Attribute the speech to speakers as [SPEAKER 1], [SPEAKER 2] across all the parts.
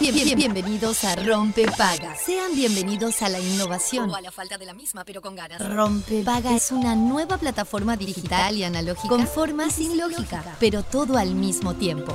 [SPEAKER 1] Bien- bien- bienvenidos a Rompe Paga. Sean bienvenidos a la innovación.
[SPEAKER 2] o a la falta de la misma, pero con ganas.
[SPEAKER 1] Rompe Paga es una nueva plataforma digital y analógica con forma sin lógica, pero todo al mismo tiempo.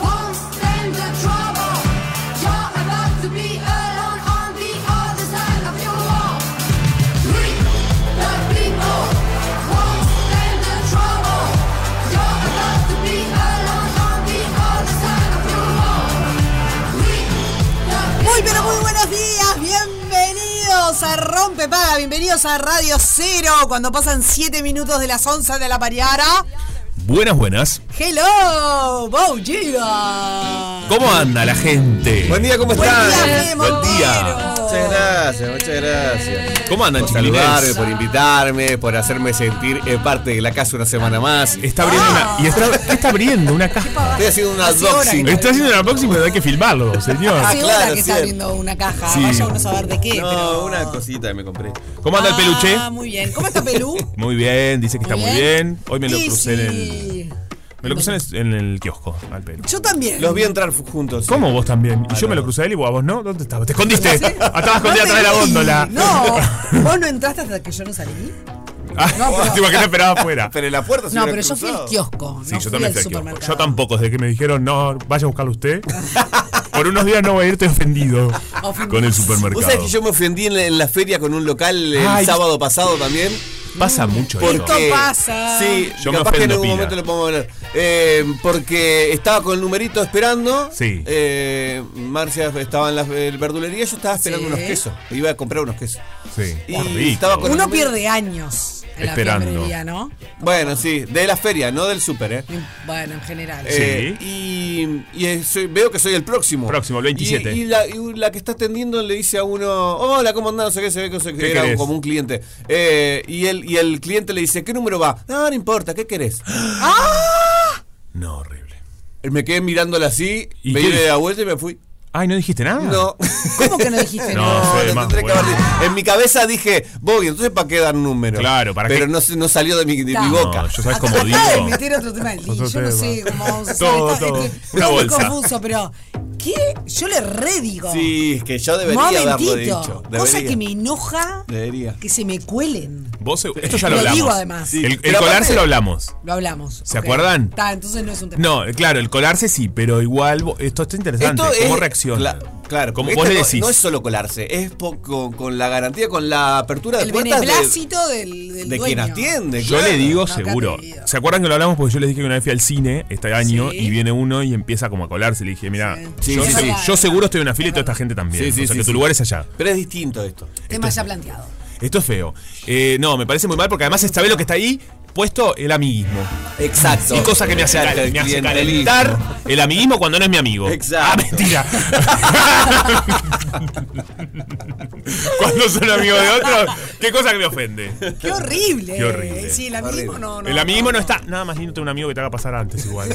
[SPEAKER 3] won't stand the trouble. You're about to be alone on the other side of your wall. We, the people, won't stand the trouble. You're about to be alone on the other side of your wall. We, the
[SPEAKER 4] Muy pero muy buenos días, bienvenidos a Rompe Paga, bienvenidos a Radio Cero, cuando pasan 7 minutos de las 11 de la pariara.
[SPEAKER 5] Buenas, buenas.
[SPEAKER 4] Hello, Bau Giga.
[SPEAKER 5] ¿Cómo anda la gente?
[SPEAKER 6] Buen día, ¿cómo
[SPEAKER 4] Buen
[SPEAKER 6] están?
[SPEAKER 4] día, Memo,
[SPEAKER 5] Buen día.
[SPEAKER 6] Muchas gracias, muchas gracias.
[SPEAKER 5] ¿Cómo andan,
[SPEAKER 6] Por
[SPEAKER 5] chiquilines?
[SPEAKER 6] saludarme, por invitarme, por hacerme sentir eh, parte de la casa una semana más.
[SPEAKER 5] Está
[SPEAKER 4] Ah,
[SPEAKER 5] abriendo una. Y está, ¿qué está abriendo una caja.
[SPEAKER 6] Estoy haciendo un
[SPEAKER 4] Hace hora
[SPEAKER 6] unboxing.
[SPEAKER 4] que-
[SPEAKER 5] Está haciendo una boxing, pero hay que filmarlo, señor.
[SPEAKER 4] Hace
[SPEAKER 6] Ah, claro,
[SPEAKER 4] hora Ah, que está
[SPEAKER 6] cierto.
[SPEAKER 4] abriendo una caja,
[SPEAKER 5] Ah, Sí.
[SPEAKER 4] vaya uno a saber de qué. pero-
[SPEAKER 6] No, una cosita que me compré.
[SPEAKER 5] ¿Cómo anda el
[SPEAKER 4] Ah,
[SPEAKER 5] peluche?
[SPEAKER 4] Muy bien, ¿cómo está Pelú?
[SPEAKER 5] Muy bien, dice que está muy bien. Hoy me lo
[SPEAKER 4] Y
[SPEAKER 5] crucé en el.
[SPEAKER 4] sí,
[SPEAKER 5] Me lo crucé en el, en el kiosco, al pelo.
[SPEAKER 4] Yo también.
[SPEAKER 6] Los vi entrar fu- juntos.
[SPEAKER 5] ¿Cómo Ah, vos también?
[SPEAKER 6] Ah,
[SPEAKER 5] Y yo me
[SPEAKER 6] no.
[SPEAKER 5] lo crucé a él y vos a vos no. ¿Dónde estabas? ¿Te escondiste? Estabas
[SPEAKER 4] No te
[SPEAKER 5] escondida atrás de la
[SPEAKER 4] vi.
[SPEAKER 5] góndola.
[SPEAKER 4] No, vos no entraste hasta que yo no salí.
[SPEAKER 5] Ah,
[SPEAKER 4] No, pero-
[SPEAKER 5] te imaginas esperaba afuera.
[SPEAKER 6] Pero en la puerta se
[SPEAKER 4] No, pero
[SPEAKER 6] hubieran
[SPEAKER 4] yo fui al
[SPEAKER 6] cruzado.
[SPEAKER 4] kiosco,
[SPEAKER 5] Sí,
[SPEAKER 4] no
[SPEAKER 5] yo
[SPEAKER 4] fui
[SPEAKER 5] también
[SPEAKER 4] al
[SPEAKER 5] fui al kiosco.
[SPEAKER 4] supermercado.
[SPEAKER 5] Yo tampoco, desde que me dijeron, no, vaya a buscarlo usted. Por unos días no voy a ir, estoy ofendido con el supermercado.
[SPEAKER 6] ¿Vos sabés que yo me ofendí en la, en la feria con un local el
[SPEAKER 5] Ay.
[SPEAKER 6] sábado pasado también?
[SPEAKER 5] Pasa mucho
[SPEAKER 6] Porque,
[SPEAKER 5] eso.
[SPEAKER 4] pasa.
[SPEAKER 6] Sí,
[SPEAKER 5] Yo me
[SPEAKER 6] capaz que en
[SPEAKER 5] ofendo,
[SPEAKER 6] algún
[SPEAKER 5] pila.
[SPEAKER 6] momento lo podemos hablar. Eh, porque estaba con el numerito esperando.
[SPEAKER 5] Sí.
[SPEAKER 6] Eh, Marcia estaba en la eh, verdulería. Yo estaba esperando
[SPEAKER 4] Sí.
[SPEAKER 6] unos quesos. Iba a comprar unos quesos.
[SPEAKER 5] Sí,
[SPEAKER 6] Y
[SPEAKER 5] por rico.
[SPEAKER 6] estaba con-
[SPEAKER 4] Uno pierde años en
[SPEAKER 5] Esperando.
[SPEAKER 4] la fiambrería, ¿no?
[SPEAKER 6] Bueno, sí, de la feria, no del súper, ¿eh?
[SPEAKER 4] Bueno, en general.
[SPEAKER 5] Sí.
[SPEAKER 6] Eh, y y, eh, soy- veo que soy el próximo.
[SPEAKER 5] Próximo, el 27.
[SPEAKER 6] Y, y la, y la que está atendiendo le dice a uno, hola, ¿cómo andás? No sé qué, se ve que, que era
[SPEAKER 5] querés?
[SPEAKER 6] como un cliente. Eh, y, el, y el cliente le dice, ¿qué número va? No, no importa, ¿qué querés?
[SPEAKER 4] ¡Ah!
[SPEAKER 5] No, horrible.
[SPEAKER 6] Me quedé mirándola así,
[SPEAKER 5] ¿Y
[SPEAKER 6] me
[SPEAKER 5] qué
[SPEAKER 6] di
[SPEAKER 5] dijo?
[SPEAKER 6] la vuelta y me fui.
[SPEAKER 5] Ay, ¿no dijiste nada?
[SPEAKER 6] No.
[SPEAKER 4] ¿Cómo que no dijiste
[SPEAKER 5] No,
[SPEAKER 4] nada?
[SPEAKER 5] soy
[SPEAKER 6] No,
[SPEAKER 5] más
[SPEAKER 6] tendré que
[SPEAKER 5] bueno.
[SPEAKER 6] haber dicho. En mi cabeza dije, Boggy, entonces ¿para qué dar número?
[SPEAKER 5] Claro, ¿para
[SPEAKER 6] Pero
[SPEAKER 5] qué?
[SPEAKER 6] no, se- no salió de mi, de mi
[SPEAKER 4] No,
[SPEAKER 6] boca.
[SPEAKER 5] No, yo sabes cómo
[SPEAKER 4] Acá
[SPEAKER 5] digo.
[SPEAKER 4] Ah, de meter otro tema del
[SPEAKER 5] Otro
[SPEAKER 4] Yo no
[SPEAKER 5] tema.
[SPEAKER 4] sé cómo vamos a
[SPEAKER 5] Todo,
[SPEAKER 4] hacer
[SPEAKER 5] todo.
[SPEAKER 4] esto.
[SPEAKER 5] Una
[SPEAKER 4] estoy
[SPEAKER 5] bolsa.
[SPEAKER 4] confuso, pero ¿qué? Yo le redigo.
[SPEAKER 6] Sí, es que yo debería haberlo dicho.
[SPEAKER 4] Momentito. Cosa
[SPEAKER 6] Debería.
[SPEAKER 4] que me enoja
[SPEAKER 6] Debería.
[SPEAKER 4] que se me cuelen.
[SPEAKER 5] Vos, esto ya lo
[SPEAKER 4] Lo
[SPEAKER 5] hablamos.
[SPEAKER 4] digo, además. Sí,
[SPEAKER 5] El, el
[SPEAKER 6] pero
[SPEAKER 5] colarse
[SPEAKER 6] aparte-
[SPEAKER 5] lo hablamos.
[SPEAKER 4] Lo hablamos.
[SPEAKER 5] ¿Se
[SPEAKER 4] ok.
[SPEAKER 5] acuerdan?
[SPEAKER 4] Está, entonces no es un tema.
[SPEAKER 5] No, claro, el colarse sí, pero igual vos- esto está interesante. ¿Cómo reacciona?
[SPEAKER 6] cla- claro,
[SPEAKER 5] como
[SPEAKER 6] porque
[SPEAKER 5] vos le
[SPEAKER 6] esto no-
[SPEAKER 5] decís.
[SPEAKER 6] No es solo colarse, es po- con, con la garantía, con la apertura de
[SPEAKER 4] El
[SPEAKER 6] puertas de-
[SPEAKER 4] beneplácito del,
[SPEAKER 6] de,
[SPEAKER 4] del
[SPEAKER 6] quien
[SPEAKER 4] dueño.
[SPEAKER 6] atiende.
[SPEAKER 5] Yo
[SPEAKER 6] claro.
[SPEAKER 5] le digo
[SPEAKER 4] No, acá
[SPEAKER 5] seguro.
[SPEAKER 4] te digo.
[SPEAKER 5] ¿Se acuerdan que lo hablamos? Porque yo les dije que una vez fui al cine este año
[SPEAKER 4] Sí.
[SPEAKER 5] y viene uno y empieza como a colarse. Le dije, mira,
[SPEAKER 6] Sí,
[SPEAKER 5] yo,
[SPEAKER 6] sí,
[SPEAKER 5] se-
[SPEAKER 6] sí.
[SPEAKER 5] yo seguro estoy en una fila y toda esta gente también.
[SPEAKER 6] Sí, sí,
[SPEAKER 5] o sea
[SPEAKER 6] sí,
[SPEAKER 5] que tu
[SPEAKER 6] sí.
[SPEAKER 5] lugar es allá.
[SPEAKER 6] Pero es distinto esto.
[SPEAKER 4] Tema ya planteado.
[SPEAKER 5] Esto es feo. Eh, no, me parece muy mal porque además esta vez lo que está ahí puesto el amiguismo.
[SPEAKER 6] Exacto.
[SPEAKER 5] Y cosa que me hace,
[SPEAKER 6] Cerca
[SPEAKER 5] cal-
[SPEAKER 6] del
[SPEAKER 5] me hace
[SPEAKER 6] clientelismo.
[SPEAKER 5] calentar el amiguismo cuando no es mi amigo.
[SPEAKER 6] Exacto.
[SPEAKER 5] Ah, mentira. cuando son amigos de otro, qué cosa que me ofende.
[SPEAKER 4] Qué horrible.
[SPEAKER 5] Qué horrible.
[SPEAKER 4] Sí, el amigo
[SPEAKER 6] Horrible.
[SPEAKER 4] no, no.
[SPEAKER 5] el amiguismo no está. Nada más lindo tener un amigo que te haga pasar antes igual.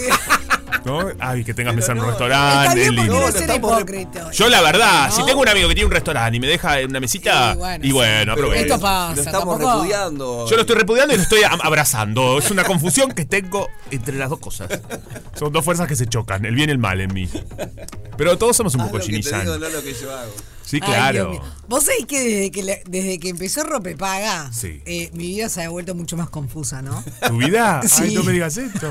[SPEAKER 5] ¿no? Ay, que tengas
[SPEAKER 6] Pero
[SPEAKER 5] mesa en un
[SPEAKER 6] no,
[SPEAKER 4] Está
[SPEAKER 5] restaurante.
[SPEAKER 4] bien porque
[SPEAKER 5] lindo.
[SPEAKER 4] no,
[SPEAKER 6] No,
[SPEAKER 4] ser
[SPEAKER 6] estamos re-
[SPEAKER 4] hipócrita.
[SPEAKER 5] Yo la verdad,
[SPEAKER 4] ¿No?
[SPEAKER 5] si tengo un amigo que tiene un restaurante y me deja en una mesita,
[SPEAKER 4] Sí, bueno,
[SPEAKER 5] y bueno,
[SPEAKER 6] Pero
[SPEAKER 5] aprovecho.
[SPEAKER 4] Esto pasa,
[SPEAKER 6] Lo estamos
[SPEAKER 4] tampoco-
[SPEAKER 6] repudiando.
[SPEAKER 5] Yo lo estoy repudiando y lo estoy am- abrazando. Es una confusión que tengo entre las dos cosas. Son dos fuerzas que se chocan, el bien y el mal en mí. Pero todos somos un
[SPEAKER 6] Haz
[SPEAKER 5] poco
[SPEAKER 6] Ah, lo que te
[SPEAKER 5] chinizan.
[SPEAKER 6] digo, no lo que yo hago.
[SPEAKER 5] Sí,
[SPEAKER 4] Ay, Dios
[SPEAKER 5] claro.
[SPEAKER 4] mío. Vos sabés que desde que, le- desde que empezó Rope Paga,
[SPEAKER 5] Sí.
[SPEAKER 4] eh, mi vida se ha vuelto mucho más confusa, ¿no?
[SPEAKER 5] ¿Tu vida? Ah, Ay,
[SPEAKER 4] Sí.
[SPEAKER 5] no me digas esto.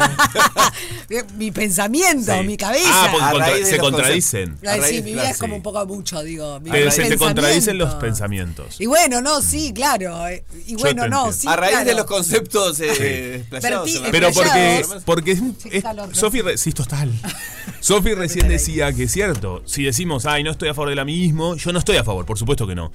[SPEAKER 4] mi pensamiento,
[SPEAKER 5] Sí.
[SPEAKER 4] mi cabeza.
[SPEAKER 5] Ah, porque
[SPEAKER 6] A
[SPEAKER 5] contra-
[SPEAKER 6] raíz de
[SPEAKER 5] se
[SPEAKER 6] los
[SPEAKER 5] contradicen.
[SPEAKER 4] Ay,
[SPEAKER 6] a
[SPEAKER 4] sí,
[SPEAKER 6] raíz,
[SPEAKER 4] mi vida
[SPEAKER 6] claro,
[SPEAKER 4] es como
[SPEAKER 6] sí.
[SPEAKER 4] un poco mucho, digo. mi-
[SPEAKER 5] Te-
[SPEAKER 4] mi
[SPEAKER 5] se te
[SPEAKER 4] pensamiento.
[SPEAKER 5] contradicen los pensamientos.
[SPEAKER 4] Y bueno, no, sí, claro. eh, Y bueno,
[SPEAKER 5] te
[SPEAKER 4] no,
[SPEAKER 5] entiendo.
[SPEAKER 4] sí.
[SPEAKER 6] a raíz de
[SPEAKER 4] claro.
[SPEAKER 6] los conceptos eh, desplazados,
[SPEAKER 4] Verti-
[SPEAKER 6] se va a-
[SPEAKER 5] Pero porque,
[SPEAKER 4] Estrellados.
[SPEAKER 5] porque es, es-
[SPEAKER 4] calor, ¿no?
[SPEAKER 5] Sofi re- sí, total. Sofi recién decía que es cierto, si decimos, ay, no estoy a favor del amismo, yo no estoy a favor, por supuesto que no.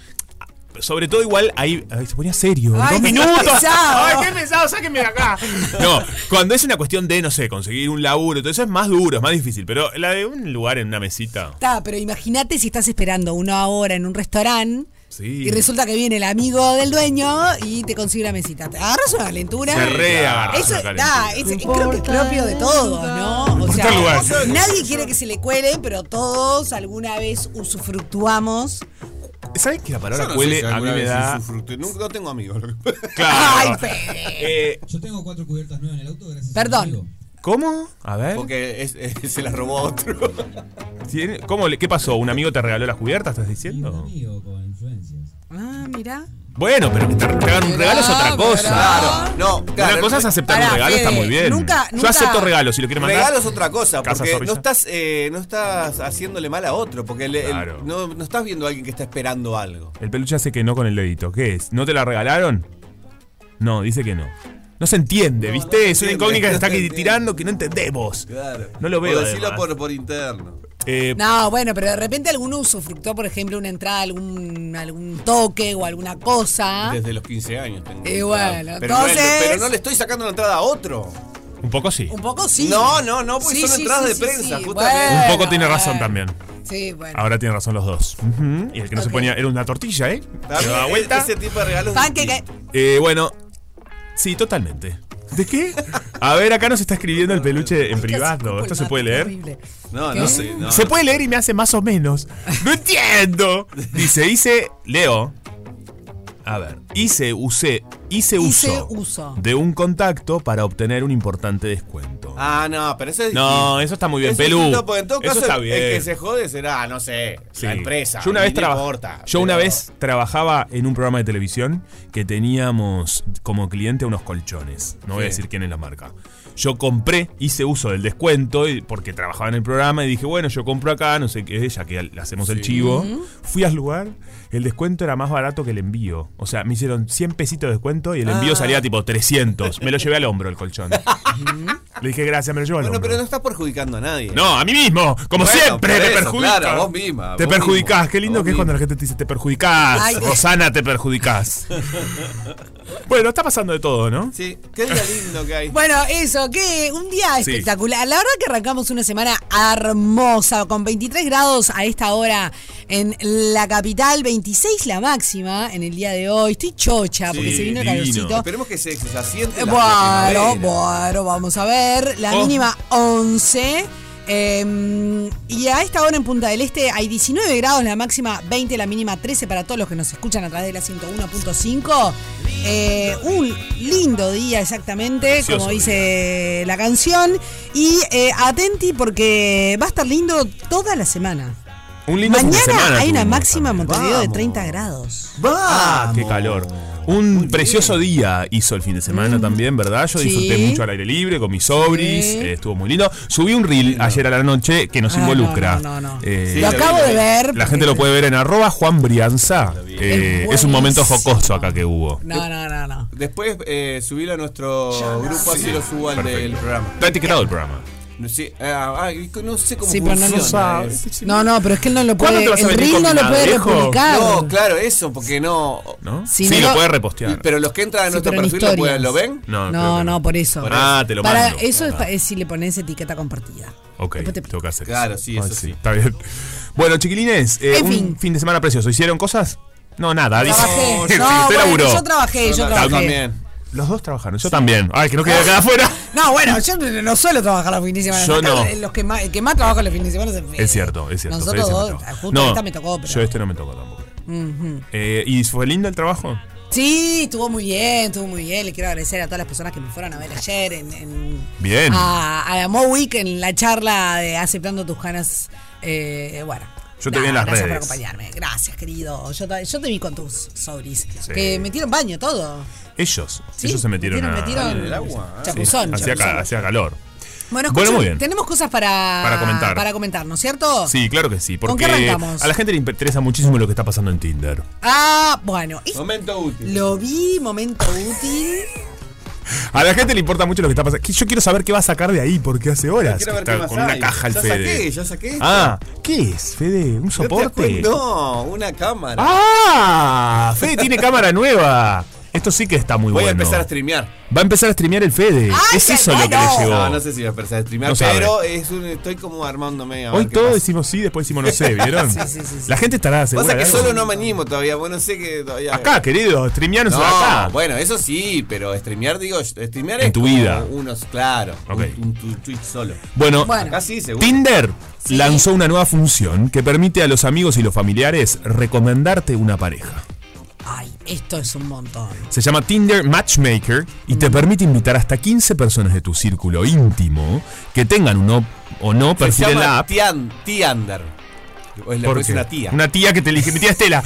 [SPEAKER 5] Sobre todo igual ahí ay, se ponía serio. en
[SPEAKER 4] Ay,
[SPEAKER 5] dos
[SPEAKER 4] qué
[SPEAKER 5] minutos.
[SPEAKER 4] pesado.
[SPEAKER 5] Ay, qué pesado, sáquenme de acá. No, cuando es una cuestión de, no sé, conseguir un laburo, todo eso es más duro, es más difícil. Pero la de un lugar en una mesita.
[SPEAKER 4] Está, pero imagínate si estás esperando una hora en un restaurante
[SPEAKER 5] Sí.
[SPEAKER 4] y resulta que viene el amigo del dueño y te consigue una mesita. Te agarras una calentura.
[SPEAKER 5] Se re agarra
[SPEAKER 4] Eso
[SPEAKER 5] una
[SPEAKER 4] da,
[SPEAKER 5] calentura.
[SPEAKER 4] es, es- creo que es propio de todos, ¿no? O
[SPEAKER 5] importa
[SPEAKER 4] sea,
[SPEAKER 5] el lugar.
[SPEAKER 4] nadie quiere que se le cuele, pero todos alguna vez usufructuamos.
[SPEAKER 5] ¿Sabes que la palabra
[SPEAKER 6] Yo no sé
[SPEAKER 5] cuele
[SPEAKER 6] si
[SPEAKER 5] a mí
[SPEAKER 6] alguna
[SPEAKER 5] me
[SPEAKER 6] vez
[SPEAKER 5] da.
[SPEAKER 6] usufructué. No, no tengo amigos.
[SPEAKER 5] Claro.
[SPEAKER 4] Ay, Fede.
[SPEAKER 5] Eh,
[SPEAKER 7] Yo tengo cuatro cubiertas nuevas en el auto, gracias
[SPEAKER 4] Perdón.
[SPEAKER 7] a mi amigo.
[SPEAKER 5] ¿Cómo? A ver.
[SPEAKER 6] Porque es- es- se las robó otro.
[SPEAKER 5] ¿tiene- ¿Cómo le- ¿Qué pasó? ¿Un amigo te regaló la cubierta? ¿Estás
[SPEAKER 7] Y un
[SPEAKER 5] diciendo?
[SPEAKER 7] amigo con influencias.
[SPEAKER 4] Ah, mira.
[SPEAKER 5] Bueno, pero que te, te hagan un regalo es otra cosa.
[SPEAKER 6] Claro. No, claro.
[SPEAKER 5] Una cosa es aceptar
[SPEAKER 4] Pará,
[SPEAKER 5] un regalo, está
[SPEAKER 4] Fede,
[SPEAKER 5] muy bien.
[SPEAKER 4] nunca-
[SPEAKER 5] Yo
[SPEAKER 4] nunca-
[SPEAKER 5] acepto regalos si lo quieres mandar.
[SPEAKER 6] Regalo es otra cosa,
[SPEAKER 5] Casa
[SPEAKER 6] porque
[SPEAKER 5] zorrilla.
[SPEAKER 6] no estás, eh, no estás haciéndole mal a otro, porque el- el-
[SPEAKER 5] Claro.
[SPEAKER 6] no, no estás viendo a alguien que está esperando algo.
[SPEAKER 5] El peluche hace que no con el dedito. ¿Qué es? ¿No te la regalaron? No, dice que no. No se entiende, ¿viste?
[SPEAKER 6] no se
[SPEAKER 5] es una
[SPEAKER 6] entiende,
[SPEAKER 5] incógnita que
[SPEAKER 6] no
[SPEAKER 5] está
[SPEAKER 6] se
[SPEAKER 5] aquí
[SPEAKER 6] entiende.
[SPEAKER 5] tirando que no entendemos.
[SPEAKER 6] Claro.
[SPEAKER 5] No lo veo.
[SPEAKER 6] O decirlo
[SPEAKER 5] además.
[SPEAKER 6] por, por interno.
[SPEAKER 5] Eh,
[SPEAKER 4] No, bueno, pero de repente alguno usufructuó, por ejemplo, una entrada, algún, algún toque o alguna cosa.
[SPEAKER 6] Desde los 15 años tengo.
[SPEAKER 4] ¿Ah? Y bueno,
[SPEAKER 6] pero no es-
[SPEAKER 4] entonces-
[SPEAKER 6] pero no le estoy sacando la entrada a otro.
[SPEAKER 5] Un poco sí.
[SPEAKER 4] Un poco sí.
[SPEAKER 6] No, no, no, porque son entradas de prensa, justamente.
[SPEAKER 5] Un poco tiene razón también.
[SPEAKER 4] eh, Sí, bueno.
[SPEAKER 5] Ahora tiene razón los dos. Ujú, Y el que no se
[SPEAKER 4] Ok.
[SPEAKER 5] ponía era una tortilla, ¿eh? Se daba
[SPEAKER 6] E-
[SPEAKER 5] vuelta.
[SPEAKER 6] Ese tipo de regalos.
[SPEAKER 4] Panque-
[SPEAKER 5] Eh, bueno, sí, totalmente. ¿De qué? A ver, acá nos está escribiendo el peluche en privado. ¿Esto se puede leer?
[SPEAKER 4] Horrible.
[SPEAKER 6] No,
[SPEAKER 4] ¿Qué?
[SPEAKER 6] no sé. no,
[SPEAKER 5] Se
[SPEAKER 6] no.
[SPEAKER 5] puede leer y me hace más o menos. ¡No entiendo! Dice, hice, leo. A ver, hice, usé, hice,
[SPEAKER 4] Hice
[SPEAKER 5] uso,
[SPEAKER 4] uso.
[SPEAKER 5] de un contacto para obtener un importante descuento.
[SPEAKER 6] Ah, no, pero eso es
[SPEAKER 5] no, eso está muy bien,
[SPEAKER 6] Eso
[SPEAKER 5] Pelú.
[SPEAKER 6] es distinto, porque en todo
[SPEAKER 5] eso
[SPEAKER 6] caso,
[SPEAKER 5] está
[SPEAKER 6] el-
[SPEAKER 5] bien.
[SPEAKER 6] El que se jode será, no sé,
[SPEAKER 5] Sí.
[SPEAKER 6] la empresa.
[SPEAKER 5] Yo una
[SPEAKER 6] ni
[SPEAKER 5] vez,
[SPEAKER 6] le
[SPEAKER 5] traba-
[SPEAKER 6] importa,
[SPEAKER 5] yo una
[SPEAKER 6] pero-
[SPEAKER 5] vez trabajaba en un programa de televisión que teníamos como cliente unos colchones. No voy a
[SPEAKER 6] Sí.
[SPEAKER 5] decir quién es la marca. Yo compré, hice uso del descuento y- porque trabajaba en el programa y dije, bueno, yo compro acá, no sé qué, ya que al- hacemos el chivo. Fui al lugar, el descuento era más barato que el envío. O sea, me hicieron 100 pesitos de descuento y el
[SPEAKER 8] Ah.
[SPEAKER 5] envío salía tipo 300. Me lo llevé al hombro el colchón. Le dije, gracias, me lo llevo al
[SPEAKER 6] Bueno,
[SPEAKER 5] hombro.
[SPEAKER 6] pero no estás perjudicando a nadie.
[SPEAKER 5] No, a mí mismo, como
[SPEAKER 6] Bueno,
[SPEAKER 5] siempre,
[SPEAKER 6] por
[SPEAKER 5] te
[SPEAKER 6] eso,
[SPEAKER 5] perjudicas.
[SPEAKER 6] claro, vos misma,
[SPEAKER 5] Te
[SPEAKER 6] vos
[SPEAKER 5] perjudicás,
[SPEAKER 6] mismo,
[SPEAKER 5] qué lindo
[SPEAKER 6] vos
[SPEAKER 5] que es
[SPEAKER 6] misma.
[SPEAKER 5] cuando la gente te dice te perjudicás.
[SPEAKER 4] Ay, qué-
[SPEAKER 5] Rosana, te perjudicás. bueno, está pasando de todo, ¿no?
[SPEAKER 6] Sí, qué día lindo que hay.
[SPEAKER 4] Bueno, eso, que un día
[SPEAKER 5] Sí.
[SPEAKER 4] espectacular. La verdad que arrancamos una semana hermosa, con 23 grados a esta hora en la capital, 26 la máxima en el día de hoy. Estoy chocha porque
[SPEAKER 5] Sí,
[SPEAKER 4] se vino el
[SPEAKER 5] divino.
[SPEAKER 4] calorcito.
[SPEAKER 6] Esperemos que se, que se asiente.
[SPEAKER 4] Eh,
[SPEAKER 6] la
[SPEAKER 4] Bueno,
[SPEAKER 6] primavera.
[SPEAKER 4] bueno, vamos a ver. La
[SPEAKER 5] Oh.
[SPEAKER 4] mínima 11. eh, y a esta hora en Punta del Este hay 19 grados, la máxima 20, la mínima 13 para todos los que nos escuchan a través de la 101.5. Eh, un lindo día exactamente,
[SPEAKER 5] Precioso
[SPEAKER 4] como dice la canción. Y eh, atenti porque va a estar lindo toda la semana.
[SPEAKER 5] Un lindo fin de
[SPEAKER 4] Mañana
[SPEAKER 5] semana
[SPEAKER 4] hay una
[SPEAKER 5] tuvimos
[SPEAKER 4] máxima en
[SPEAKER 5] también.
[SPEAKER 4] Montevideo de
[SPEAKER 6] Vamos.
[SPEAKER 4] 30 grados.
[SPEAKER 5] Ah, qué calor. Un precioso día hizo el fin de semana también, ¿verdad? Yo
[SPEAKER 4] Sí.
[SPEAKER 5] disfruté mucho al aire libre con mis sobris,
[SPEAKER 4] Sí.
[SPEAKER 5] eh, estuvo muy lindo. Subí un reel ayer a la noche que nos
[SPEAKER 4] Ah,
[SPEAKER 5] involucra.
[SPEAKER 4] no, no, no, no.
[SPEAKER 5] Eh,
[SPEAKER 6] Sí,
[SPEAKER 4] lo
[SPEAKER 6] lo
[SPEAKER 4] acabo
[SPEAKER 6] vi, lo
[SPEAKER 4] de
[SPEAKER 6] vi.
[SPEAKER 4] ver.
[SPEAKER 5] La gente lo puede ver en arroba Juan Brianza. Eh, es un momento
[SPEAKER 4] buenísimo.
[SPEAKER 5] jocoso acá que hubo.
[SPEAKER 4] No, no, no, no.
[SPEAKER 6] Después eh, subilo a nuestro grupo, así lo subo al
[SPEAKER 5] Perfecto.
[SPEAKER 6] del programa.
[SPEAKER 5] Está etiquetado el programa.
[SPEAKER 6] No sé, ah, ay, no sé cómo
[SPEAKER 4] Sí, pero no
[SPEAKER 6] funciona.
[SPEAKER 4] lo
[SPEAKER 6] eso.
[SPEAKER 4] No, no, pero es que él no lo
[SPEAKER 5] ¿Cuándo
[SPEAKER 4] puede.
[SPEAKER 5] te vas a
[SPEAKER 4] El
[SPEAKER 5] venir
[SPEAKER 4] ring
[SPEAKER 5] con
[SPEAKER 4] no lo puede
[SPEAKER 5] Nadejo?
[SPEAKER 4] republicar.
[SPEAKER 6] No, claro, eso, porque no.
[SPEAKER 5] ¿No?
[SPEAKER 4] Si
[SPEAKER 5] sí,
[SPEAKER 4] no-
[SPEAKER 5] lo puede repostear.
[SPEAKER 6] Pero los que entran a
[SPEAKER 4] Sí,
[SPEAKER 6] nuestro
[SPEAKER 4] pero en
[SPEAKER 6] perfil lo,
[SPEAKER 4] historias.
[SPEAKER 6] pueden- ¿lo ven.
[SPEAKER 5] no, creo
[SPEAKER 4] No,
[SPEAKER 5] que
[SPEAKER 4] no, por eso.
[SPEAKER 5] Ah, te lo
[SPEAKER 4] Para
[SPEAKER 5] mando.
[SPEAKER 4] eso es,
[SPEAKER 5] Ah.
[SPEAKER 4] pa- es si le pones etiqueta compartida.
[SPEAKER 5] Ok,
[SPEAKER 4] Después te-
[SPEAKER 5] tengo que hacer
[SPEAKER 6] Claro,
[SPEAKER 5] eso.
[SPEAKER 6] sí, eso sí.
[SPEAKER 5] Está bien. Bueno, chiquilines, eh,
[SPEAKER 4] En
[SPEAKER 5] un
[SPEAKER 4] fin.
[SPEAKER 5] fin. de semana precioso. ¿Hicieron cosas? No, nada. dice.
[SPEAKER 4] Trabajé.
[SPEAKER 5] Sí,
[SPEAKER 4] No,
[SPEAKER 5] usted
[SPEAKER 4] bueno,
[SPEAKER 5] laburó.
[SPEAKER 4] yo trabajé, yo
[SPEAKER 6] Yo
[SPEAKER 4] trabajé.
[SPEAKER 6] también.
[SPEAKER 5] Los dos trabajaron. Yo también. Ay, que no quede acá afuera.
[SPEAKER 4] No, bueno, yo no no suelo trabajar los fines de semana.
[SPEAKER 5] Yo
[SPEAKER 4] Acá
[SPEAKER 5] no.
[SPEAKER 4] Los que más, el que más trabaja los fines de semana es el Fede.
[SPEAKER 5] Es cierto, es cierto.
[SPEAKER 4] Nosotros
[SPEAKER 5] Fede
[SPEAKER 4] dos,
[SPEAKER 5] siempre trabaja.
[SPEAKER 4] justo
[SPEAKER 5] No,
[SPEAKER 4] esta me tocó, pero.
[SPEAKER 5] Yo este no me tocó tampoco. Eh, ¿Y fue lindo el trabajo?
[SPEAKER 4] Sí, estuvo muy bien, estuvo muy bien. Le quiero agradecer a todas las personas que me fueron a ver ayer en, en-
[SPEAKER 5] Bien.
[SPEAKER 4] a, a la Mowick en la charla de Aceptando tus ganas. Eh, bueno.
[SPEAKER 5] Yo te vi en las
[SPEAKER 4] gracias
[SPEAKER 5] redes.
[SPEAKER 4] por acompañarme. Gracias, querido. Yo, ta- yo te vi con tus sobris.
[SPEAKER 5] Sí.
[SPEAKER 4] Que metieron baño todo.
[SPEAKER 5] Ellos.
[SPEAKER 4] Sí,
[SPEAKER 5] ellos se metieron, a-
[SPEAKER 4] metieron
[SPEAKER 6] al- al agua, ah,
[SPEAKER 4] Chapuzón.
[SPEAKER 5] Sí, hacía, ca-
[SPEAKER 4] chapuzón.
[SPEAKER 5] hacía calor.
[SPEAKER 4] Bueno,
[SPEAKER 5] Bueno,
[SPEAKER 4] escuchen,
[SPEAKER 5] muy bien.
[SPEAKER 4] tenemos cosas para,
[SPEAKER 5] Para comentar.
[SPEAKER 4] para comentar, ¿no es cierto?
[SPEAKER 5] Sí, claro que sí.
[SPEAKER 4] ¿Con qué
[SPEAKER 5] Porque
[SPEAKER 4] arrancamos?
[SPEAKER 5] a la gente le interesa muchísimo lo que está pasando en Tinder.
[SPEAKER 4] Ah, bueno. es-
[SPEAKER 6] Momento útil.
[SPEAKER 4] lo vi, momento útil.
[SPEAKER 5] A la gente le importa mucho lo que está pasando. Yo quiero saber qué va a sacar de ahí, porque hace horas
[SPEAKER 6] Quiero
[SPEAKER 5] que
[SPEAKER 6] ver qué
[SPEAKER 5] está
[SPEAKER 6] más
[SPEAKER 5] con una
[SPEAKER 6] hay.
[SPEAKER 5] caja el
[SPEAKER 6] Ya
[SPEAKER 5] Fede.
[SPEAKER 6] saqué, ya saqué esto.
[SPEAKER 5] Ah, ¿qué es, Fede? ¿Un
[SPEAKER 6] ¿No te das
[SPEAKER 5] soporte?
[SPEAKER 6] cuenta? No, una cámara.
[SPEAKER 5] ¡Ah! Fede tiene cámara nueva. Esto sí que está muy
[SPEAKER 6] Voy
[SPEAKER 5] bueno.
[SPEAKER 6] a empezar a streamear.
[SPEAKER 5] Va a empezar a streamear el Fede.
[SPEAKER 4] ¡Ay,
[SPEAKER 5] es eso lo que
[SPEAKER 4] bueno!
[SPEAKER 5] le llegó.
[SPEAKER 6] No, no sé si voy a empezar a streamear,
[SPEAKER 5] No sabe.
[SPEAKER 6] pero es un, estoy como armándome. A ver
[SPEAKER 5] Hoy
[SPEAKER 6] qué
[SPEAKER 5] todos
[SPEAKER 6] pasa.
[SPEAKER 5] decimos sí, después decimos no sé, ¿vieron? La gente estará segura.
[SPEAKER 6] Pasa que
[SPEAKER 5] de algo.
[SPEAKER 6] solo no me animo todavía, bueno, sé que todavía.
[SPEAKER 5] Acá, querido, streamearnos
[SPEAKER 6] No,
[SPEAKER 5] acá.
[SPEAKER 6] bueno, eso sí, pero streamear, digo, streamear
[SPEAKER 5] En
[SPEAKER 6] es
[SPEAKER 5] tu
[SPEAKER 6] como
[SPEAKER 5] vida.
[SPEAKER 6] Unos, claro.
[SPEAKER 5] Ok.
[SPEAKER 6] Un, un- tu Twitch solo.
[SPEAKER 5] Bueno,
[SPEAKER 4] Bueno.
[SPEAKER 6] Acá sí, seguro.
[SPEAKER 5] Tinder lanzó una nueva función que permite a los amigos y los familiares recomendarte una pareja.
[SPEAKER 4] Ay, esto es un montón.
[SPEAKER 5] Se llama Tinder Matchmaker y te permite invitar hasta 15 personas de tu círculo íntimo que tengan uno o no
[SPEAKER 6] Se
[SPEAKER 5] perfil en la
[SPEAKER 6] llama
[SPEAKER 5] app.
[SPEAKER 6] Tian, Tiander. O es la-
[SPEAKER 5] ¿Por
[SPEAKER 6] es
[SPEAKER 5] qué?
[SPEAKER 6] una tía.
[SPEAKER 5] Una tía que te elige, mi tía Estela.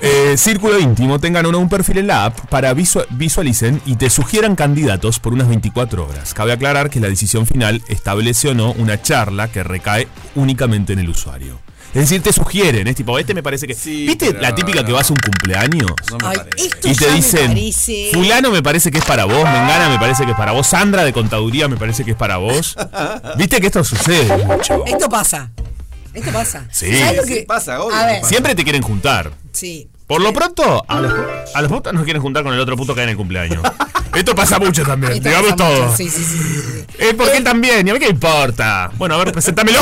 [SPEAKER 5] Eh, círculo íntimo, tengan uno un perfil en la app para visua- visualicen y te sugieran candidatos por unas 24 horas. Cabe aclarar que la decisión final establece o no una charla que recae únicamente en el usuario. Es decir, te sugieren, es tipo, este me parece que...
[SPEAKER 6] Sí,
[SPEAKER 5] ¿Viste
[SPEAKER 6] pero
[SPEAKER 5] la típica que
[SPEAKER 6] no.
[SPEAKER 5] vas a un cumpleaños?
[SPEAKER 6] No me
[SPEAKER 4] Ay,
[SPEAKER 6] parece.
[SPEAKER 4] esto
[SPEAKER 5] Y
[SPEAKER 4] ya
[SPEAKER 5] te
[SPEAKER 4] me
[SPEAKER 5] dicen,
[SPEAKER 4] parece.
[SPEAKER 5] fulano me parece que es para vos, Mengana me parece que es para vos, Sandra de Contaduría me parece que es para vos. Viste que esto sucede mucho.
[SPEAKER 4] Esto pasa. Esto pasa.
[SPEAKER 5] Sí.
[SPEAKER 4] ¿Sabes lo
[SPEAKER 6] Sí,
[SPEAKER 4] que-
[SPEAKER 6] pasa, obvio
[SPEAKER 4] A
[SPEAKER 6] que
[SPEAKER 4] ver,
[SPEAKER 6] pasa.
[SPEAKER 5] Siempre te quieren juntar.
[SPEAKER 4] sí.
[SPEAKER 5] Por lo pronto, a los, a los putos nos quieren juntar con el otro puto que hay en el cumpleaños. Esto pasa mucho también,
[SPEAKER 4] Esto
[SPEAKER 5] digamos
[SPEAKER 4] pasa
[SPEAKER 5] todo.
[SPEAKER 4] mucho, Sí, Eh. sí, sí, sí, sí.
[SPEAKER 5] Es porque él también, y a mí qué importa. Bueno, a ver, preséntamelo.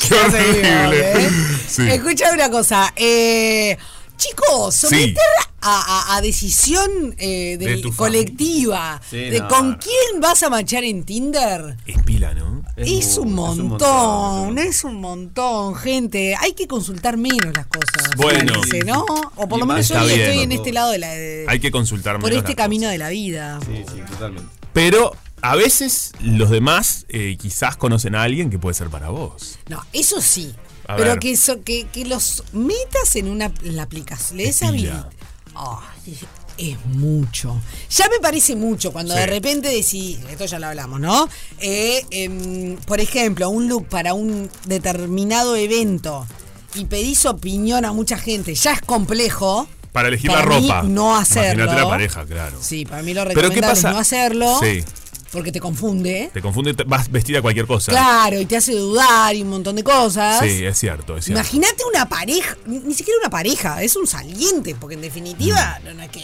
[SPEAKER 5] qué
[SPEAKER 4] Ya seguimos,
[SPEAKER 5] horrible.
[SPEAKER 4] ¿eh?
[SPEAKER 5] Sí.
[SPEAKER 4] Escucha una cosa. eh, chicos, someter a, a- a decisión eh,
[SPEAKER 5] De
[SPEAKER 4] del-
[SPEAKER 5] tu fam-
[SPEAKER 4] colectiva
[SPEAKER 6] Sí,
[SPEAKER 4] de
[SPEAKER 6] no,
[SPEAKER 4] con
[SPEAKER 6] no.
[SPEAKER 4] quién vas a machar en Tinder.
[SPEAKER 5] Es pila, ¿no?
[SPEAKER 4] Es,
[SPEAKER 6] mu-
[SPEAKER 4] un
[SPEAKER 6] es un
[SPEAKER 4] montón,
[SPEAKER 6] montón,
[SPEAKER 4] es un montón, gente. Hay que consultar menos las cosas.
[SPEAKER 5] Bueno.
[SPEAKER 4] me parece, ¿no? O por
[SPEAKER 6] Y
[SPEAKER 4] lo menos
[SPEAKER 6] más
[SPEAKER 4] yo
[SPEAKER 5] está
[SPEAKER 4] ya
[SPEAKER 5] bien.
[SPEAKER 4] estoy en este lado de la. de-
[SPEAKER 5] Eh, Hay que consultar
[SPEAKER 4] por
[SPEAKER 5] menos
[SPEAKER 4] este
[SPEAKER 5] las cosas.
[SPEAKER 4] camino de la vida.
[SPEAKER 6] Sí, sí, totalmente.
[SPEAKER 5] Pero a veces los demás eh, quizás conocen a alguien que puede ser para vos.
[SPEAKER 4] No, eso sí.
[SPEAKER 5] A
[SPEAKER 4] pero
[SPEAKER 5] ver.
[SPEAKER 4] que, eso, que, que los metas en una en la aplicación. Les
[SPEAKER 5] Estira.
[SPEAKER 4] habilita. Ay, es mucho. Ya me parece mucho cuando
[SPEAKER 5] Sí.
[SPEAKER 4] de repente decís, esto ya lo hablamos, ¿no? Eh, em, por ejemplo, un look para un determinado evento y pedís opinión a mucha gente, ya es complejo.
[SPEAKER 5] Para elegir
[SPEAKER 4] Para
[SPEAKER 5] la
[SPEAKER 4] mí,
[SPEAKER 5] ropa.
[SPEAKER 4] no hacerlo.
[SPEAKER 5] Imagínate la pareja, claro.
[SPEAKER 4] Sí, para mí lo
[SPEAKER 5] Pero, ¿qué
[SPEAKER 4] recomendable es
[SPEAKER 5] pasa?
[SPEAKER 4] no hacerlo.
[SPEAKER 5] Sí.
[SPEAKER 4] Porque te confunde.
[SPEAKER 5] Te confunde, te- vas vestida cualquier cosa.
[SPEAKER 4] Claro, y te hace dudar y un montón de cosas.
[SPEAKER 5] Sí, es cierto, es cierto.
[SPEAKER 4] Imagínate una pareja, ni ni siquiera una pareja, es un saliente, porque en definitiva
[SPEAKER 5] Mm.
[SPEAKER 4] no, no es que.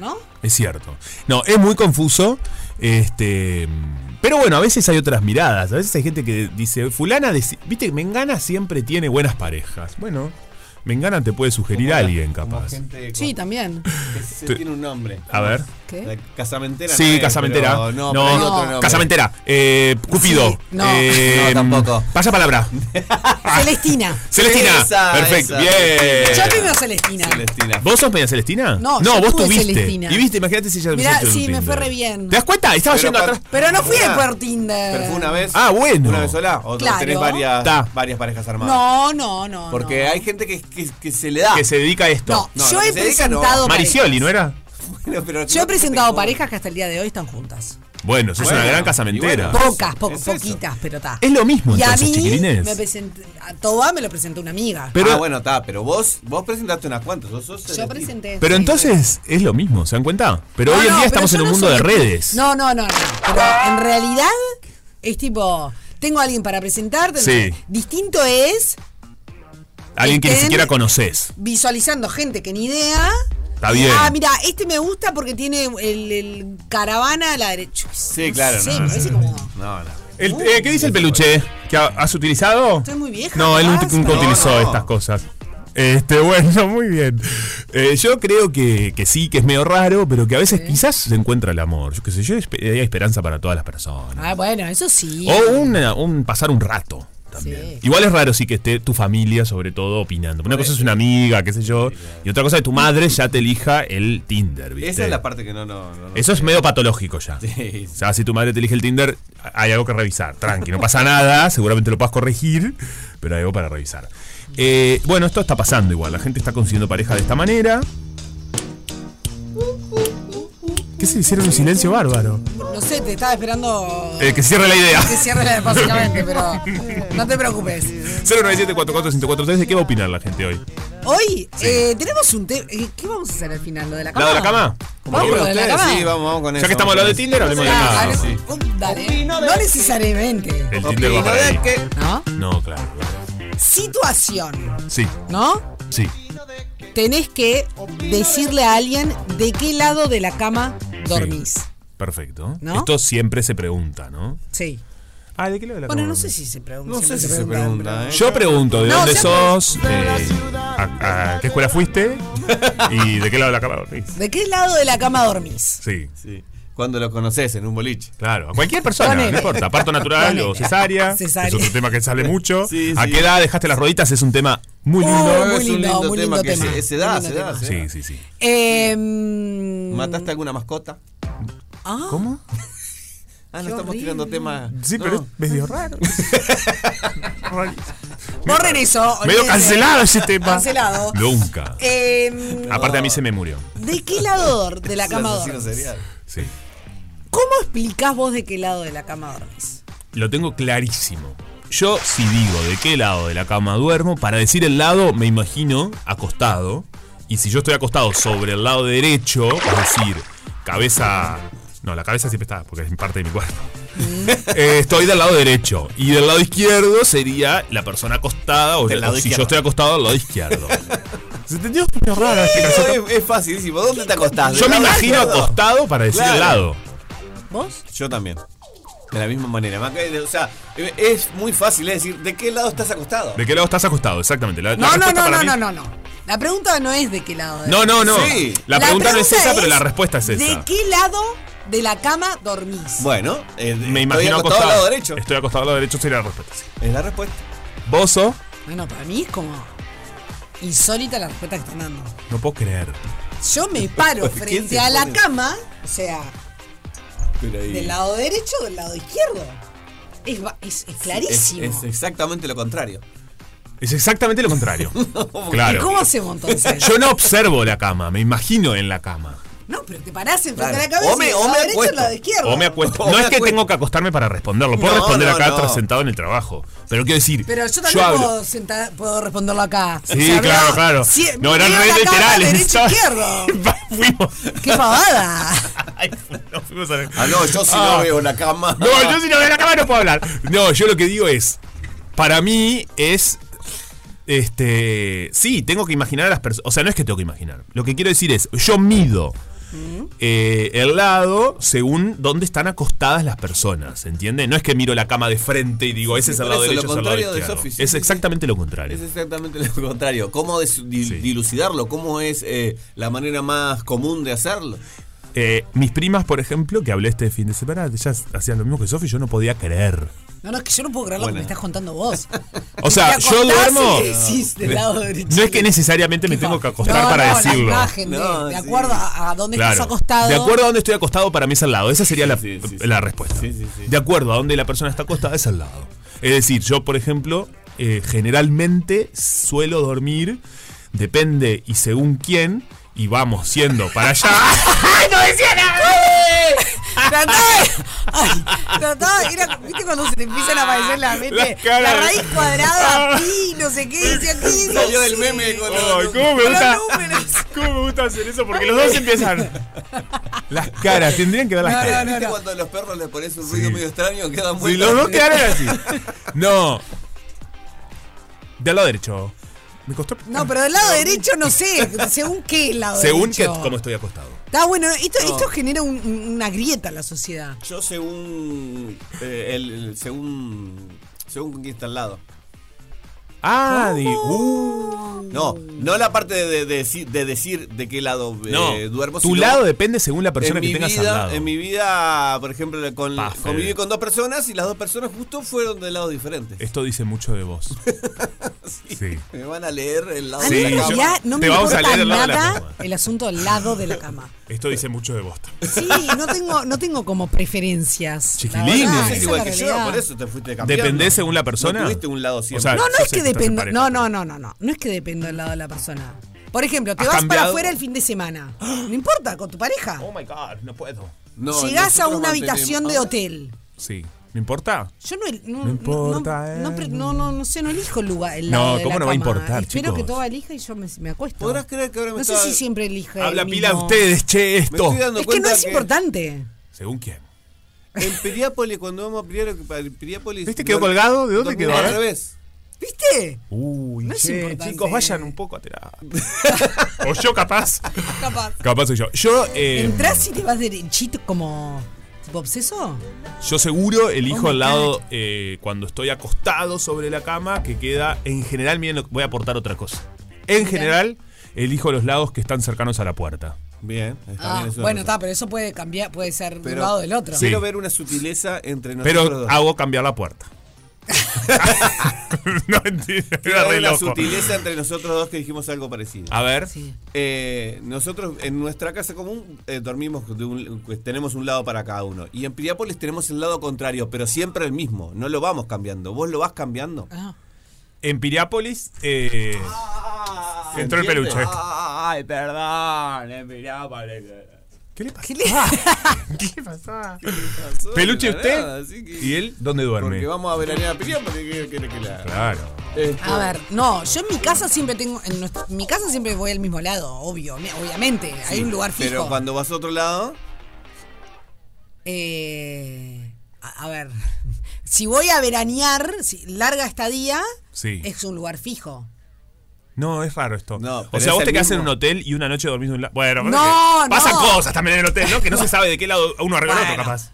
[SPEAKER 4] ¿No?
[SPEAKER 5] Es cierto. No, es muy confuso. Este. Pero bueno, a veces hay otras miradas. A veces hay gente que dice, fulana, deci- viste, Mengana siempre tiene buenas parejas. Bueno, Mengana te puede sugerir a alguien,
[SPEAKER 6] Como
[SPEAKER 5] capaz.
[SPEAKER 6] gente
[SPEAKER 4] Sí,
[SPEAKER 6] con-
[SPEAKER 4] también.
[SPEAKER 6] que se tiene un nombre.
[SPEAKER 5] A ver.
[SPEAKER 4] ¿Qué?
[SPEAKER 6] La casamentera. no
[SPEAKER 5] Sí,
[SPEAKER 6] es,
[SPEAKER 5] casamentera.
[SPEAKER 6] pero- No,
[SPEAKER 5] no,
[SPEAKER 6] pero hay otro nombre.
[SPEAKER 5] casamentera. Eh, Cupido.
[SPEAKER 4] Sí, no.
[SPEAKER 5] Eh,
[SPEAKER 6] No, tampoco.
[SPEAKER 5] Pasa palabra.
[SPEAKER 4] Celestina.
[SPEAKER 5] Celestina.
[SPEAKER 6] Esa,
[SPEAKER 5] Perfecto.
[SPEAKER 6] esa.
[SPEAKER 5] Bien.
[SPEAKER 4] Yo tengo a Celestina.
[SPEAKER 6] Celestina.
[SPEAKER 5] ¿Vos sos media Celestina?
[SPEAKER 4] No, yo
[SPEAKER 5] vos
[SPEAKER 4] tuve
[SPEAKER 5] tuviste.
[SPEAKER 4] Celestina.
[SPEAKER 5] Y viste, imagínate si ya
[SPEAKER 4] Mirá,
[SPEAKER 5] ya tuve
[SPEAKER 4] sí,
[SPEAKER 5] un
[SPEAKER 4] me fue
[SPEAKER 5] Tinder.
[SPEAKER 4] re bien.
[SPEAKER 5] ¿Te das cuenta? Estaba
[SPEAKER 6] Pero
[SPEAKER 5] yendo
[SPEAKER 6] aparte-
[SPEAKER 5] atrás.
[SPEAKER 4] Pero no fui
[SPEAKER 6] Una.
[SPEAKER 4] de por Tinder.
[SPEAKER 6] Pero fue una vez.
[SPEAKER 5] Ah, bueno.
[SPEAKER 6] Una vez sola. O
[SPEAKER 4] Claro.
[SPEAKER 6] tenés varias,
[SPEAKER 5] Ta.
[SPEAKER 6] varias parejas armadas.
[SPEAKER 4] No, no, no.
[SPEAKER 6] Porque
[SPEAKER 4] no.
[SPEAKER 6] hay gente que, que, que se le da.
[SPEAKER 5] Que se dedica a esto.
[SPEAKER 4] No,
[SPEAKER 6] No,
[SPEAKER 4] yo
[SPEAKER 6] lo que
[SPEAKER 4] he
[SPEAKER 6] se dedica, no.
[SPEAKER 4] presentado. parejas.
[SPEAKER 5] Maricioli, ¿no era?
[SPEAKER 6] Bueno, pero
[SPEAKER 4] Yo he
[SPEAKER 6] no-
[SPEAKER 4] presentado
[SPEAKER 6] no te-
[SPEAKER 4] parejas que hasta el día de hoy están juntas.
[SPEAKER 5] Bueno, sos
[SPEAKER 6] Bueno,
[SPEAKER 5] una gran
[SPEAKER 6] y
[SPEAKER 5] casamentera.
[SPEAKER 6] bueno.
[SPEAKER 4] Pocas, po-
[SPEAKER 6] es eso.
[SPEAKER 4] poquitas, pero está.
[SPEAKER 5] Es lo mismo,
[SPEAKER 4] Y a
[SPEAKER 5] entonces,
[SPEAKER 4] mí,
[SPEAKER 5] chiquilines.
[SPEAKER 4] me presenté, a Toba me lo presentó una amiga.
[SPEAKER 5] Pero,
[SPEAKER 6] ah, bueno, está, pero vos, vos presentaste unas cuantas. Vos sos
[SPEAKER 4] yo
[SPEAKER 6] Celestina.
[SPEAKER 4] presenté.
[SPEAKER 5] pero
[SPEAKER 4] sí.
[SPEAKER 5] entonces es lo mismo, ¿se dan cuenta? Pero
[SPEAKER 4] No,
[SPEAKER 5] hoy en
[SPEAKER 4] no,
[SPEAKER 5] día
[SPEAKER 4] pero
[SPEAKER 5] estamos
[SPEAKER 4] yo
[SPEAKER 5] en un
[SPEAKER 4] no
[SPEAKER 5] mundo
[SPEAKER 4] soy-
[SPEAKER 5] de redes.
[SPEAKER 4] No, no, no, no. Pero en realidad es tipo, tengo a alguien para presentarte.
[SPEAKER 5] Sí.
[SPEAKER 4] Distinto es
[SPEAKER 5] Alguien que ni
[SPEAKER 4] estén-
[SPEAKER 5] siquiera conoces.
[SPEAKER 4] visualizando gente que ni idea.
[SPEAKER 5] Está
[SPEAKER 4] Y,
[SPEAKER 5] bien.
[SPEAKER 4] Ah, mira, este me gusta porque tiene el, el caravana a la derecha.
[SPEAKER 6] Sí, claro,
[SPEAKER 4] Sí,
[SPEAKER 6] no,
[SPEAKER 4] me
[SPEAKER 6] no,
[SPEAKER 4] parece
[SPEAKER 6] no.
[SPEAKER 4] como.
[SPEAKER 6] No, no.
[SPEAKER 5] El- eh, ¿Qué dice el peluche? ¿Que ha- has utilizado?
[SPEAKER 4] Estoy muy vieja,
[SPEAKER 5] No, él
[SPEAKER 4] capaz,
[SPEAKER 5] nunca
[SPEAKER 4] pero-
[SPEAKER 5] utilizó
[SPEAKER 6] No, no.
[SPEAKER 5] estas cosas. Este, bueno, muy bien. Eh, yo creo que, que sí, que es medio raro, pero que a veces quizás se encuentra el amor. Yo qué sé, yo espe- eh, hay esperanza para todas las personas.
[SPEAKER 4] Ah, bueno, eso sí.
[SPEAKER 5] O una- un pasar un rato también.
[SPEAKER 4] Sí.
[SPEAKER 5] Igual es raro sí que esté tu familia, sobre todo, opinando. Una cosa es una amiga, qué sé yo, y otra cosa es que tu madre ya te elija el Tinder, ¿viste?
[SPEAKER 6] Esa es la parte que no, no, no- no-
[SPEAKER 5] Eso es medio patológico ya.
[SPEAKER 6] Sí.
[SPEAKER 5] O sea, si tu madre te elige el Tinder, hay algo que revisar. Tranqui, no pasa nada, seguramente lo puedas corregir, pero hay algo para revisar. Eh, bueno, esto está pasando igual. La gente está consiguiendo pareja de esta manera. ¿Qué se hicieron un silencio bárbaro?
[SPEAKER 4] No sé, te estaba esperando
[SPEAKER 5] Eh, que cierre la idea.
[SPEAKER 4] que cierre la- básicamente, pero no te preocupes.
[SPEAKER 5] 097 44543 ¿De qué va a opinar la gente hoy?
[SPEAKER 4] Hoy eh, tenemos un tema. ¿Qué vamos a hacer al final? ¿Lo de la cama?
[SPEAKER 5] ¿Lado de la cama?
[SPEAKER 6] Como
[SPEAKER 4] Vamos,
[SPEAKER 6] quieran
[SPEAKER 4] lo de la
[SPEAKER 6] ustedes,
[SPEAKER 4] cama.
[SPEAKER 6] sí, vamos, vamos con eso.
[SPEAKER 5] Ya que estamos
[SPEAKER 6] vamos
[SPEAKER 5] hablando de
[SPEAKER 6] con
[SPEAKER 5] Tinder, hablemos de
[SPEAKER 4] Ah,
[SPEAKER 5] la
[SPEAKER 4] dale,
[SPEAKER 5] cama.
[SPEAKER 4] un- dale. No necesariamente,
[SPEAKER 5] El
[SPEAKER 6] eso.
[SPEAKER 5] Tinder va
[SPEAKER 6] Opino
[SPEAKER 5] para ahí.
[SPEAKER 6] de que-
[SPEAKER 4] ¿no?
[SPEAKER 5] No, claro. claro.
[SPEAKER 4] Situación,
[SPEAKER 5] Sí,
[SPEAKER 4] ¿no?
[SPEAKER 5] sí.
[SPEAKER 4] Tenés que decirle a alguien de qué lado de la cama dormís.
[SPEAKER 5] Sí. Perfecto.
[SPEAKER 4] ¿No?
[SPEAKER 5] Esto siempre se pregunta, ¿no?
[SPEAKER 4] Sí.
[SPEAKER 5] Ah, ¿de qué lado de la
[SPEAKER 4] Bueno,
[SPEAKER 5] cama?
[SPEAKER 4] no sé si se pregunta.
[SPEAKER 6] No sé
[SPEAKER 4] siempre
[SPEAKER 6] si se pregunta, ¿eh?
[SPEAKER 5] Yo pregunto de
[SPEAKER 4] No,
[SPEAKER 5] dónde
[SPEAKER 4] siempre-
[SPEAKER 5] sos, eh, a, a qué escuela fuiste y de qué lado de la cama dormís.
[SPEAKER 4] ¿De qué lado de la cama dormís?
[SPEAKER 5] Sí,
[SPEAKER 6] Sí. Cuando lo conoces en un boliche.
[SPEAKER 5] claro. A cualquier persona,
[SPEAKER 4] Ponele.
[SPEAKER 5] no importa. Parto natural
[SPEAKER 4] Ponele.
[SPEAKER 5] o cesárea.
[SPEAKER 4] Cesárea.
[SPEAKER 5] Es otro tema que sale mucho.
[SPEAKER 6] Sí,
[SPEAKER 5] ¿A
[SPEAKER 6] sí.
[SPEAKER 5] qué edad dejaste las roditas? Es un tema muy lindo.
[SPEAKER 4] Uh, muy
[SPEAKER 6] Es un
[SPEAKER 4] lindo,
[SPEAKER 6] lindo
[SPEAKER 4] muy
[SPEAKER 6] tema
[SPEAKER 4] lindo
[SPEAKER 6] que se-
[SPEAKER 4] tema.
[SPEAKER 6] se da,
[SPEAKER 4] Muy lindo
[SPEAKER 6] se da,
[SPEAKER 4] tema.
[SPEAKER 6] se da.
[SPEAKER 5] Sí, sí, sí.
[SPEAKER 4] Eh,
[SPEAKER 6] ¿Mataste alguna mascota?
[SPEAKER 5] ¿Cómo?
[SPEAKER 6] Ah, no estamos tirando temas.
[SPEAKER 5] Sí,
[SPEAKER 6] No.
[SPEAKER 5] pero es medio raro.
[SPEAKER 4] borren eso.
[SPEAKER 5] medio
[SPEAKER 4] olvídense.
[SPEAKER 5] cancelado ese tema.
[SPEAKER 4] Oh, Cancelado.
[SPEAKER 5] Nunca.
[SPEAKER 4] Eh,
[SPEAKER 5] Aparte a mí se me murió.
[SPEAKER 4] ¿De qué lado dor- de la
[SPEAKER 6] El
[SPEAKER 4] cama
[SPEAKER 6] asesino
[SPEAKER 4] dormís?
[SPEAKER 6] serial.
[SPEAKER 5] Sí.
[SPEAKER 4] ¿Cómo explicás vos de qué lado de la cama dormís?
[SPEAKER 5] Lo tengo clarísimo. Yo si digo de qué lado de la cama duermo, para decir el lado me imagino acostado. Y si yo estoy acostado sobre el lado derecho, es decir, cabeza... No, la cabeza siempre está, porque es parte de mi cuerpo.
[SPEAKER 4] Mm.
[SPEAKER 5] Eh, estoy del lado derecho. Y del lado izquierdo sería la persona acostada, o,
[SPEAKER 6] Del lado
[SPEAKER 5] o si
[SPEAKER 6] izquierdo.
[SPEAKER 5] yo estoy acostado, al lado izquierdo. ¿Se entendió? Es rara la explicación.
[SPEAKER 6] No, es, es facilísimo. ¿Dónde te acostás? Ah, ¿Del
[SPEAKER 5] Yo me
[SPEAKER 6] lado
[SPEAKER 5] imagino
[SPEAKER 6] izquierdo?
[SPEAKER 5] acostado para decir
[SPEAKER 6] Claro.
[SPEAKER 5] el lado.
[SPEAKER 4] ¿Vos?
[SPEAKER 6] Yo también. De la misma manera. Más que- O sea, es muy fácil es decir, ¿de qué lado estás acostado?
[SPEAKER 5] ¿De qué lado estás acostado? Exactamente. La- la
[SPEAKER 4] No, no,
[SPEAKER 5] respuesta
[SPEAKER 4] no,
[SPEAKER 5] para
[SPEAKER 4] no,
[SPEAKER 5] mí-
[SPEAKER 4] no, no, no. La pregunta no es de qué lado. de-
[SPEAKER 5] No, no, no.
[SPEAKER 6] Sí.
[SPEAKER 5] La, pregunta no es esa, pero la respuesta es esa.
[SPEAKER 4] ¿De qué lado de la cama dormís?
[SPEAKER 6] Bueno, eh,
[SPEAKER 5] Me
[SPEAKER 6] estoy
[SPEAKER 5] imagino
[SPEAKER 6] acostado, al lado derecho.
[SPEAKER 5] Estoy acostado al lado derecho, sería la respuesta. sí.
[SPEAKER 6] Es la respuesta.
[SPEAKER 5] Bozo,
[SPEAKER 4] Bueno, para mí es como insólita la respuesta que están dando.
[SPEAKER 5] no puedo creer.
[SPEAKER 4] Yo me paro
[SPEAKER 6] ¿Quién
[SPEAKER 4] frente
[SPEAKER 6] se
[SPEAKER 4] a la
[SPEAKER 6] pone?
[SPEAKER 4] cama, o sea,
[SPEAKER 6] Pero ahí-
[SPEAKER 4] del lado derecho o del lado izquierdo. Es, va- es- es
[SPEAKER 6] es,
[SPEAKER 4] clarísimo.
[SPEAKER 6] es exactamente lo contrario.
[SPEAKER 5] Es exactamente lo contrario.
[SPEAKER 4] ¿Y
[SPEAKER 5] claro.
[SPEAKER 4] cómo hacemos entonces?
[SPEAKER 5] Yo no observo la cama, me imagino en la cama.
[SPEAKER 4] No, pero te parás enfrente a la
[SPEAKER 6] Claro.
[SPEAKER 4] cabeza
[SPEAKER 6] O me-
[SPEAKER 4] y del
[SPEAKER 6] o
[SPEAKER 4] lado
[SPEAKER 6] me
[SPEAKER 4] derecho o del
[SPEAKER 6] acuesto.
[SPEAKER 4] lado izquierdo.
[SPEAKER 5] O me acuesto.
[SPEAKER 6] O
[SPEAKER 5] No
[SPEAKER 6] me
[SPEAKER 5] es que
[SPEAKER 6] acuesto.
[SPEAKER 5] tengo que acostarme para responderlo. Puedo
[SPEAKER 6] No,
[SPEAKER 5] responder
[SPEAKER 6] no,
[SPEAKER 5] acá
[SPEAKER 6] no.
[SPEAKER 5] tras sentado en el trabajo. Pero quiero decir.
[SPEAKER 4] Pero yo también
[SPEAKER 5] hablo-
[SPEAKER 4] puedo, sentar- puedo responderlo acá.
[SPEAKER 5] Sí,
[SPEAKER 4] O sea,
[SPEAKER 5] claro,
[SPEAKER 4] veo-
[SPEAKER 5] claro.
[SPEAKER 4] si-
[SPEAKER 5] no, eran
[SPEAKER 4] veo
[SPEAKER 5] redes
[SPEAKER 4] la cama
[SPEAKER 5] laterales.
[SPEAKER 4] Derecho
[SPEAKER 5] estaba-
[SPEAKER 4] izquierdo.
[SPEAKER 5] Fuimos.
[SPEAKER 4] ¡Qué pavada!
[SPEAKER 5] Ay, fu- no, fuimos a ver.
[SPEAKER 6] Ah, no, yo sí
[SPEAKER 5] Ah.
[SPEAKER 6] no veo la cama.
[SPEAKER 5] No, yo si no veo la cama no puedo hablar. No, yo lo que digo es, para mí es, este, sí, tengo que imaginar a las personas, o sea, no es que tengo que imaginar, lo que quiero decir es, yo mido eh, el lado según dónde están acostadas las personas, ¿entiendes? No es que miro la cama de frente y digo, ese es el
[SPEAKER 6] por
[SPEAKER 5] lado
[SPEAKER 6] eso, lo
[SPEAKER 5] derecho, ese es el lado
[SPEAKER 6] contrario de
[SPEAKER 5] izquierdo.
[SPEAKER 6] Sofi, sí,
[SPEAKER 5] Es
[SPEAKER 6] sí, sí.
[SPEAKER 5] exactamente lo contrario.
[SPEAKER 6] Es exactamente lo contrario. ¿Cómo des- di-
[SPEAKER 5] Sí.
[SPEAKER 6] dilucidarlo? ¿Cómo es eh, la manera más común de hacerlo?
[SPEAKER 5] Eh, mis primas, por ejemplo, que hablé este fin de semana, ellas hacían lo mismo que Sofi, yo no podía creer.
[SPEAKER 4] No, no, es que yo no puedo creer lo que
[SPEAKER 6] Buena.
[SPEAKER 4] me estás contando vos.
[SPEAKER 5] O sea,
[SPEAKER 4] Te
[SPEAKER 5] yo
[SPEAKER 4] acostás
[SPEAKER 5] duermo.
[SPEAKER 4] y decís del lado derecho.
[SPEAKER 5] No es que necesariamente me tengo que acostar
[SPEAKER 4] No,
[SPEAKER 5] para
[SPEAKER 4] no,
[SPEAKER 5] decirlo.
[SPEAKER 4] La imagen de,
[SPEAKER 6] No,
[SPEAKER 4] de
[SPEAKER 6] sí.
[SPEAKER 4] acuerdo a, a dónde
[SPEAKER 5] Claro.
[SPEAKER 4] estás acostado.
[SPEAKER 5] De acuerdo a dónde estoy acostado, para mí es al lado. Esa sería la,
[SPEAKER 6] Sí, sí, sí.
[SPEAKER 5] la respuesta.
[SPEAKER 6] Sí, sí, sí.
[SPEAKER 5] De acuerdo a dónde la persona está acostada, es al lado. Es decir, yo, por ejemplo, eh, generalmente suelo dormir, depende y según quién, y vamos siendo para allá. ¡Ay, no decía nada!
[SPEAKER 4] Tratá de. Ay, tratá de. era- ¿Viste cuando se te empiezan a aparecer la mente?
[SPEAKER 5] Las
[SPEAKER 4] La,
[SPEAKER 5] caras.
[SPEAKER 4] raíz cuadrada,
[SPEAKER 5] Ah.
[SPEAKER 4] pi, no sé qué, dice aquí. no
[SPEAKER 6] Salió
[SPEAKER 4] sé.
[SPEAKER 6] del meme con
[SPEAKER 5] Ay,
[SPEAKER 6] los-
[SPEAKER 5] ¿cómo me
[SPEAKER 4] Con los
[SPEAKER 5] gusta?
[SPEAKER 4] números.
[SPEAKER 5] ¿Cómo me gusta hacer eso? Porque los dos empiezan. Las caras, tendrían que ver las
[SPEAKER 4] No, no,
[SPEAKER 5] caras.
[SPEAKER 4] no,
[SPEAKER 6] ¿Viste cuando a los perros les pones un ruido
[SPEAKER 5] Sí.
[SPEAKER 6] medio extraño? Quedan
[SPEAKER 5] Si
[SPEAKER 6] muy
[SPEAKER 5] los dos quedaron así. No. Del lado derecho. Me costó.
[SPEAKER 4] No, pero del lado derecho no sé. Según qué lado
[SPEAKER 5] Según que,
[SPEAKER 4] derecho.
[SPEAKER 5] cómo estoy acostado.
[SPEAKER 4] Está bueno, esto, esto genera un- un- una grieta en la sociedad.
[SPEAKER 6] Yo según eh, el, el- según según con quién está al lado.
[SPEAKER 5] Ah, di- uh.
[SPEAKER 6] No, no la parte de, de- de deci- de decir de qué lado eh,
[SPEAKER 5] No,
[SPEAKER 6] duermo.
[SPEAKER 5] tu
[SPEAKER 6] sino
[SPEAKER 5] lado depende según la persona
[SPEAKER 6] en
[SPEAKER 5] que
[SPEAKER 6] mi
[SPEAKER 5] tengas al
[SPEAKER 6] vida-
[SPEAKER 5] lado.
[SPEAKER 6] En mi vida, por ejemplo, con,
[SPEAKER 5] Pa,
[SPEAKER 6] conviví
[SPEAKER 5] Fede.
[SPEAKER 6] con dos personas y las dos personas justo fueron de lados diferentes.
[SPEAKER 5] Esto dice mucho de vos. sí.
[SPEAKER 6] Me van a leer el lado
[SPEAKER 4] A mí
[SPEAKER 5] Sí,
[SPEAKER 6] de
[SPEAKER 4] en
[SPEAKER 6] la
[SPEAKER 5] yo-
[SPEAKER 4] realidad Ah, no me
[SPEAKER 5] te vamos a
[SPEAKER 4] importa
[SPEAKER 5] leer al lado de la
[SPEAKER 4] nada
[SPEAKER 5] cama.
[SPEAKER 4] el asunto al lado de la cama.
[SPEAKER 5] Esto dice mucho de vos. también.
[SPEAKER 4] Sí, no tengo, no tengo como preferencias. la
[SPEAKER 5] Chiquilines.
[SPEAKER 4] verdad,
[SPEAKER 5] Ah,
[SPEAKER 4] esa
[SPEAKER 6] es
[SPEAKER 4] es
[SPEAKER 6] igual
[SPEAKER 4] la
[SPEAKER 6] que yo,
[SPEAKER 4] realidad.
[SPEAKER 6] por eso te fuiste cambiando.
[SPEAKER 5] ¿Dependés según la persona?
[SPEAKER 6] No tuviste un lado
[SPEAKER 5] O sea,
[SPEAKER 6] siempre.
[SPEAKER 4] No, no
[SPEAKER 5] Yo
[SPEAKER 4] es
[SPEAKER 5] sé
[SPEAKER 4] que
[SPEAKER 5] que estás en
[SPEAKER 4] dependo.
[SPEAKER 5] pareja,
[SPEAKER 4] No,
[SPEAKER 5] pero-
[SPEAKER 4] no, no, no, no. No es que dependo del lado de la persona. Por ejemplo, te
[SPEAKER 5] ¿Has
[SPEAKER 4] vas para
[SPEAKER 5] cambiado?
[SPEAKER 4] afuera el fin de semana. No importa, con tu pareja.
[SPEAKER 5] Oh my god, no puedo.
[SPEAKER 6] No,
[SPEAKER 4] Llegás a
[SPEAKER 6] nosotros
[SPEAKER 4] una habitación
[SPEAKER 6] mantenemos-
[SPEAKER 4] de hotel.
[SPEAKER 5] Sí. ¿Me importa?
[SPEAKER 4] Yo no, el- no, no-
[SPEAKER 5] importa,
[SPEAKER 4] no, no,
[SPEAKER 5] eh.
[SPEAKER 4] pre- no, no, no sé, no elijo el lugar. el
[SPEAKER 5] No,
[SPEAKER 4] lado de
[SPEAKER 5] ¿cómo
[SPEAKER 4] la
[SPEAKER 5] no va a
[SPEAKER 4] cama.
[SPEAKER 5] importar,
[SPEAKER 4] Espero
[SPEAKER 5] chicos?
[SPEAKER 4] que todo elija y yo me, me acuesto.
[SPEAKER 6] ¿Podrás creer que ahora me
[SPEAKER 4] No sé
[SPEAKER 6] estaba-
[SPEAKER 4] si siempre elige.
[SPEAKER 5] Habla
[SPEAKER 4] el
[SPEAKER 5] pila a
[SPEAKER 4] mismo.
[SPEAKER 5] ustedes, che,
[SPEAKER 6] Me
[SPEAKER 5] esto.
[SPEAKER 6] estoy dando
[SPEAKER 4] Es que
[SPEAKER 6] cuenta
[SPEAKER 4] no es importante.
[SPEAKER 5] ¿Según quién?
[SPEAKER 6] En Piriápolis, cuando vamos a Piriápolis, para Piriápolis
[SPEAKER 5] ¿Viste? Quedó colgado. ¿De dónde
[SPEAKER 6] dormimos
[SPEAKER 5] quedó? A
[SPEAKER 6] Al
[SPEAKER 5] ver.
[SPEAKER 6] revés.
[SPEAKER 4] ¿Viste?
[SPEAKER 5] Uy,
[SPEAKER 4] No es
[SPEAKER 5] che,
[SPEAKER 4] importante.
[SPEAKER 5] chicos, vayan un poco a terapia. o yo capaz.
[SPEAKER 4] Capaz.
[SPEAKER 5] Capaz soy yo. Yo, eh,
[SPEAKER 4] ¿Entrás y te vas derechito como. tipo obseso?
[SPEAKER 5] yo seguro elijo
[SPEAKER 4] Oh
[SPEAKER 5] al
[SPEAKER 4] my
[SPEAKER 5] lado
[SPEAKER 4] God.
[SPEAKER 5] eh, cuando estoy acostado sobre la cama, que queda, en general, miren, lo- voy a aportar otra cosa. En general, elijo los lados que están cercanos a la puerta.
[SPEAKER 6] Bien, está
[SPEAKER 4] Ah,
[SPEAKER 6] bien. es una
[SPEAKER 4] bueno,
[SPEAKER 6] cosa.
[SPEAKER 4] está, pero eso puede cambiar, puede ser de un
[SPEAKER 6] Pero-
[SPEAKER 4] lado o del otro.
[SPEAKER 5] Sí.
[SPEAKER 6] Quiero ver una sutileza entre nosotros
[SPEAKER 5] Pero
[SPEAKER 6] dos.
[SPEAKER 5] hago cambiar la puerta. no entiendo.
[SPEAKER 6] Quiero ver una
[SPEAKER 5] loco.
[SPEAKER 6] sutileza entre nosotros dos que dijimos algo parecido.
[SPEAKER 5] A ver.
[SPEAKER 4] Sí.
[SPEAKER 6] Eh, nosotros en nuestra casa común eh, dormimos, de un- pues, tenemos un lado para cada uno. Y en Piriápolis tenemos el lado contrario, pero siempre el mismo. No lo vamos cambiando. ¿Vos lo vas cambiando?
[SPEAKER 4] Ah.
[SPEAKER 5] En Piriápolis, eh, entró
[SPEAKER 6] Ah, ¿entiendes?
[SPEAKER 5] el peluche.
[SPEAKER 6] Ay, perdón, eh, en Piriápolis.
[SPEAKER 5] ¿Qué le pasa?
[SPEAKER 4] ¿Qué le-
[SPEAKER 5] Peluche
[SPEAKER 6] Nada,
[SPEAKER 5] usted.
[SPEAKER 6] así que-
[SPEAKER 5] ¿Y él dónde
[SPEAKER 6] Porque
[SPEAKER 5] duerme?
[SPEAKER 6] vamos a veranear a Piriápolis. ¿qué quiere que le haga?
[SPEAKER 5] Claro.
[SPEAKER 6] Este,
[SPEAKER 4] A ver, no, yo en mi casa siempre tengo, en nuestra- mi casa siempre voy al mismo lado, obvio, mi- obviamente, hay un lugar fijo.
[SPEAKER 6] Pero cuando vas a otro lado,
[SPEAKER 4] Eh, a, a ver, si voy a veranear, si, larga estadía,
[SPEAKER 5] Sí.
[SPEAKER 4] es un lugar fijo.
[SPEAKER 5] No, es raro esto.
[SPEAKER 6] No,
[SPEAKER 5] o
[SPEAKER 6] pero
[SPEAKER 5] sea,
[SPEAKER 6] es
[SPEAKER 5] vos
[SPEAKER 6] el
[SPEAKER 5] te quedás en
[SPEAKER 6] mismo.
[SPEAKER 5] un hotel y una noche dormís en un lado. Bueno, pero
[SPEAKER 4] No,
[SPEAKER 5] que pasan
[SPEAKER 4] no.
[SPEAKER 5] cosas también en el hotel, ¿no? Que no se sabe de qué lado uno arregla al otro,
[SPEAKER 4] Bueno.
[SPEAKER 5] capaz.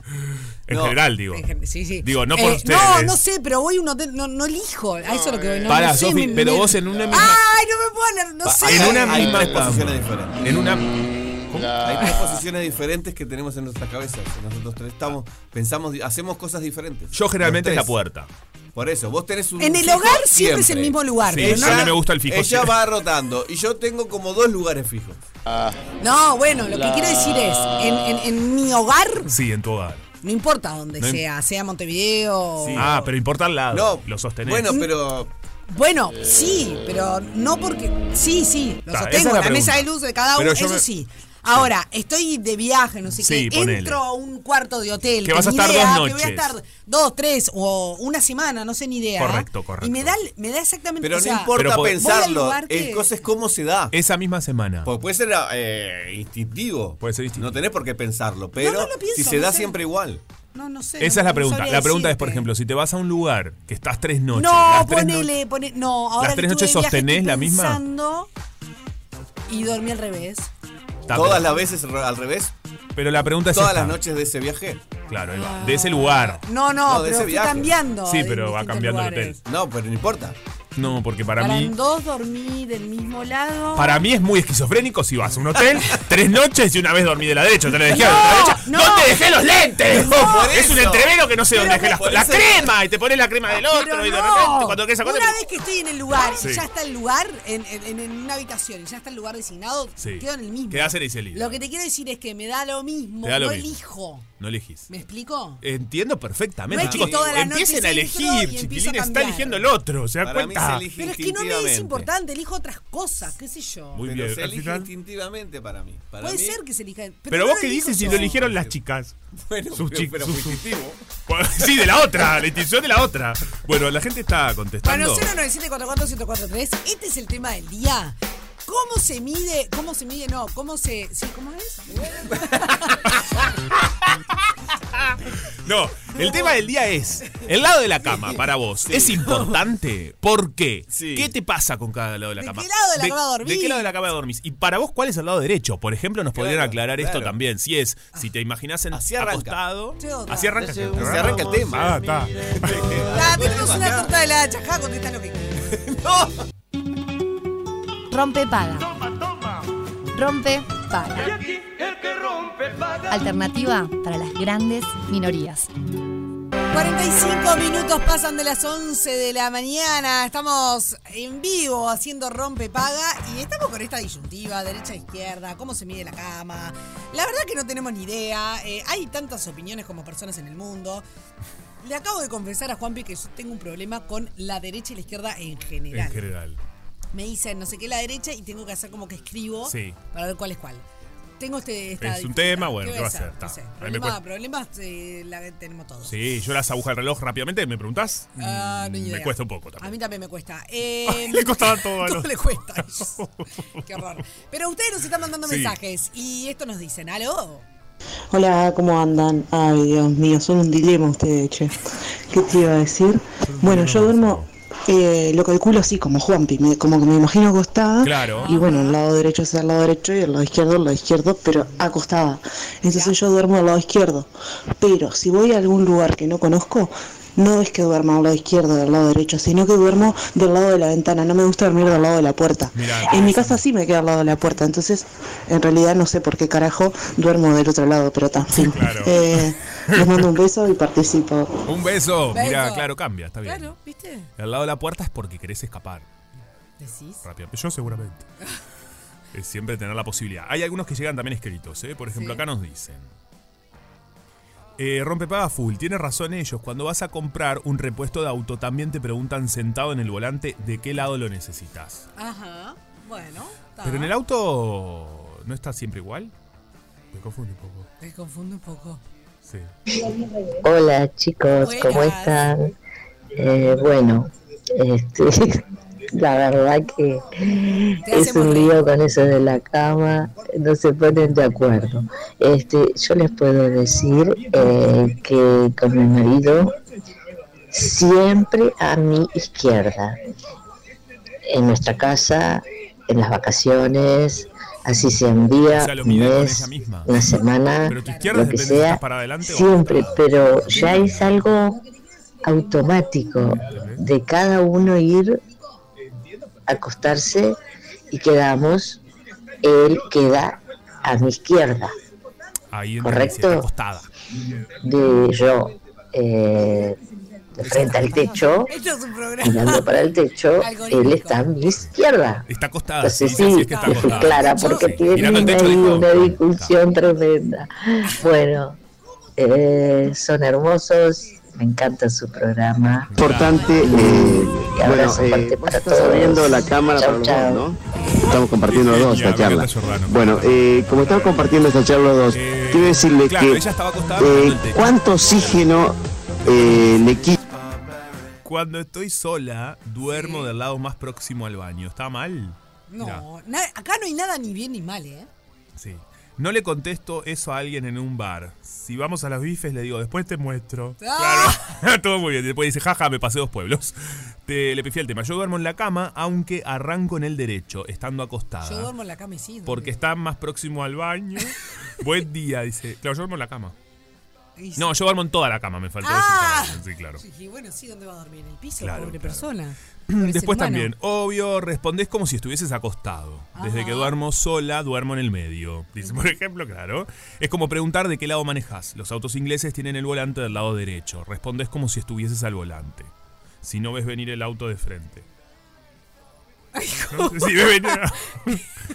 [SPEAKER 5] En
[SPEAKER 6] No.
[SPEAKER 5] general, digo.
[SPEAKER 4] En gen- Sí, sí.
[SPEAKER 5] Digo, no por
[SPEAKER 4] Eh,
[SPEAKER 5] ustedes.
[SPEAKER 4] No, no sé, pero voy a un hotel, no, no elijo, a eso es lo que voy, no, no
[SPEAKER 5] Pará,
[SPEAKER 4] sé,
[SPEAKER 5] Sofi,
[SPEAKER 4] me-
[SPEAKER 5] pero
[SPEAKER 4] me-
[SPEAKER 5] vos en una misma.
[SPEAKER 4] Ay, no me puedo, leer, no
[SPEAKER 6] Pa-
[SPEAKER 4] sé.
[SPEAKER 5] en Ah, una
[SPEAKER 6] Hay
[SPEAKER 5] misma
[SPEAKER 6] tres
[SPEAKER 5] cama.
[SPEAKER 6] posiciones diferentes.
[SPEAKER 5] En una.
[SPEAKER 6] hay tres posiciones diferentes que tenemos en nuestras cabezas. Nosotros tres estamos, pensamos, di- hacemos cosas diferentes.
[SPEAKER 5] Yo generalmente
[SPEAKER 6] Los
[SPEAKER 5] es
[SPEAKER 6] tres.
[SPEAKER 5] la puerta.
[SPEAKER 6] Por eso, vos tenés un.
[SPEAKER 4] En el
[SPEAKER 6] fijo
[SPEAKER 4] hogar siempre es el mismo lugar,
[SPEAKER 5] Sí,
[SPEAKER 4] pero
[SPEAKER 5] yo
[SPEAKER 4] no-
[SPEAKER 5] a mí me gusta el fijo,
[SPEAKER 6] Ella
[SPEAKER 5] sí.
[SPEAKER 6] va rotando y yo tengo como dos lugares fijos.
[SPEAKER 4] No, bueno, lo que quiero decir es, en, en- en mi hogar,
[SPEAKER 5] Sí, en tu hogar.
[SPEAKER 4] no importa dónde
[SPEAKER 5] No im-
[SPEAKER 4] sea, sea Montevideo. o-
[SPEAKER 5] Ah, pero importa al lado.
[SPEAKER 6] Oh. No,
[SPEAKER 5] Lo sostenés.
[SPEAKER 6] Bueno, pero
[SPEAKER 4] Bueno, sí, pero no porque. Sí, sí, lo
[SPEAKER 5] Ta, esa
[SPEAKER 4] sostengo,
[SPEAKER 5] es la
[SPEAKER 4] la, mesa
[SPEAKER 5] pregunta.
[SPEAKER 4] de luz de cada uno,
[SPEAKER 5] Pero yo
[SPEAKER 4] eso
[SPEAKER 5] me-
[SPEAKER 4] sí. Ahora, estoy de viaje, no sé
[SPEAKER 5] Sí,
[SPEAKER 4] qué,
[SPEAKER 5] ponele.
[SPEAKER 4] entro a un cuarto de hotel.
[SPEAKER 5] Que vas a
[SPEAKER 4] ni
[SPEAKER 5] estar
[SPEAKER 4] idea,
[SPEAKER 5] dos
[SPEAKER 4] Que voy a
[SPEAKER 5] noches.
[SPEAKER 4] estar dos, tres o una semana, no sé ni idea. ¿ah?
[SPEAKER 5] Correcto, correcto.
[SPEAKER 4] Y me da, me da exactamente
[SPEAKER 6] pero
[SPEAKER 4] o sea,
[SPEAKER 6] no importa
[SPEAKER 5] Pero po-
[SPEAKER 6] pensarlo.
[SPEAKER 4] Voy al lugar que-
[SPEAKER 6] El cosa es cómo se da.
[SPEAKER 5] Esa misma semana.
[SPEAKER 6] Porque puede ser eh, instintivo.
[SPEAKER 5] Puede ser instintivo.
[SPEAKER 6] No tenés por qué pensarlo, pero
[SPEAKER 4] no lo pienso,
[SPEAKER 6] si se
[SPEAKER 4] no
[SPEAKER 6] da
[SPEAKER 4] sé.
[SPEAKER 6] siempre igual.
[SPEAKER 4] No, no sé.
[SPEAKER 5] Esa es
[SPEAKER 4] Este no-
[SPEAKER 5] la
[SPEAKER 4] no
[SPEAKER 5] pregunta.
[SPEAKER 4] sabría
[SPEAKER 5] La pregunta es,
[SPEAKER 4] decirte.
[SPEAKER 5] por ejemplo, si te vas a un lugar que estás tres noches.
[SPEAKER 4] No,
[SPEAKER 5] las tres
[SPEAKER 4] ponele, ponele. No, ahora
[SPEAKER 5] ¿Las
[SPEAKER 4] que
[SPEAKER 5] tres
[SPEAKER 4] estuve de
[SPEAKER 5] noches
[SPEAKER 4] viaje, estoy
[SPEAKER 5] sostenés la misma?
[SPEAKER 4] pensando Y dormí al revés.
[SPEAKER 5] noches- Ta,
[SPEAKER 6] Todas
[SPEAKER 5] pero-
[SPEAKER 6] las veces re- al revés.
[SPEAKER 5] Pero la pregunta es.
[SPEAKER 6] Todas
[SPEAKER 5] esta.
[SPEAKER 6] las noches de ese viaje.
[SPEAKER 5] Claro, ahí va. De ese lugar.
[SPEAKER 4] No, no,
[SPEAKER 6] No, de
[SPEAKER 4] pero
[SPEAKER 6] ese
[SPEAKER 4] fui
[SPEAKER 6] viaje.
[SPEAKER 4] cambiando.
[SPEAKER 5] Sí,
[SPEAKER 4] en
[SPEAKER 5] pero va
[SPEAKER 4] distintos
[SPEAKER 5] cambiando el
[SPEAKER 4] lugares.
[SPEAKER 5] hotel.
[SPEAKER 6] No, pero no importa.
[SPEAKER 5] No, porque para,
[SPEAKER 4] Para,
[SPEAKER 5] mí.
[SPEAKER 4] dos dormí del mismo lado.
[SPEAKER 5] Para mí es muy esquizofrénico si vas a un hotel, tres noches y una vez dormí de la derecha, otra vez de la
[SPEAKER 4] No,
[SPEAKER 5] izquierda, otra de la derecha.
[SPEAKER 4] no.
[SPEAKER 5] ¿Dónde dejé los lentes?
[SPEAKER 6] por
[SPEAKER 5] es un
[SPEAKER 6] eso.
[SPEAKER 5] entrevero que no sé
[SPEAKER 6] Pero
[SPEAKER 5] dónde dejé
[SPEAKER 6] me-
[SPEAKER 5] las
[SPEAKER 6] por
[SPEAKER 5] La
[SPEAKER 6] eso-
[SPEAKER 5] crema y te pones la crema del otro
[SPEAKER 4] Ah, Pero
[SPEAKER 5] y de
[SPEAKER 4] no.
[SPEAKER 5] repente cuando querés sacarte.
[SPEAKER 4] Una vez que estoy en el lugar
[SPEAKER 5] Sí.
[SPEAKER 4] y ya está el lugar, en, en- en una habitación y ya está el lugar designado,
[SPEAKER 5] Sí.
[SPEAKER 4] quedo en el mismo.
[SPEAKER 5] Quedás en ese lío.
[SPEAKER 4] Lo que te quiero decir es que me da lo mismo,
[SPEAKER 5] Te da lo
[SPEAKER 4] no
[SPEAKER 5] mismo.
[SPEAKER 4] elijo.
[SPEAKER 5] No elegís.
[SPEAKER 4] ¿Me explico?
[SPEAKER 5] Entiendo
[SPEAKER 4] No
[SPEAKER 5] perfectamente,
[SPEAKER 4] es que
[SPEAKER 5] chicos.
[SPEAKER 4] toda la noche
[SPEAKER 5] Empiecen
[SPEAKER 4] se
[SPEAKER 5] a
[SPEAKER 4] entró y
[SPEAKER 5] elegir,
[SPEAKER 4] empiezo a
[SPEAKER 5] chiquilines, está
[SPEAKER 4] cambiar.
[SPEAKER 5] eligiendo el otro, ¿se dan
[SPEAKER 6] Para mí
[SPEAKER 5] cuenta?
[SPEAKER 6] se elige
[SPEAKER 4] Pero es que no me es
[SPEAKER 6] instintivamente.
[SPEAKER 4] importante, elijo otras cosas, qué sé yo.
[SPEAKER 5] Muy
[SPEAKER 6] Pero
[SPEAKER 5] bien,
[SPEAKER 6] se
[SPEAKER 5] al
[SPEAKER 6] elige
[SPEAKER 5] final-
[SPEAKER 6] instintivamente para mí. Para
[SPEAKER 4] Puede
[SPEAKER 6] mí-
[SPEAKER 4] ser que se elija. Pero,
[SPEAKER 5] Pero
[SPEAKER 4] no
[SPEAKER 5] vos
[SPEAKER 4] lo
[SPEAKER 5] qué
[SPEAKER 4] elijo
[SPEAKER 5] dices si
[SPEAKER 4] yo.
[SPEAKER 5] lo eligieron las chicas.
[SPEAKER 6] Bueno,
[SPEAKER 5] Sus
[SPEAKER 6] pero,
[SPEAKER 5] chi-
[SPEAKER 6] pero
[SPEAKER 5] sus-
[SPEAKER 6] fue
[SPEAKER 5] sus-
[SPEAKER 6] instintivo.
[SPEAKER 5] Sí, de la otra, la institución de la otra. Bueno, la gente está
[SPEAKER 4] Bueno,
[SPEAKER 5] contestando.
[SPEAKER 4] 097441043, este es el tema del día. ¿Cómo se mide? ¿Cómo se mide? No, ¿cómo se. Sí, ¿Cómo es?
[SPEAKER 5] No, el tema del día es, el lado de la cama para vos es importante. ¿Por qué?
[SPEAKER 6] Sí.
[SPEAKER 5] ¿Qué te pasa con cada lado de la
[SPEAKER 4] ¿De
[SPEAKER 5] cama?
[SPEAKER 4] qué lado de la cama dormís?
[SPEAKER 5] ¿De qué lado de la cama dormís? Y para vos, ¿cuál es el lado derecho? Por ejemplo, nos podrían
[SPEAKER 6] Claro,
[SPEAKER 5] aclarar
[SPEAKER 6] claro.
[SPEAKER 5] esto también. Si es, si te imaginas en
[SPEAKER 6] Así arranca.
[SPEAKER 5] acostado,
[SPEAKER 4] Ah. Sí, otra.
[SPEAKER 5] así arranca,
[SPEAKER 6] Se arranca el tema.
[SPEAKER 5] Ah, está.
[SPEAKER 4] Ah, tenemos una torta de la chajá, contesta lo que quieras.
[SPEAKER 1] Rompe, paga. Rompe, paga. Alternativa para las grandes minorías.
[SPEAKER 4] 45 minutos pasan de las 11 de la mañana. Estamos en vivo haciendo rompe paga y estamos con esta disyuntiva, derecha e izquierda, cómo se mide la cama. La verdad que no tenemos ni idea. eh, hay tantas opiniones como personas en el mundo. Le acabo de confesar a Juanpi que yo tengo un problema con la derecha y la izquierda en general.
[SPEAKER 5] En general.
[SPEAKER 4] Me dicen no sé qué la derecha y tengo que hacer como que escribo
[SPEAKER 5] Sí.
[SPEAKER 4] para ver cuál es cuál. Tengo este. esta
[SPEAKER 5] Es un
[SPEAKER 4] dificultad.
[SPEAKER 5] tema, bueno, ¿qué
[SPEAKER 4] voy
[SPEAKER 5] va a hacer?
[SPEAKER 4] No
[SPEAKER 5] Está.
[SPEAKER 4] sé.
[SPEAKER 5] A mí me
[SPEAKER 4] Problema-
[SPEAKER 5] cuesta.
[SPEAKER 4] Problemas eh, la- tenemos todos.
[SPEAKER 5] Sí, yo las agujas del reloj rápidamente, ¿me preguntás?
[SPEAKER 4] Ah,
[SPEAKER 5] Mm,
[SPEAKER 4] no, ni idea.
[SPEAKER 5] me cuesta un poco
[SPEAKER 4] A
[SPEAKER 5] también.
[SPEAKER 4] mí también me cuesta. Eh,
[SPEAKER 5] Le costaba todo a
[SPEAKER 4] todo
[SPEAKER 5] los-
[SPEAKER 4] le cuesta. Qué horror. Pero ustedes nos están mandando
[SPEAKER 5] Sí.
[SPEAKER 4] mensajes y esto nos dicen, ¿aló?
[SPEAKER 9] Hola, ¿cómo andan? Ay, Dios mío, son un dilema ustedes, che. ¿Qué te iba a decir? Bueno, yo duermo, eh, lo calculo así, como Juanpi, me- como que me imagino acostada.
[SPEAKER 5] Claro.
[SPEAKER 9] Y bueno, el lado derecho es el lado derecho y el lado izquierdo el lado izquierdo, pero acostada. Entonces yo duermo al lado izquierdo. Pero si voy a algún lugar que no conozco, no es que duerma al lado izquierdo del lado derecho, sino que duermo del lado de la ventana. No me gusta dormir del lado de la puerta.
[SPEAKER 5] Mirá.
[SPEAKER 9] En mi casa sí me queda al lado de la puerta, entonces en realidad no sé por qué carajo duermo del otro lado, pero tan fin.
[SPEAKER 5] Claro.
[SPEAKER 9] Eh, les mando un beso y participo.
[SPEAKER 5] Un beso.
[SPEAKER 4] Beso.
[SPEAKER 5] Mira, claro, cambia, está bien.
[SPEAKER 4] Claro, ¿viste?
[SPEAKER 5] Al lado de la puerta es porque querés escapar.
[SPEAKER 4] Decís.
[SPEAKER 5] rápido. Yo seguramente. Es siempre tener la posibilidad. Hay algunos que llegan también escritos, ¿eh? Por
[SPEAKER 4] Sí.
[SPEAKER 5] ejemplo, acá nos dicen. Eh, rompe paga full, tienes razón ellos. Cuando vas a comprar un repuesto de auto, también te preguntan sentado en el volante de qué lado lo necesitas.
[SPEAKER 4] Ajá. Bueno, está.
[SPEAKER 5] Pero en el auto no está siempre igual. Me confunde un poco.
[SPEAKER 4] Te confundo un poco.
[SPEAKER 5] Sí.
[SPEAKER 10] Hola chicos, ¿cómo
[SPEAKER 4] Buenas.
[SPEAKER 10] están? Eh, bueno, este, la verdad que
[SPEAKER 4] Te
[SPEAKER 10] es
[SPEAKER 4] hacemos
[SPEAKER 10] un
[SPEAKER 4] reír.
[SPEAKER 10] lío con eso de la cama, no se ponen de acuerdo. Este, yo les puedo decir eh, que con mi marido siempre a mi izquierda. En nuestra casa, en las vacaciones, así sea un día,
[SPEAKER 5] O sea, lo
[SPEAKER 10] un
[SPEAKER 5] mide con
[SPEAKER 10] mes,
[SPEAKER 5] ella misma.
[SPEAKER 10] una semana,
[SPEAKER 5] Pero tu izquierda
[SPEAKER 10] lo que
[SPEAKER 5] depende si estás
[SPEAKER 10] sea,
[SPEAKER 5] para adelante o para
[SPEAKER 10] siempre,
[SPEAKER 5] atrás.
[SPEAKER 10] pero ya es algo automático de cada uno ir a acostarse y quedamos, él queda a mi izquierda,
[SPEAKER 5] Ahí en
[SPEAKER 10] Correcto.
[SPEAKER 5] acostada.
[SPEAKER 10] de yo eh, de frente al techo,
[SPEAKER 4] Esto es un programa.
[SPEAKER 10] mirando para el techo, él está a mi izquierda.
[SPEAKER 5] Está acostada.
[SPEAKER 10] Entonces
[SPEAKER 5] sí,
[SPEAKER 10] sí,
[SPEAKER 5] sí, sí, es que está
[SPEAKER 10] yo fui
[SPEAKER 5] acostada.
[SPEAKER 10] clara porque
[SPEAKER 5] Sí,
[SPEAKER 10] tienen
[SPEAKER 5] mirando el
[SPEAKER 10] ahí
[SPEAKER 5] techo dijo,
[SPEAKER 10] una
[SPEAKER 5] "No,
[SPEAKER 10] discusión tremenda. Bueno, eh, son hermosos, me encanta su programa.
[SPEAKER 11] importante. eh,
[SPEAKER 10] Y
[SPEAKER 11] bueno,
[SPEAKER 10] abrazo
[SPEAKER 11] eh,
[SPEAKER 10] fuerte
[SPEAKER 11] vos
[SPEAKER 10] para
[SPEAKER 11] estás
[SPEAKER 10] todos.
[SPEAKER 11] abriendo la cámara
[SPEAKER 10] Chau,
[SPEAKER 11] para los
[SPEAKER 10] chau.
[SPEAKER 11] dos, ¿no? Estamos compartiendo los dos esta
[SPEAKER 5] Genial, me
[SPEAKER 11] charla.
[SPEAKER 5] encanta Jordano, me
[SPEAKER 11] Bueno,
[SPEAKER 5] encanta.
[SPEAKER 11] eh, como estamos compartiendo esta charla los dos,
[SPEAKER 5] Eh,
[SPEAKER 11] quiero decirle
[SPEAKER 5] claro,
[SPEAKER 11] que
[SPEAKER 5] ella estaba acostada
[SPEAKER 11] eh,
[SPEAKER 5] mirando el techo.
[SPEAKER 11] cuánto oxígeno eh, le quita.
[SPEAKER 5] Cuando estoy sola, duermo del lado más próximo al baño. ¿Está mal? Mirá,
[SPEAKER 4] No, na- acá no hay nada ni bien ni mal, ¿eh?
[SPEAKER 5] sí. No le contesto eso a alguien en un bar. Si vamos a las bifes, le digo, después te muestro.
[SPEAKER 4] Ah.
[SPEAKER 5] Claro. Todo muy bien. Después dice, jaja, me pasé dos pueblos. Te, le pifié el tema. Yo duermo en la cama, aunque arranco en el derecho, estando acostada.
[SPEAKER 4] Yo duermo en la cama y sí.
[SPEAKER 5] Ah. Porque está más próximo al baño. Buen día, dice. Claro, yo duermo en la cama.
[SPEAKER 4] Y sí.
[SPEAKER 5] No, yo duermo en toda la cama, me faltó
[SPEAKER 4] Ah.
[SPEAKER 5] decir. Sí, claro.
[SPEAKER 4] Yo dije, bueno, sí, ¿dónde va a dormir? En el piso,
[SPEAKER 5] Claro,
[SPEAKER 4] pobre
[SPEAKER 5] claro.
[SPEAKER 4] persona. Pobre ser
[SPEAKER 5] Después
[SPEAKER 4] humano.
[SPEAKER 5] también, obvio, respondés como si estuvieses acostado. Desde que duermo sola, duermo en el medio. Dice, por ejemplo, claro. Es como preguntar de qué lado manejas. Los autos ingleses tienen el volante del lado derecho. Respondes como si estuvieses al volante. Si no ves venir el auto de frente. No, si ves venir-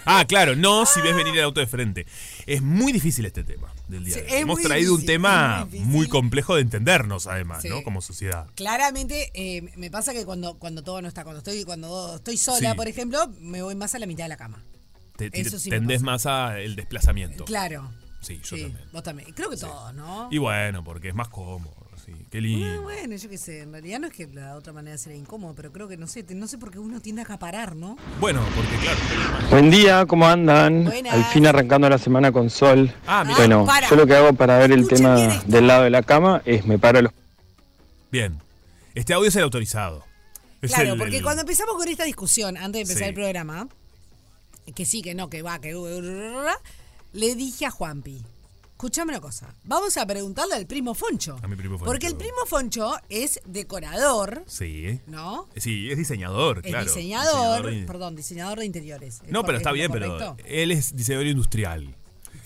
[SPEAKER 5] ah, claro, no si ves venir el auto de frente. Es muy difícil este tema del día.
[SPEAKER 4] Sí,
[SPEAKER 5] de hoy.
[SPEAKER 4] es
[SPEAKER 5] Hemos
[SPEAKER 4] muy
[SPEAKER 5] traído un
[SPEAKER 4] difícil,
[SPEAKER 5] tema
[SPEAKER 4] es muy
[SPEAKER 5] muy,
[SPEAKER 4] difícil.
[SPEAKER 5] complejo de entendernos, además,
[SPEAKER 4] Sí.
[SPEAKER 5] ¿no? Como sociedad.
[SPEAKER 4] Claramente, eh, me pasa que cuando, cuando todo no está, cuando estoy, cuando estoy sola,
[SPEAKER 5] Sí.
[SPEAKER 4] por ejemplo, me voy más a la mitad de la cama.
[SPEAKER 5] Te, te-
[SPEAKER 4] Eso sí me
[SPEAKER 5] tendés
[SPEAKER 4] pasa.
[SPEAKER 5] más al desplazamiento.
[SPEAKER 4] Claro.
[SPEAKER 5] Sí, yo
[SPEAKER 4] sí,
[SPEAKER 5] también.
[SPEAKER 4] vos también. Creo que todos, ¿no?
[SPEAKER 5] Y bueno, porque es más cómodo, sí. Qué
[SPEAKER 4] Ah,
[SPEAKER 5] lindo.
[SPEAKER 4] bueno, yo qué sé, en realidad no es que la otra manera será incómodo, pero creo que no sé, te- no sé por qué uno tiende a acaparar, ¿no?
[SPEAKER 5] Bueno, porque claro.
[SPEAKER 12] Buen día, ¿cómo andan?
[SPEAKER 4] Buenas.
[SPEAKER 12] Al fin arrancando la semana con sol.
[SPEAKER 5] Ah, mira.
[SPEAKER 12] bueno,
[SPEAKER 4] para.
[SPEAKER 12] yo lo que hago para ver el
[SPEAKER 4] Escuchen
[SPEAKER 12] tema
[SPEAKER 4] bien esto.
[SPEAKER 12] del lado de la cama es me paro a los
[SPEAKER 5] Bien. Este audio es el autorizado. Es
[SPEAKER 4] Claro,
[SPEAKER 5] el-
[SPEAKER 4] porque
[SPEAKER 5] el-
[SPEAKER 4] cuando empezamos con esta discusión, antes de empezar
[SPEAKER 5] Sí.
[SPEAKER 4] el programa, que sí, que no, que va, que... Le dije a Juanpi, Escuchame una cosa. Vamos a preguntarle al primo Foncho.
[SPEAKER 5] A mi primo Foncho.
[SPEAKER 4] Porque el primo Foncho es decorador,
[SPEAKER 5] Sí.
[SPEAKER 4] ¿no?
[SPEAKER 5] Sí, es diseñador,
[SPEAKER 4] Es
[SPEAKER 5] claro.
[SPEAKER 4] diseñador,
[SPEAKER 5] Diseñador y-
[SPEAKER 4] perdón, diseñador de interiores. ¿Es
[SPEAKER 5] No,
[SPEAKER 4] cor-
[SPEAKER 5] pero está
[SPEAKER 4] es
[SPEAKER 5] bien,
[SPEAKER 4] lo
[SPEAKER 5] pero
[SPEAKER 4] correcto?
[SPEAKER 5] él es diseñador industrial.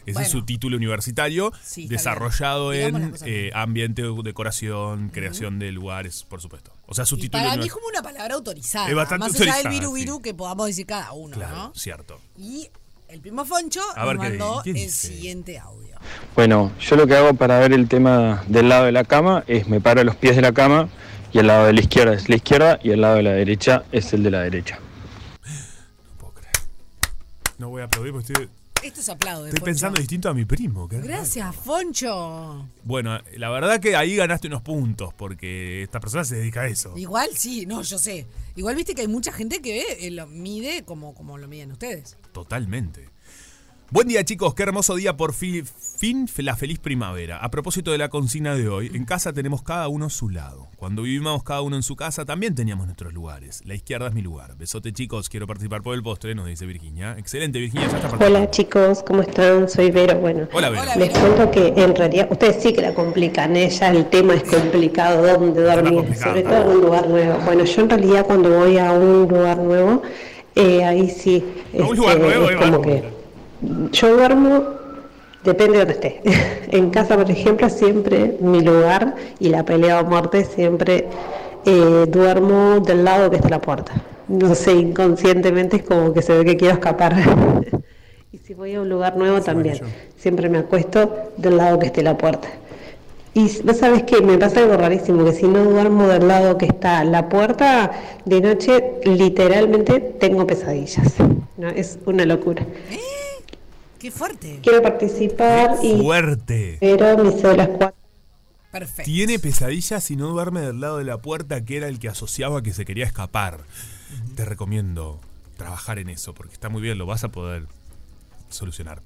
[SPEAKER 5] Ese
[SPEAKER 4] Bueno.
[SPEAKER 5] es su título universitario,
[SPEAKER 4] Sí, está
[SPEAKER 5] desarrollado
[SPEAKER 4] bien. Digamos las
[SPEAKER 5] en
[SPEAKER 4] cosas
[SPEAKER 5] eh, ambiente, decoración, creación de lugares, por supuesto. O sea, su
[SPEAKER 4] Y
[SPEAKER 5] título
[SPEAKER 4] para mí es
[SPEAKER 5] univers-
[SPEAKER 4] como una palabra autorizada.
[SPEAKER 5] Es bastante
[SPEAKER 4] Más allá del
[SPEAKER 5] autorizada,
[SPEAKER 4] viru
[SPEAKER 5] sí.
[SPEAKER 4] viru que podamos decir cada uno,
[SPEAKER 5] Claro,
[SPEAKER 4] ¿no?
[SPEAKER 5] cierto.
[SPEAKER 4] Y el primo Foncho
[SPEAKER 12] A ver
[SPEAKER 4] nos
[SPEAKER 12] qué-
[SPEAKER 4] mandó
[SPEAKER 12] ¿qué
[SPEAKER 4] el
[SPEAKER 12] dice?
[SPEAKER 4] siguiente audio.
[SPEAKER 12] Bueno, yo lo que hago para ver el tema del lado de la cama es me paro a los pies de la cama y el lado de la izquierda es la izquierda y el lado de la derecha es el de la derecha.
[SPEAKER 5] No voy a aplaudir porque
[SPEAKER 4] Pues
[SPEAKER 5] estoy,
[SPEAKER 4] Esto es aplaude.
[SPEAKER 5] estoy
[SPEAKER 4] Foncho.
[SPEAKER 5] pensando distinto ¿eh? a mi primo. ¿qué?
[SPEAKER 4] Gracias, Foncho.
[SPEAKER 5] Bueno, la verdad que ahí ganaste unos puntos porque esta persona se dedica a eso.
[SPEAKER 4] Igual sí, no, yo sé. Igual viste que hay mucha gente que ve, eh, lo mide como, como lo miden ustedes.
[SPEAKER 5] Totalmente. Buen día chicos, qué hermoso día por fi- fin, la feliz primavera. A propósito de la consigna de hoy, en casa tenemos cada uno su lado. Cuando vivimos cada uno en su casa también teníamos nuestros lugares. La izquierda es mi lugar. Besote chicos, quiero participar por el postre, nos dice Virginia. Excelente Virginia, ya está participando.
[SPEAKER 13] Hola chicos, ¿cómo están? Soy Vero. Bueno,
[SPEAKER 5] Hola, Vero. Hola,
[SPEAKER 13] les cuento que en realidad ustedes sí que la complican, ¿eh? ya el tema es complicado, dónde dormir, sobre todo en un lugar nuevo. Bueno, yo en realidad cuando voy a un lugar nuevo, eh, ahí sí.
[SPEAKER 5] A un
[SPEAKER 13] este,
[SPEAKER 5] lugar nuevo, eh?
[SPEAKER 13] es
[SPEAKER 5] Iván.
[SPEAKER 13] como que yo duermo, depende de donde esté. en casa, por ejemplo, siempre mi lugar y la pelea a muerte siempre eh, duermo del lado que está la puerta. No sé, inconscientemente es como que se ve que quiero escapar. y si voy a un lugar nuevo también, siempre me acuesto del lado que esté la puerta. Y vos sabés que me pasa algo rarísimo, que si no duermo del lado que está la puerta, de noche literalmente tengo pesadillas. No, es una locura.
[SPEAKER 4] ¿Eh? Qué fuerte.
[SPEAKER 13] Quiero participar y
[SPEAKER 5] Fuerte.
[SPEAKER 13] pero me hice las cuatro.
[SPEAKER 5] Tiene pesadillas y no duerme del lado de la puerta que era el que asociaba que se quería escapar. Te recomiendo trabajar en eso porque está muy bien, lo vas a poder solucionar.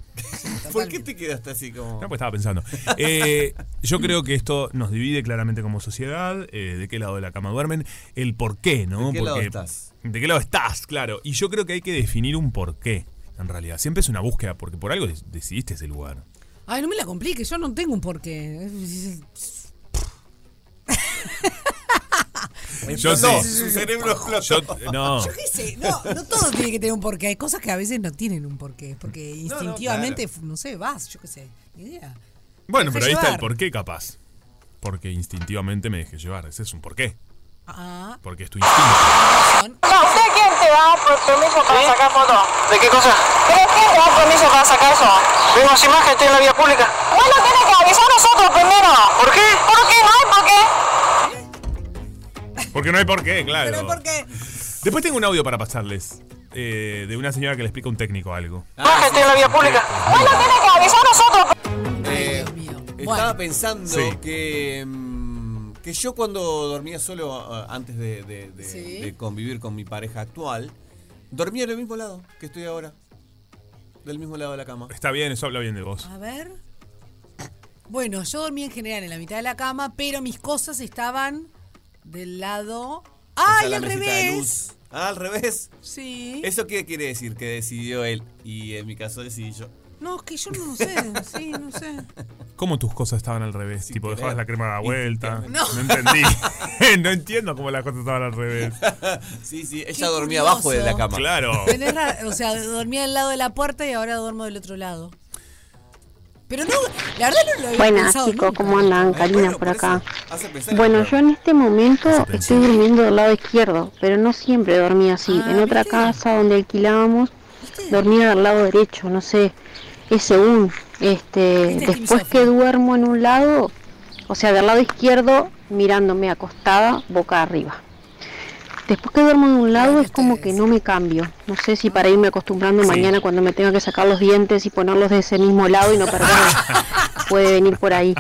[SPEAKER 6] ¿Por qué te quedaste así como.?
[SPEAKER 5] No, pues estaba pensando. Eh, yo creo que esto nos divide claramente como sociedad, eh, de qué lado de la cama duermen, el por qué, ¿no?
[SPEAKER 6] ¿De qué lado
[SPEAKER 5] Porque-
[SPEAKER 6] estás?
[SPEAKER 5] ¿De qué lado estás? Claro. Y yo creo que hay que definir un por qué, en realidad. Siempre es una búsqueda, porque por algo des- decidiste ese lugar.
[SPEAKER 4] Ay, no me la complique, yo no tengo un porqué.
[SPEAKER 5] Yo
[SPEAKER 6] Explotó,
[SPEAKER 5] sí.
[SPEAKER 6] su cerebro explotó.
[SPEAKER 5] Yo- no.
[SPEAKER 4] Yo qué sé, no, no todo tiene que tener un porqué. Hay cosas que a veces no tienen un porqué. Porque
[SPEAKER 6] no,
[SPEAKER 4] instintivamente, fu- no, sé, vas, yo qué sé, ni idea.
[SPEAKER 5] Bueno,
[SPEAKER 4] Dejé
[SPEAKER 5] pero ahí está el
[SPEAKER 4] llevar.
[SPEAKER 5] por qué, capaz. Porque instintivamente me dejé llevar. Ese es un por qué.
[SPEAKER 4] Ah,
[SPEAKER 5] Porque es tu instinto.
[SPEAKER 14] No sé quién te va a dar permiso para sacar foto. ¿Eh? ¿De qué cosa? ¿Pero quién te da permiso para sacar eso? Vemos imagen, está en la vía pública. Bueno, tiene que avisar a nosotros primero. ¿Por qué? Ah, ¿Por qué no? ¿Por qué?
[SPEAKER 5] Porque no hay por qué, claro.
[SPEAKER 4] Pero ¿por qué?
[SPEAKER 5] Después tengo un audio para pasarles. eh, de una señora que le explica a un técnico algo.
[SPEAKER 14] Imagen, está Ah, en la vía pública. Bueno, tiene que avisar a nosotros.
[SPEAKER 6] Eh, Estaba pensando
[SPEAKER 5] Sí.
[SPEAKER 6] que. mm, Que yo cuando dormía solo ah, antes de, de- de-
[SPEAKER 4] Sí.
[SPEAKER 6] de convivir con mi pareja actual, dormía del mismo lado que estoy ahora. Del mismo lado de la cama.
[SPEAKER 5] Está bien, eso habla bien de vos.
[SPEAKER 4] a ver. Bueno, yo dormí en general en la mitad de la cama, pero mis cosas estaban del lado.
[SPEAKER 6] O sea,
[SPEAKER 4] ¡Ay,
[SPEAKER 6] la
[SPEAKER 4] al
[SPEAKER 6] mesita de
[SPEAKER 4] revés!
[SPEAKER 6] luz. Ah, al revés.
[SPEAKER 4] Sí.
[SPEAKER 6] ¿Eso qué quiere decir? Que decidió él. Y en mi caso decidí yo.
[SPEAKER 4] No, es que yo no sé, sí, no sé.
[SPEAKER 5] ¿Cómo tus cosas estaban al revés? tipo, dejabas la crema a la vuelta.
[SPEAKER 4] No.
[SPEAKER 5] No, entendí. no entiendo cómo las cosas estaban al revés.
[SPEAKER 6] sí, sí,
[SPEAKER 4] Qué
[SPEAKER 6] ella dormía
[SPEAKER 4] curioso.
[SPEAKER 6] abajo de la cama.
[SPEAKER 5] Claro.
[SPEAKER 4] Tenés ra- o sea, dormía del lado de la puerta y ahora duermo del otro lado. Pero no, la verdad no lo había
[SPEAKER 13] Buenas
[SPEAKER 4] pensado
[SPEAKER 13] chicos,
[SPEAKER 4] nunca.
[SPEAKER 13] ¿cómo andan? Karina por acá. Bueno, yo en este momento estoy durmiendo del lado izquierdo, pero no siempre dormí
[SPEAKER 4] Ah,
[SPEAKER 13] así. En otra casa donde alquilábamos, dormía del lado derecho, no sé, es según. Este,
[SPEAKER 15] Este es
[SPEAKER 13] después que duermo en un lado, o sea, del lado izquierdo, mirándome acostada, boca arriba. Después que duermo de un lado es como que no me cambio. No sé si para irme acostumbrando mañana cuando me tenga que sacar los dientes y ponerlos de ese mismo lado y no perderlos. Puede venir por ahí.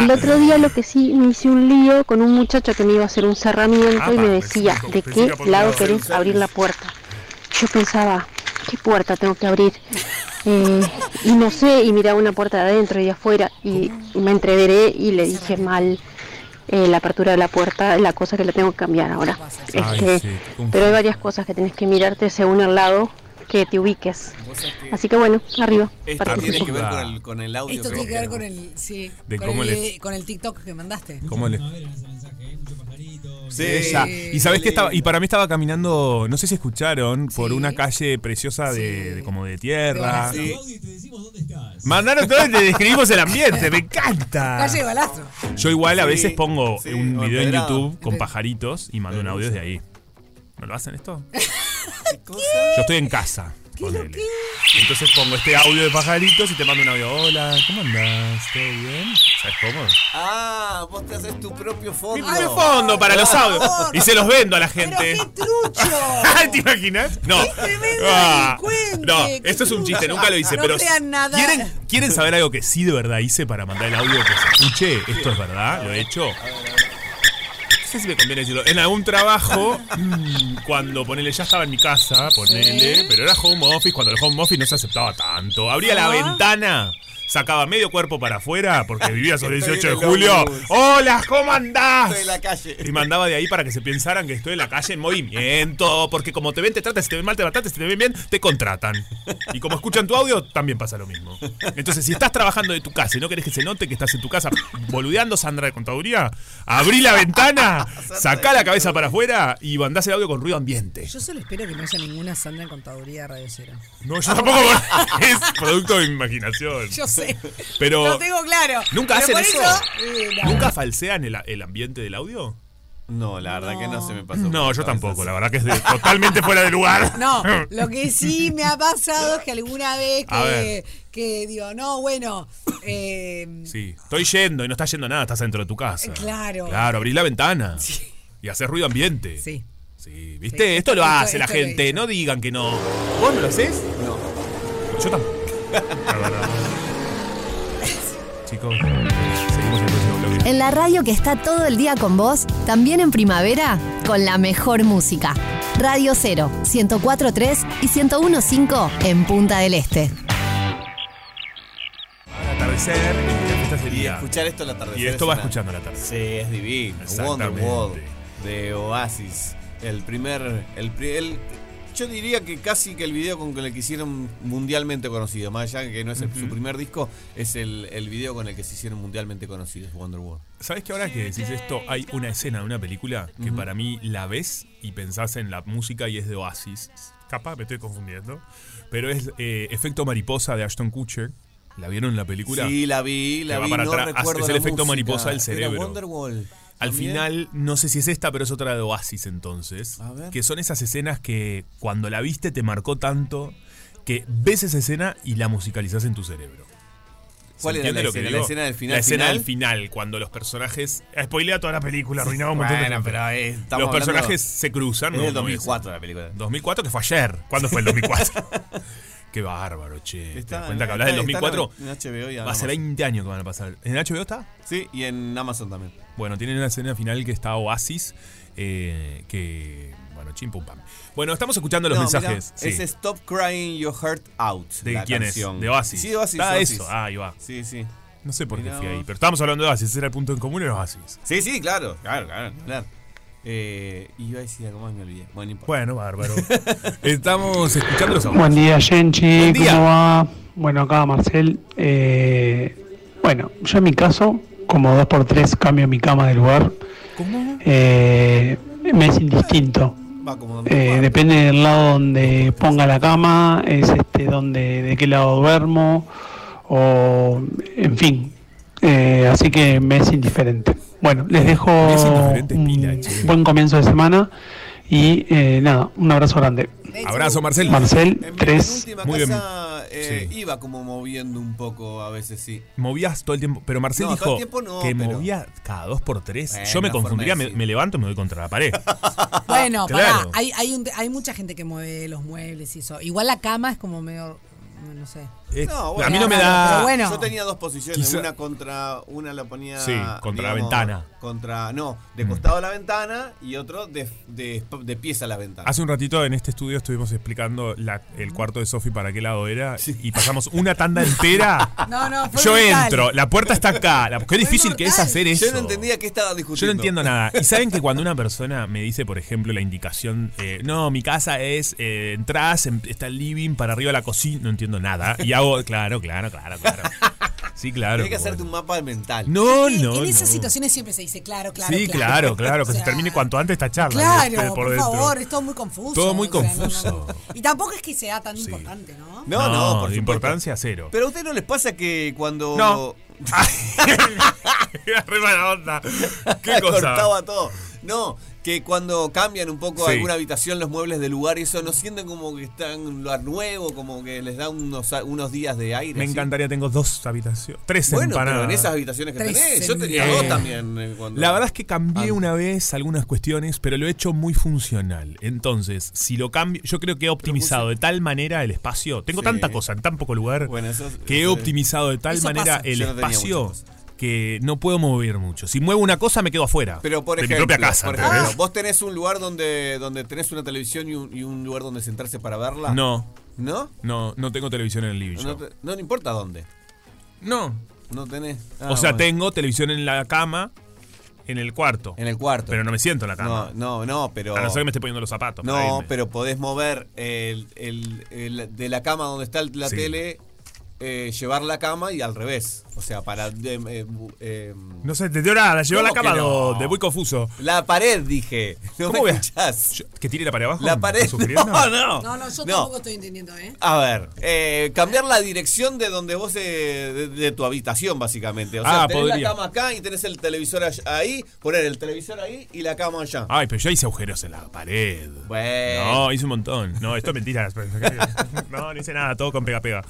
[SPEAKER 13] El otro día lo que sí me hice un lío con un muchacho que me iba a hacer un cerramiento y me decía
[SPEAKER 15] pensé
[SPEAKER 13] de qué
[SPEAKER 15] que por un
[SPEAKER 13] lado
[SPEAKER 15] lado
[SPEAKER 13] querés
[SPEAKER 15] pensé-
[SPEAKER 13] abrir la puerta. Yo pensaba, ¿qué puerta tengo que abrir? Eh, y no sé, y miraba una puerta de adentro y de afuera y me entreveré y le dije mal eh, la apertura de la puerta, la cosa que le tengo que cambiar ahora.
[SPEAKER 15] Ay,
[SPEAKER 13] Este,
[SPEAKER 15] sí, qué
[SPEAKER 13] pero hay varias cosas que tenés que mirarte según el lado
[SPEAKER 15] que te ubiques. Así que bueno, arriba.
[SPEAKER 6] Esto
[SPEAKER 15] participo.
[SPEAKER 6] tiene que ver con el, con el audio.
[SPEAKER 4] Esto
[SPEAKER 6] que
[SPEAKER 4] tiene que
[SPEAKER 6] vos
[SPEAKER 4] ver
[SPEAKER 6] tenés.
[SPEAKER 4] con el, sí,
[SPEAKER 5] De
[SPEAKER 4] con,
[SPEAKER 5] cómo
[SPEAKER 4] el,
[SPEAKER 5] les-
[SPEAKER 4] con el TikTok que mandaste.
[SPEAKER 5] ¿Cómo le-
[SPEAKER 4] Sí.
[SPEAKER 5] Ella. Y sabes que estaba, y para mí estaba caminando, no sé si escucharon, por una calle preciosa de, de- como de tierra.
[SPEAKER 4] De
[SPEAKER 5] Ah, Sí. Mandaron todo y te describimos el ambiente, me encanta.
[SPEAKER 4] Calle de Balastro.
[SPEAKER 5] Yo igual a
[SPEAKER 4] Sí,
[SPEAKER 5] veces pongo
[SPEAKER 4] sí,
[SPEAKER 5] un
[SPEAKER 4] o
[SPEAKER 5] video en
[SPEAKER 4] empedrado.
[SPEAKER 5] YouTube con pajaritos y mando un audio de ahí. ¿No lo hacen esto? Yo
[SPEAKER 4] ¿Qué?
[SPEAKER 5] estoy en casa. ponele. Entonces pongo este audio de pajaritos y te mando un audio. Hola, ¿cómo andás? ¿Todo bien? ¿Sabes cómo?
[SPEAKER 6] Ah, vos te haces tu propio fondo.
[SPEAKER 5] Mi propio fondo para los audios. Y se los vendo a la gente. ¿Te imaginas? No. Ah, no, esto es un chiste, nunca lo hice,
[SPEAKER 4] No
[SPEAKER 5] pero.
[SPEAKER 4] crean nada.
[SPEAKER 5] ¿quieren, ¿Quieren saber algo que sí de verdad hice para mandar el audio que se escuche? Esto es verdad, lo he hecho. No sé si me conviene decirlo. En algún trabajo, mm, cuando ponele, ya estaba en mi casa, ponele,
[SPEAKER 6] Sí.
[SPEAKER 5] pero era home office, cuando el home office no se aceptaba tanto. Abría la
[SPEAKER 6] Ah.
[SPEAKER 5] ventana, sacaba medio cuerpo para afuera, porque vivía sobre el
[SPEAKER 6] Estoy
[SPEAKER 5] 18 de
[SPEAKER 6] en el
[SPEAKER 5] julio.
[SPEAKER 6] ómnibus.
[SPEAKER 5] ¡Hola! ¿Cómo andás?
[SPEAKER 6] Estoy en la calle.
[SPEAKER 5] Y mandaba de ahí para que se pensaran que estoy en la calle en movimiento. Porque como te ven, te tratan, si te ven mal, te tratan, si te ven bien, te contratan. Y como escuchan tu audio, también pasa lo mismo. Entonces, si estás trabajando de tu casa y no querés que se note que estás en tu casa boludeando, Sandra de Contaduría, abrí la ventana, sacá la cabeza para afuera y mandás el audio con ruido ambiente.
[SPEAKER 4] Yo solo espero que no haya ninguna Sandra en contaduría Radio Cero.
[SPEAKER 5] No, yo tampoco. Es producto de mi imaginación.
[SPEAKER 4] Yo sé.
[SPEAKER 5] Pero.
[SPEAKER 4] Lo tengo claro.
[SPEAKER 5] ¿Nunca
[SPEAKER 4] Pero
[SPEAKER 5] hacen
[SPEAKER 4] por
[SPEAKER 5] eso?
[SPEAKER 4] eh, nada.
[SPEAKER 5] ¿Nunca falsean el, el ambiente del audio?
[SPEAKER 6] No, la verdad que no se me pasó.
[SPEAKER 5] No, yo tampoco. La verdad que es de- totalmente fuera de lugar.
[SPEAKER 4] No, lo que sí me ha pasado es que alguna vez
[SPEAKER 5] A
[SPEAKER 4] que,
[SPEAKER 5] ver.
[SPEAKER 4] que digo, no, bueno, eh,
[SPEAKER 5] Sí. Estoy yendo y no estás yendo a nada, estás dentro de tu casa.
[SPEAKER 4] Claro.
[SPEAKER 5] Claro, abrís la ventana. Y haces ruido ambiente.
[SPEAKER 4] Sí.
[SPEAKER 5] Sí, ¿viste?
[SPEAKER 6] Sí.
[SPEAKER 5] Esto lo
[SPEAKER 6] Esto-
[SPEAKER 5] hace la
[SPEAKER 6] esto lo
[SPEAKER 5] gente, no digan que no. ¿Vos no lo haces?
[SPEAKER 6] No.
[SPEAKER 5] Yo tampoco. La verdad. Chicos, seguimos en el próximo bloque.
[SPEAKER 1] En la radio que está todo el día con vos, también en primavera, con la mejor música. Radio 0, 104.3 y 101.5 en Punta del Este.
[SPEAKER 5] Atardecer, y la fiesta sería.
[SPEAKER 6] Escuchar esto la tarde.
[SPEAKER 5] Y esto va escuchando la tarde.
[SPEAKER 6] Sí, es divino.
[SPEAKER 5] Exactamente.
[SPEAKER 6] Wonderwall de Oasis. El primer. El, pri- el- yo diría que casi que el video con el que hicieron mundialmente conocido, más allá que no es el- su
[SPEAKER 5] Ujú.
[SPEAKER 6] primer disco, es el, el video con el que se hicieron mundialmente conocidos, Wonderwall.
[SPEAKER 5] ¿Sabes que ahora que decís esto, hay una escena de una película que
[SPEAKER 6] Ujú.
[SPEAKER 5] para mí la ves y pensás en la música y es de Oasis? Capaz me estoy confundiendo. Pero es eh, Efecto Mariposa de Ashton Kutcher. ¿La vieron en la película?
[SPEAKER 6] Sí, la vi, la
[SPEAKER 5] Que va
[SPEAKER 6] vi,
[SPEAKER 5] para
[SPEAKER 6] no
[SPEAKER 5] atrás, Ah,
[SPEAKER 6] recuerdo
[SPEAKER 5] Es el
[SPEAKER 6] la
[SPEAKER 5] efecto
[SPEAKER 6] música.
[SPEAKER 5] mariposa del
[SPEAKER 6] Era
[SPEAKER 5] cerebro.
[SPEAKER 6] Wonderwall.
[SPEAKER 5] Al
[SPEAKER 6] También.
[SPEAKER 5] final, no sé si es esta, pero es otra de Oasis entonces.
[SPEAKER 6] ver.
[SPEAKER 5] Que son esas escenas que cuando la viste te marcó tanto que ves esa escena y la musicalizás en tu cerebro. ¿Se
[SPEAKER 6] ¿Cuál era
[SPEAKER 5] entiende
[SPEAKER 6] la
[SPEAKER 5] lo que
[SPEAKER 6] escena?
[SPEAKER 5] digo?
[SPEAKER 6] ¿La escena del final,
[SPEAKER 5] La escena
[SPEAKER 6] final?
[SPEAKER 5] del final, cuando los personajes. ah, Spoilea toda la película, arruinaba un montón de
[SPEAKER 6] Bueno,
[SPEAKER 5] gente.
[SPEAKER 6] pero, eh, estamos
[SPEAKER 5] Los personajes
[SPEAKER 6] hablando-
[SPEAKER 5] se cruzan.
[SPEAKER 6] Es
[SPEAKER 5] ¿no?
[SPEAKER 6] del
[SPEAKER 5] Como es.
[SPEAKER 6] 2004 la película.
[SPEAKER 5] 2004, que fue ayer. ¿Cuándo fue el 2004? Qué bárbaro, che. ¿Te das cuenta que hablas del
[SPEAKER 6] está en-
[SPEAKER 5] 2004?
[SPEAKER 6] en HBO y
[SPEAKER 5] Va a
[SPEAKER 6] nada
[SPEAKER 5] ser
[SPEAKER 6] más.
[SPEAKER 5] 20 años que van a pasar. ¿En HBO está?
[SPEAKER 6] Sí, y en Amazon también.
[SPEAKER 5] Bueno, tienen una escena final que está Oasis, eh, que... Bueno, chim pum pam. Bueno, estamos escuchando los
[SPEAKER 6] No,
[SPEAKER 5] mensajes.
[SPEAKER 6] mirá,
[SPEAKER 5] sí.
[SPEAKER 6] Es Stop Crying Your Heart Out.
[SPEAKER 5] ¿De
[SPEAKER 6] la
[SPEAKER 5] quién es?
[SPEAKER 6] canción.
[SPEAKER 5] ¿De Oasis?
[SPEAKER 6] Sí, de Oasis.
[SPEAKER 5] Ah,
[SPEAKER 6] Oasis.
[SPEAKER 5] eso. Ah, ahí va.
[SPEAKER 6] Sí, sí.
[SPEAKER 5] No sé por qué
[SPEAKER 6] Mirá
[SPEAKER 5] fui ahí,
[SPEAKER 6] vos.
[SPEAKER 5] pero estábamos hablando de Oasis. Ese era el punto en común, era Oasis.
[SPEAKER 6] Sí, sí, claro. Claro, claro. claro. Eh, iba a decir algo más, me olvidé. Bueno, no importa.
[SPEAKER 5] Bueno, bárbaro. estamos escuchando los
[SPEAKER 16] Buen día, Genchi.
[SPEAKER 5] Buen día.
[SPEAKER 16] ¿Cómo va? Bueno, acá Marcel. Eh, bueno, yo en mi caso, como 2x3 cambio mi cama de lugar.
[SPEAKER 5] ¿Cómo?
[SPEAKER 16] Eh, me es indistinto. Eh, depende del lado donde ponga la cama, es este donde de qué lado duermo o en fin. Eh, así que me es indiferente. Bueno, les dejo un buen comienzo de semana y eh, nada, un abrazo grande.
[SPEAKER 5] Abrazo, Marcel.
[SPEAKER 16] Marcel 3
[SPEAKER 6] Última
[SPEAKER 5] Muy bien.
[SPEAKER 6] casa eh, iba como moviendo un poco a veces, sí.
[SPEAKER 5] Movías todo el tiempo. Pero Marcel
[SPEAKER 6] No, todo el
[SPEAKER 5] dijo
[SPEAKER 6] tiempo no,
[SPEAKER 5] que
[SPEAKER 6] pero-
[SPEAKER 5] movía cada dos por tres.
[SPEAKER 6] Bueno,
[SPEAKER 5] Yo me
[SPEAKER 6] una forma
[SPEAKER 5] confundiría,
[SPEAKER 6] de
[SPEAKER 5] me,
[SPEAKER 6] decir.
[SPEAKER 5] me levanto y me doy contra la pared.
[SPEAKER 4] Bueno,
[SPEAKER 5] Claro.
[SPEAKER 4] pará, hay, hay, un- hay mucha gente que mueve los muebles y eso. Igual la cama es como medio, no sé.
[SPEAKER 5] Eh, a mí no me da.
[SPEAKER 6] Yo tenía dos posiciones,
[SPEAKER 5] Quizá-
[SPEAKER 6] una contra, una la ponía
[SPEAKER 5] Sí, contra la ventana. Mm.
[SPEAKER 6] Contra, no, de costado a la ventana y otro de, de, de pies a la ventana.
[SPEAKER 5] Hace un ratito en este estudio estuvimos explicando la- el cuarto de Sofi para qué lado era y pasamos una tanda entera.
[SPEAKER 4] No, no, fue
[SPEAKER 5] Yo
[SPEAKER 4] brutal.
[SPEAKER 5] entro, la puerta está acá. La, qué difícil que es hacer eso.
[SPEAKER 6] Yo no entendía qué estaba discutiendo.
[SPEAKER 5] Yo no entiendo nada. Y saben que cuando una persona me dice, por ejemplo, la indicación, eh, no, mi casa es, eh, entras, em- está el living, para arriba la cocina, no entiendo nada. Y hago, claro, claro, claro, claro. Sí, claro.
[SPEAKER 6] Tienes que hacerte un mapa mental.
[SPEAKER 5] No, no.
[SPEAKER 4] en esas
[SPEAKER 5] no.
[SPEAKER 4] situaciones siempre se dice, claro, claro.
[SPEAKER 5] sí, claro, claro, que se termine cuanto antes esta charla.
[SPEAKER 4] Claro,
[SPEAKER 5] este,
[SPEAKER 4] por,
[SPEAKER 5] dentro.
[SPEAKER 4] favor, es todo muy confuso.
[SPEAKER 5] Todo muy
[SPEAKER 4] o sea, no, no,
[SPEAKER 5] confuso.
[SPEAKER 4] no. Y tampoco es que sea tan importante, ¿no?
[SPEAKER 5] No, no,
[SPEAKER 6] por
[SPEAKER 5] de importancia cero.
[SPEAKER 6] Pero a ustedes no les pasa que cuando.
[SPEAKER 5] No. Arriba la onda. ¿Qué cosa?
[SPEAKER 6] Cortaba todo. No, que cuando cambian un poco
[SPEAKER 5] Sí.
[SPEAKER 6] alguna habitación, los muebles del lugar y eso, no sienten como que están en un lugar nuevo, como que les da unos, unos días de aire.
[SPEAKER 5] Me
[SPEAKER 6] ¿sí?
[SPEAKER 5] encantaría, tengo dos habitaciones. Tres
[SPEAKER 6] Bueno,
[SPEAKER 5] empanadas.
[SPEAKER 6] pero en esas habitaciones que
[SPEAKER 5] Tres
[SPEAKER 6] tenés. Yo tenía
[SPEAKER 5] empanadas.
[SPEAKER 6] dos también. eh, cuando-
[SPEAKER 5] La verdad es que cambié una vez algunas cuestiones, pero lo he hecho muy funcional. Entonces, si lo cambio, yo creo que he optimizado de tal manera el espacio. Tengo
[SPEAKER 6] Sí.
[SPEAKER 5] tanta cosa en tan poco lugar
[SPEAKER 6] eso-
[SPEAKER 5] que he
[SPEAKER 6] eso-
[SPEAKER 5] optimizado de tal
[SPEAKER 6] eso
[SPEAKER 5] manera
[SPEAKER 6] pasa.
[SPEAKER 5] el
[SPEAKER 6] Yo no tenía
[SPEAKER 5] espacio que no puedo mover mucho. Si muevo una cosa, me quedo afuera.
[SPEAKER 6] Pero por
[SPEAKER 5] de
[SPEAKER 6] ejemplo,
[SPEAKER 5] mi propia casa.
[SPEAKER 6] por
[SPEAKER 5] ¿entendés?
[SPEAKER 6] ejemplo, vos tenés un lugar donde, donde tenés una televisión y un, y un lugar donde sentarse para verla.
[SPEAKER 5] No.
[SPEAKER 6] ¿No?
[SPEAKER 5] No, no tengo televisión en el living.
[SPEAKER 6] No,
[SPEAKER 5] yo.
[SPEAKER 6] te- no importa dónde.
[SPEAKER 5] No.
[SPEAKER 6] No tenés.
[SPEAKER 5] o sea,
[SPEAKER 6] tengo
[SPEAKER 5] tengo televisión en la cama, en el cuarto.
[SPEAKER 6] En el cuarto.
[SPEAKER 5] Pero no me siento en la cama.
[SPEAKER 6] No, no, no, pero.
[SPEAKER 5] A no ser que me esté poniendo los zapatos. para
[SPEAKER 6] No,
[SPEAKER 5] irme.
[SPEAKER 6] pero podés mover el, el- el- de la cama donde está el- la
[SPEAKER 5] Sí.
[SPEAKER 6] tele, eh, llevar la cama y al revés. O sea, para. de- eh, bu- eh,
[SPEAKER 5] No se entendió nada. Llevó a la
[SPEAKER 6] ¿Cómo
[SPEAKER 5] cama
[SPEAKER 6] que no?
[SPEAKER 5] donde, muy confuso.
[SPEAKER 6] la pared, dije. No
[SPEAKER 5] ¿Cómo
[SPEAKER 6] me
[SPEAKER 5] voy a-
[SPEAKER 6] escuchás.
[SPEAKER 5] ¿Que tire la pared abajo?
[SPEAKER 6] La
[SPEAKER 5] ¿Me
[SPEAKER 6] pared.
[SPEAKER 5] estás
[SPEAKER 6] No,
[SPEAKER 5] sugiriendo?
[SPEAKER 6] no.
[SPEAKER 4] No, no, yo tampoco estoy entendiendo, ¿eh?
[SPEAKER 6] A ver, eh, cambiar la dirección de donde vos, eh, de, de tu habitación, básicamente. O sea,
[SPEAKER 5] Ah,
[SPEAKER 6] tenés
[SPEAKER 5] podría.
[SPEAKER 6] la cama acá y tenés el televisor all- ahí, poner el televisor ahí y la cama allá.
[SPEAKER 5] Ay, pero yo hice agujeros en la pared. No, hice un montón. No, esto es mentira. No, no hice nada, todo con pega-pega.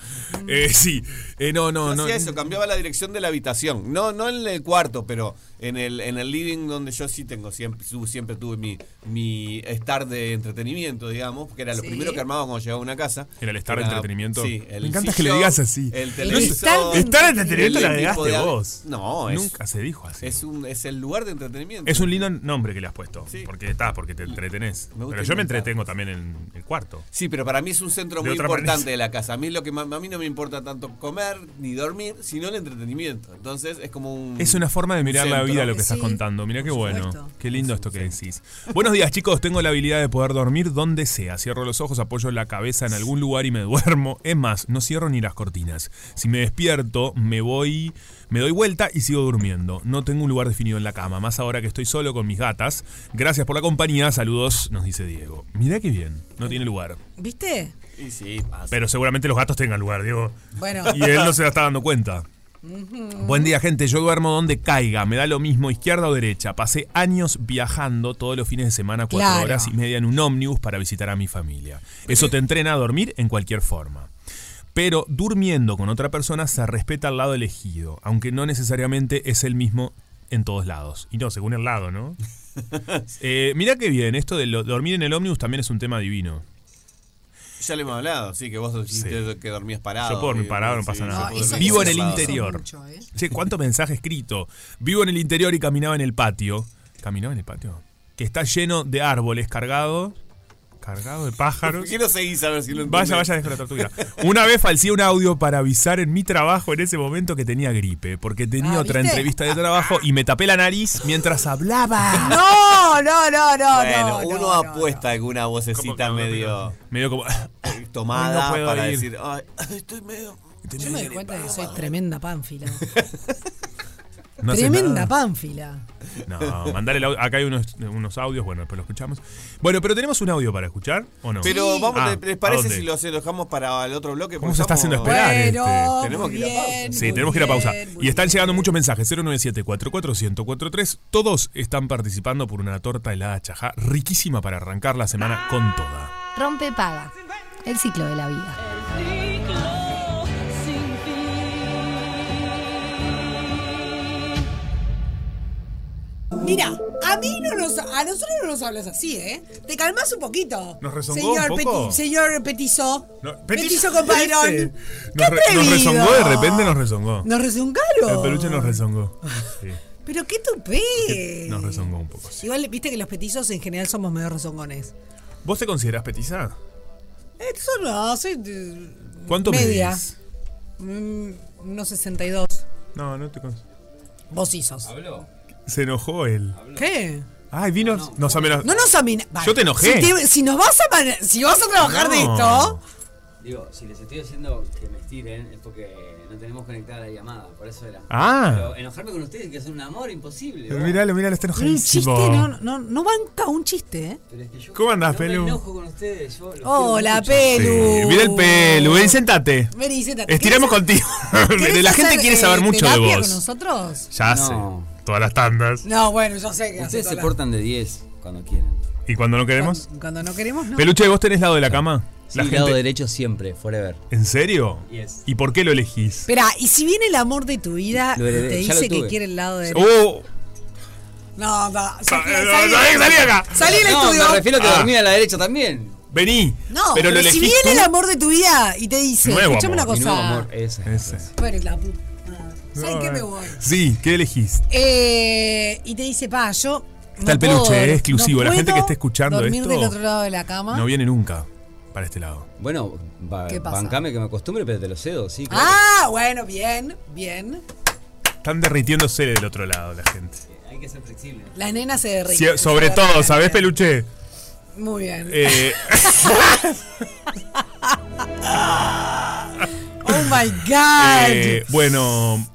[SPEAKER 5] Eh, sí. Eh, no, no,
[SPEAKER 6] Yo
[SPEAKER 5] no.
[SPEAKER 6] hacía eso, cambiaba la dirección de la habitación. No, no en el cuarto, pero en el, en el living donde yo sí tengo siempre, su- siempre tuve mi, mi estar de entretenimiento, digamos, que era lo
[SPEAKER 5] Sí.
[SPEAKER 6] primero que armaba cuando llegaba a una casa.
[SPEAKER 5] Era el estar de entretenimiento.
[SPEAKER 6] Sí, el
[SPEAKER 5] Me encanta
[SPEAKER 6] sillón,
[SPEAKER 5] que le digas así.
[SPEAKER 6] El
[SPEAKER 5] No es-
[SPEAKER 6] televisor.
[SPEAKER 5] estar de entretenimiento
[SPEAKER 6] el
[SPEAKER 5] la
[SPEAKER 6] equipo
[SPEAKER 5] agregaste
[SPEAKER 6] de-
[SPEAKER 5] vos.
[SPEAKER 6] No, es-
[SPEAKER 5] Nunca se dijo así.
[SPEAKER 6] Es, un, es el lugar de entretenimiento.
[SPEAKER 5] Es un lindo nombre que le has puesto.
[SPEAKER 6] Sí.
[SPEAKER 5] Porque está, porque te entretenés.
[SPEAKER 6] gusta
[SPEAKER 5] Pero yo me
[SPEAKER 6] inventar.
[SPEAKER 5] entretengo también en el cuarto.
[SPEAKER 6] Sí, pero para mí es un centro
[SPEAKER 5] De
[SPEAKER 6] muy
[SPEAKER 5] otra
[SPEAKER 6] importante
[SPEAKER 5] manera.
[SPEAKER 6] de la casa. A mí lo que ma- a mí no me importa tanto comer ni dormir, sino el entretenimiento. Entonces es como un
[SPEAKER 5] Es una forma de
[SPEAKER 6] un
[SPEAKER 5] mirar la
[SPEAKER 6] centro.
[SPEAKER 5] vida lo que estás contando. Mirá qué bueno. Qué lindo esto que decís. Buenos días, chicos. Tengo la habilidad de poder dormir donde sea. Cierro los ojos, apoyo la cabeza en algún lugar y me duermo. Es más, no cierro ni las cortinas. Si me despierto, me voy, me doy vuelta y sigo durmiendo. No tengo un lugar definido en la cama, más ahora que estoy solo con mis gatas. Gracias por la compañía. Saludos, nos dice Diego. Mirá qué bien. No tiene lugar.
[SPEAKER 4] ¿Viste?
[SPEAKER 6] Y sí, pasa.
[SPEAKER 5] Pero seguramente los gatos tengan lugar, Diego.
[SPEAKER 4] Bueno.
[SPEAKER 5] Y él no se la está dando cuenta.
[SPEAKER 4] Mm.
[SPEAKER 5] Buen día, gente. Yo duermo donde caiga. Me da lo mismo, izquierda o derecha. Pasé años viajando todos los fines de semana, cuatro
[SPEAKER 17] Claro.
[SPEAKER 5] horas y media en un ómnibus para visitar a mi familia. Eso te entrena a dormir en cualquier forma. Pero durmiendo con otra persona se respeta al lado elegido, aunque no necesariamente es el mismo en todos lados. Y no, según el lado, ¿no? Eh, mirá qué bien, esto de lo- dormir en el ómnibus también es un tema divino.
[SPEAKER 6] Ya le hemos hablado, sí, que vos dijiste que dormías parado.
[SPEAKER 5] Yo puedo dormir
[SPEAKER 6] que-
[SPEAKER 5] parado, no
[SPEAKER 6] sí,
[SPEAKER 5] pasa
[SPEAKER 6] yo
[SPEAKER 5] nada.
[SPEAKER 6] puedo dormir
[SPEAKER 5] Vivo en el
[SPEAKER 6] parado.
[SPEAKER 5] interior.
[SPEAKER 4] ¿eh?
[SPEAKER 5] Che, ¿cuánto mensaje escrito? Vivo en el interior y caminaba en el patio. ¿Caminaba en el patio? Que está lleno de árboles, cargado. Cargado de pájaros.
[SPEAKER 6] ¿Por qué no seguís a ver si lo
[SPEAKER 5] Vaya, vaya, deja la tortuga. Una vez falsé un audio para avisar en mi trabajo en ese momento que tenía gripe, porque tenía
[SPEAKER 4] Ah,
[SPEAKER 5] otra
[SPEAKER 4] ¿viste?
[SPEAKER 5] entrevista de trabajo y me tapé la nariz mientras hablaba.
[SPEAKER 4] No, no, no, no,
[SPEAKER 6] Bueno,
[SPEAKER 4] no.
[SPEAKER 6] uno apuesta alguna vocecita medio
[SPEAKER 5] medio como
[SPEAKER 6] tomada
[SPEAKER 5] No puedo
[SPEAKER 6] para
[SPEAKER 5] ir.
[SPEAKER 6] decir, "Ay, estoy medio
[SPEAKER 4] Yo me doy cuenta que soy tremenda pánfila.
[SPEAKER 5] No haces
[SPEAKER 4] tremenda
[SPEAKER 5] nada.
[SPEAKER 4] pánfila.
[SPEAKER 5] No, mandar el audio. Acá hay unos, unos audios, bueno, después lo escuchamos. Bueno, pero ¿tenemos un audio para escuchar o no?
[SPEAKER 6] Pero vamos,
[SPEAKER 5] Ah,
[SPEAKER 6] ¿les- ¿les
[SPEAKER 5] ¿a
[SPEAKER 6] parece
[SPEAKER 5] dónde?
[SPEAKER 6] si los enojamos para el otro bloque?
[SPEAKER 5] ¿Cómo
[SPEAKER 6] Porque
[SPEAKER 5] se está haciendo
[SPEAKER 6] estamos-
[SPEAKER 5] esperar? este?
[SPEAKER 6] Tenemos que ir a pausa.
[SPEAKER 5] Sí, tenemos que ir a pausa. Y están llegando muchos mensajes. 097-44143. Todos están participando por una torta helada chajá riquísima para arrancar la
[SPEAKER 4] Ah,
[SPEAKER 5] semana con toda.
[SPEAKER 1] Rompe paga. El ciclo de la vida.
[SPEAKER 4] Mira, A mí no nos, a nosotros no nos hablas así, ¿eh? Te calmas un poquito.
[SPEAKER 5] Nos rezongó un poco.
[SPEAKER 4] Peti- señor Petizo.
[SPEAKER 5] No, este.
[SPEAKER 4] Petizo compadrón.
[SPEAKER 5] Nos, re- nos
[SPEAKER 4] atrevido!
[SPEAKER 5] rezongó, de repente nos rezongó.
[SPEAKER 4] Nos rezongaron. Ah.
[SPEAKER 5] El peluche nos rezongó. Sí,
[SPEAKER 4] Pero qué tupé.
[SPEAKER 5] nos rezongó un poco.
[SPEAKER 4] Igual viste que los petizos en general somos medio rezongones.
[SPEAKER 5] ¿Vos te considerás petiza?
[SPEAKER 4] Eh, son no, soy eh,
[SPEAKER 5] ¿Cuánto
[SPEAKER 4] media.
[SPEAKER 5] medís?
[SPEAKER 4] Mm, unos 62.
[SPEAKER 5] No, no te considero.
[SPEAKER 4] Vos sí sos.
[SPEAKER 5] Se enojó él.
[SPEAKER 4] ¿Qué?
[SPEAKER 5] Ay, vino. Nos amenazó.
[SPEAKER 4] No nos amina.
[SPEAKER 5] Ah, Yo te enojé.
[SPEAKER 4] Si, te- si nos vas a man- si vas a trabajar de
[SPEAKER 5] No.
[SPEAKER 4] esto,
[SPEAKER 17] Digo, si les estoy diciendo que me estiren es porque no tenemos conectada la llamada, por eso era.
[SPEAKER 5] Ah.
[SPEAKER 17] Pero enojarme con ustedes que es un amor imposible.
[SPEAKER 5] Pero
[SPEAKER 17] ¿no?
[SPEAKER 5] Miralo, miralo, está
[SPEAKER 4] un
[SPEAKER 5] enojadísimo.
[SPEAKER 4] chiste no, no, no banca un chiste, ¿eh?
[SPEAKER 5] ¿Cómo andás,
[SPEAKER 17] Me
[SPEAKER 5] Pelu?
[SPEAKER 17] enojo con ustedes, yo los
[SPEAKER 4] Hola,
[SPEAKER 5] Sí,
[SPEAKER 4] Pelu.
[SPEAKER 5] mira el Pelu. Ven, sentate.
[SPEAKER 4] Vení, sentate.
[SPEAKER 5] Estiramos contigo.
[SPEAKER 4] ¿Querés
[SPEAKER 5] la gente
[SPEAKER 4] hacer,
[SPEAKER 5] quiere
[SPEAKER 4] eh,
[SPEAKER 5] saber mucho de
[SPEAKER 4] terapia
[SPEAKER 5] vos.
[SPEAKER 4] con nosotros?
[SPEAKER 5] Ya
[SPEAKER 17] No.
[SPEAKER 5] sé. Todas las tandas.
[SPEAKER 4] No, bueno, yo sé que hace
[SPEAKER 17] Ustedes se
[SPEAKER 4] toda la-
[SPEAKER 17] portan de 10 cuando quieren.
[SPEAKER 5] ¿Y cuando no queremos?
[SPEAKER 4] Cuando no queremos, no.
[SPEAKER 5] Peluche, ¿vos tenés lado de la cama?
[SPEAKER 17] Sí, lado derecho siempre, forever.
[SPEAKER 5] ¿En serio?
[SPEAKER 17] Yes.
[SPEAKER 5] ¿Y por qué lo elegís?
[SPEAKER 4] Espera, y si viene el amor de tu vida
[SPEAKER 5] Lo
[SPEAKER 4] y
[SPEAKER 5] heredé,
[SPEAKER 4] te
[SPEAKER 5] ya lo
[SPEAKER 4] dice que
[SPEAKER 5] tuve.
[SPEAKER 4] quiere el lado de.
[SPEAKER 5] ¡Oh!
[SPEAKER 4] No, no, salí,
[SPEAKER 5] no, salí, salí acá.
[SPEAKER 4] Salí del
[SPEAKER 17] no,
[SPEAKER 4] estudio.
[SPEAKER 17] me refiero a que
[SPEAKER 5] Ah.
[SPEAKER 17] dormí a la derecha también.
[SPEAKER 5] Vení.
[SPEAKER 4] No, pero,
[SPEAKER 5] pero lo
[SPEAKER 4] si
[SPEAKER 5] elegís
[SPEAKER 4] viene
[SPEAKER 5] tú.
[SPEAKER 4] el amor de tu vida y te dice,
[SPEAKER 5] Nuevo
[SPEAKER 4] escuchame una
[SPEAKER 5] amor,
[SPEAKER 4] cosa.
[SPEAKER 5] mi nuevo amor.
[SPEAKER 17] Ese.
[SPEAKER 4] Bueno, la puta. ¿Saben qué me voy?
[SPEAKER 5] Sí, ¿qué elegís?
[SPEAKER 4] Eh, y te dice, pa, yo.
[SPEAKER 5] Está el peluche, es exclusivo. La gente que esté escuchando
[SPEAKER 4] dormir
[SPEAKER 5] esto
[SPEAKER 4] del otro lado de la cama.
[SPEAKER 5] no viene nunca para este lado.
[SPEAKER 17] Bueno, ba-
[SPEAKER 4] ¿Qué pasa?
[SPEAKER 17] bancame que me acostumbre, pero te lo cedo, sí. claro.
[SPEAKER 4] Ah, bueno, bien, bien. Ah.
[SPEAKER 5] Están derritiéndose del otro lado la gente.
[SPEAKER 17] Hay que ser flexible.
[SPEAKER 4] Las nenas se derriten.
[SPEAKER 5] Sie- sobre todo, ¿sabés, Peluche?
[SPEAKER 4] Muy bien.
[SPEAKER 5] Eh,
[SPEAKER 4] oh my God.
[SPEAKER 5] eh, bueno,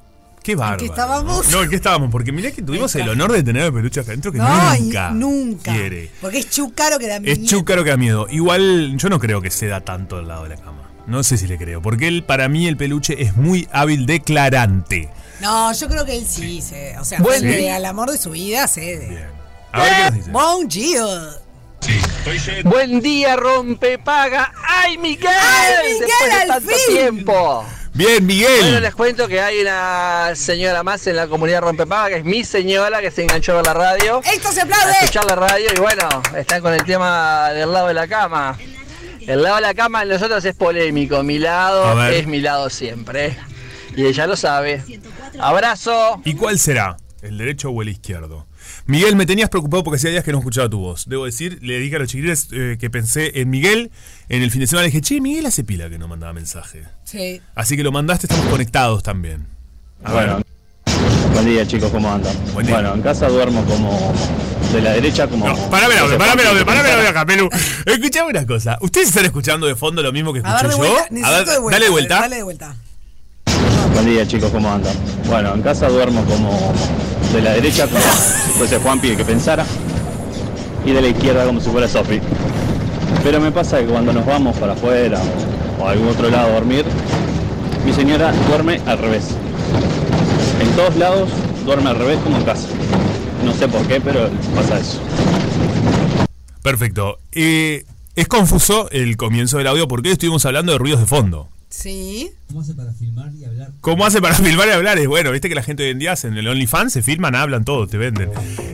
[SPEAKER 5] qué bárbaro.
[SPEAKER 4] qué estábamos?
[SPEAKER 5] No, ¿en qué estábamos? Porque mirá que tuvimos el honor de tener a Peluche acá adentro que
[SPEAKER 4] No, y
[SPEAKER 5] nunca,
[SPEAKER 4] nunca.
[SPEAKER 5] quiere.
[SPEAKER 4] Porque es chucaro que da
[SPEAKER 5] Es
[SPEAKER 4] miedo.
[SPEAKER 5] chúcaro que da miedo. Igual yo no creo que ceda tanto al lado de la cama. No sé si le creo. Porque él, para mí, el peluche es muy hábil declarante.
[SPEAKER 4] No, yo creo que él sí, se, o sea,
[SPEAKER 5] Bueno.
[SPEAKER 4] frente
[SPEAKER 5] Sí.
[SPEAKER 4] al amor de su vida cede. Bien.
[SPEAKER 5] A ver qué nos dice.
[SPEAKER 4] Bon Gio.
[SPEAKER 18] Buen día, rompe paga. ¡Ay, Miguel!
[SPEAKER 4] ¡Ay, Miguel,
[SPEAKER 18] Después de
[SPEAKER 4] al
[SPEAKER 18] tanto
[SPEAKER 4] fin!
[SPEAKER 18] tiempo.
[SPEAKER 5] Bien,
[SPEAKER 18] Bueno,
[SPEAKER 5] Miguel.
[SPEAKER 18] les cuento que hay una señora más en la comunidad rompepaga, que es mi señora, que se enganchó a la radio.
[SPEAKER 4] ¡Esto se
[SPEAKER 18] A
[SPEAKER 4] aplaude!
[SPEAKER 18] escuchar la radio y bueno, están con el tema del lado de la cama. El lado de la cama en nosotros es polémico. Mi
[SPEAKER 5] A
[SPEAKER 18] lado
[SPEAKER 5] ver.
[SPEAKER 18] es mi lado siempre. Y ella lo sabe. Abrazo.
[SPEAKER 5] ¿Y cuál será? ¿El derecho o el izquierdo? Miguel, me tenías preocupado porque hacía días que no escuchaba tu voz. Debo decir, le dije a los chiquilines eh, que pensé en Miguel. En el fin de semana le dije, che, Miguel hace pila que no mandaba mensaje.
[SPEAKER 4] Sí.
[SPEAKER 5] Así que lo mandaste, estamos conectados también. A ver.
[SPEAKER 12] Bueno, buen día chicos, ¿cómo andan? Bueno, en casa duermo como de la derecha como... No,
[SPEAKER 5] Parame el audio, parame el audio, parame el audio acá, Pelu. Escuchame una cosa. ¿Ustedes están escuchando de fondo lo mismo que escuché
[SPEAKER 4] A ver, de
[SPEAKER 5] yo?
[SPEAKER 4] vuelta.
[SPEAKER 5] A
[SPEAKER 4] Necesito
[SPEAKER 5] ver,
[SPEAKER 4] de vuelta. a
[SPEAKER 5] dale
[SPEAKER 4] ver,
[SPEAKER 5] vuelta.
[SPEAKER 4] Dale de vuelta.
[SPEAKER 12] Buen día chicos, ¿cómo andan? Bueno, en casa duermo como de la derecha como si fuese Juanpi el que pensara y de la izquierda como si fuera Sofi. Pero me pasa que cuando nos vamos para afuera o, o a algún otro lado a dormir, mi señora duerme al revés. En todos lados duerme al revés como en casa. No sé por qué, pero pasa eso.
[SPEAKER 5] Perfecto. Eh, es confuso el comienzo del audio porque hoy estuvimos hablando de ruidos de fondo.
[SPEAKER 4] Sí.
[SPEAKER 7] ¿Cómo hace para filmar y hablar?
[SPEAKER 5] ¿Cómo hace para filmar y hablar? Es bueno, viste que la gente hoy en día hace en el OnlyFans, se filman, hablan todo, te venden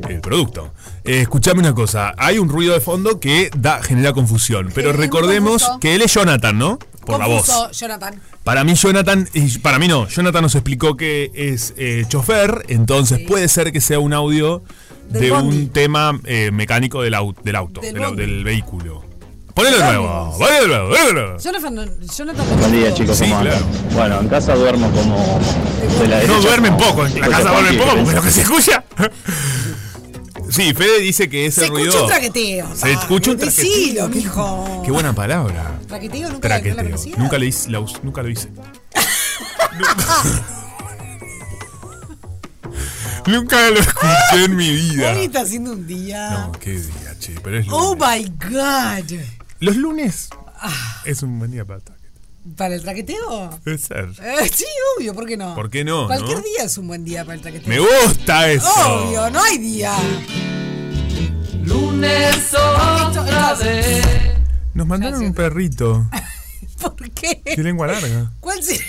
[SPEAKER 5] el producto. Eh, escuchame una cosa, hay un ruido de fondo que da, genera confusión, pero
[SPEAKER 4] Es muy
[SPEAKER 5] recordemos
[SPEAKER 4] confuso.
[SPEAKER 5] que él es Jonathan, ¿no? Por la
[SPEAKER 4] Confuso,
[SPEAKER 5] voz.
[SPEAKER 4] Jonathan.
[SPEAKER 5] Para mí Jonathan, y para mí no, Jonathan nos explicó que es eh, chofer, entonces puede ser que sea un audio
[SPEAKER 4] Del
[SPEAKER 5] de
[SPEAKER 4] bondi.
[SPEAKER 5] un tema eh, mecánico del, au- del auto,
[SPEAKER 4] Del
[SPEAKER 5] del, au-
[SPEAKER 4] bondi.
[SPEAKER 5] del vehículo. Ponelo de nuevo, ponelo de nuevo, ponelo de nuevo.
[SPEAKER 4] Jonathan, no- Jonathan.
[SPEAKER 12] Buen día
[SPEAKER 4] no-
[SPEAKER 12] chicos, ¿cómo andan? Bueno, en casa duermo como de la derecha.
[SPEAKER 5] No duermen
[SPEAKER 12] como
[SPEAKER 5] poco, en
[SPEAKER 12] si
[SPEAKER 5] la
[SPEAKER 12] fuese
[SPEAKER 5] casa
[SPEAKER 12] Juanpi
[SPEAKER 5] duermen
[SPEAKER 12] el
[SPEAKER 5] poco porque
[SPEAKER 12] pensara.
[SPEAKER 5] lo que se escucha. Sí, Fede dice que ese
[SPEAKER 4] Se escucha
[SPEAKER 5] ruido.
[SPEAKER 4] un traqueteo.
[SPEAKER 5] Se escucha un
[SPEAKER 4] Decilo,
[SPEAKER 5] traqueteo.
[SPEAKER 4] mijo.
[SPEAKER 5] Qué buena palabra.
[SPEAKER 4] Traqueteo nunca la- no la
[SPEAKER 5] Traqueteo.
[SPEAKER 4] conocía.
[SPEAKER 5] Nunca, le hice, la us- nunca lo hice. nunca lo escuché en mi vida.
[SPEAKER 4] Hoy está haciendo un día.
[SPEAKER 5] No, qué día, che. Pero es
[SPEAKER 4] Oh
[SPEAKER 5] lunes.
[SPEAKER 4] my God.
[SPEAKER 5] Los lunes es un buen día para traquetear.
[SPEAKER 4] ¿Para el traqueteo?
[SPEAKER 5] Puede ser.
[SPEAKER 4] Eh, sí, obvio, ¿por qué no?
[SPEAKER 5] ¿Por qué no,
[SPEAKER 4] Cualquier
[SPEAKER 5] no?
[SPEAKER 4] día es un buen día para el traqueteo.
[SPEAKER 5] Me gusta eso.
[SPEAKER 4] Obvio, no hay día.
[SPEAKER 3] Lunes otra vez.
[SPEAKER 5] Nos mandaron un perrito.
[SPEAKER 4] ¿Por qué?
[SPEAKER 5] Qué lengua larga.
[SPEAKER 4] ¿Cuál se...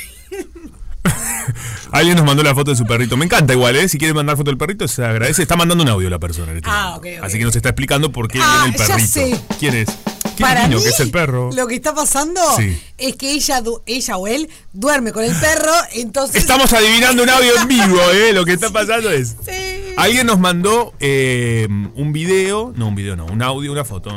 [SPEAKER 5] Alguien nos mandó la foto de su perrito. Me encanta igual, ¿eh? Si quiere mandar foto del perrito, se agradece. Está mandando un audio la persona. en este
[SPEAKER 4] Ah,
[SPEAKER 5] momento.
[SPEAKER 4] ok, ok.
[SPEAKER 5] Así que nos está explicando por qué
[SPEAKER 4] Ah,
[SPEAKER 5] viene el
[SPEAKER 4] ya
[SPEAKER 5] perrito.
[SPEAKER 4] sé.
[SPEAKER 5] ¿Quién es? ¿Quién
[SPEAKER 4] Para
[SPEAKER 5] es niño?
[SPEAKER 4] mí,
[SPEAKER 5] ¿Qué es el perro?
[SPEAKER 4] Lo que está pasando
[SPEAKER 5] Sí.
[SPEAKER 4] es que ella, du- ella o él duerme con el perro, entonces.
[SPEAKER 5] Estamos adivinando un audio en vivo, ¿eh? Lo que está pasando es. Alguien nos mandó eh, un video. No, un video no, un audio, una foto.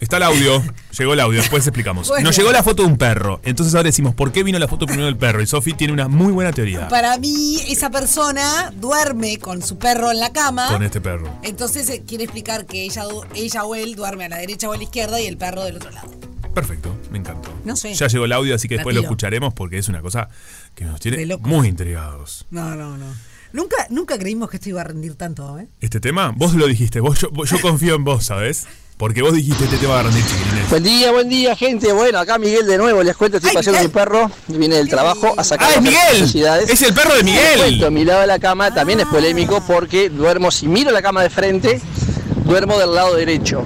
[SPEAKER 5] Está el audio. Llegó el audio, después explicamos.
[SPEAKER 4] Bueno.
[SPEAKER 5] Nos llegó la foto de un perro. Entonces ahora decimos, ¿por qué vino la foto primero del perro? Y Sofi tiene una muy buena teoría
[SPEAKER 4] Para mí, esa persona duerme con su perro en la cama.
[SPEAKER 5] con este perro.
[SPEAKER 4] Entonces eh, quiere explicar que ella, du- ella o él duerme a la derecha o a la izquierda y el perro del otro lado.
[SPEAKER 5] Perfecto, me encantó.
[SPEAKER 4] No sé.
[SPEAKER 5] Ya llegó el audio, así que después lo
[SPEAKER 4] Latilo.
[SPEAKER 5] escucharemos porque es una cosa que nos
[SPEAKER 4] De
[SPEAKER 5] tiene
[SPEAKER 4] locos.
[SPEAKER 5] muy intrigados.
[SPEAKER 4] No, no, no. Nunca, nunca creímos que esto iba a rendir tanto, ¿eh?
[SPEAKER 5] Este tema, vos lo dijiste, vos, yo, vos- yo confío en vos, ¿sabes? Porque vos dijiste este tema va a rendir chiquilines.
[SPEAKER 18] Buen día, buen día, gente. Bueno, acá Miguel de nuevo. Les cuento, estoy paseando a mi perro. Viene del trabajo a sacar.
[SPEAKER 5] ¡Ah, es
[SPEAKER 18] las
[SPEAKER 5] Miguel!
[SPEAKER 18] necesidades.
[SPEAKER 5] ¡Es el perro de Miguel! Ah.
[SPEAKER 18] Les cuento, mi lado de la cama también es polémico porque duermo, si miro la cama de frente, duermo del lado derecho.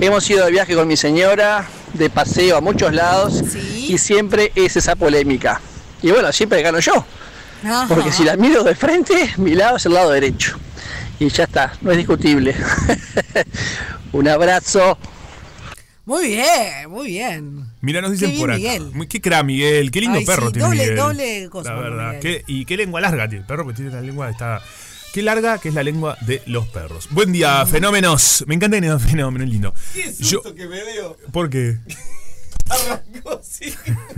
[SPEAKER 18] Hemos ido de viaje con mi señora, de paseo a muchos lados. Y siempre es esa polémica. Y bueno, siempre gano yo. Porque si la miro de frente, mi lado es el lado derecho. Y ya está, no es discutible. Un abrazo.
[SPEAKER 4] Muy bien, muy bien.
[SPEAKER 5] Mira, nos
[SPEAKER 4] Qué
[SPEAKER 5] dicen
[SPEAKER 4] bien,
[SPEAKER 5] por acá.
[SPEAKER 4] Miguel.
[SPEAKER 5] Muy- Qué cra, Miguel. Qué lindo
[SPEAKER 4] Ay,
[SPEAKER 5] perro
[SPEAKER 4] sí,
[SPEAKER 5] tiene
[SPEAKER 4] doble-
[SPEAKER 5] Miguel.
[SPEAKER 4] doble cosa,
[SPEAKER 5] La
[SPEAKER 4] bueno,
[SPEAKER 5] verdad.
[SPEAKER 4] Miguel.
[SPEAKER 5] Qué- y qué lengua larga tiene el perro, porque tiene la lengua está... Qué larga que es la lengua de los perros. Buen día, fenómenos. Me encanta que fenómeno, es lindo.
[SPEAKER 6] Qué
[SPEAKER 5] Yo,
[SPEAKER 6] susto que me veo.
[SPEAKER 5] ¿Por qué?
[SPEAKER 6] Arrancó así.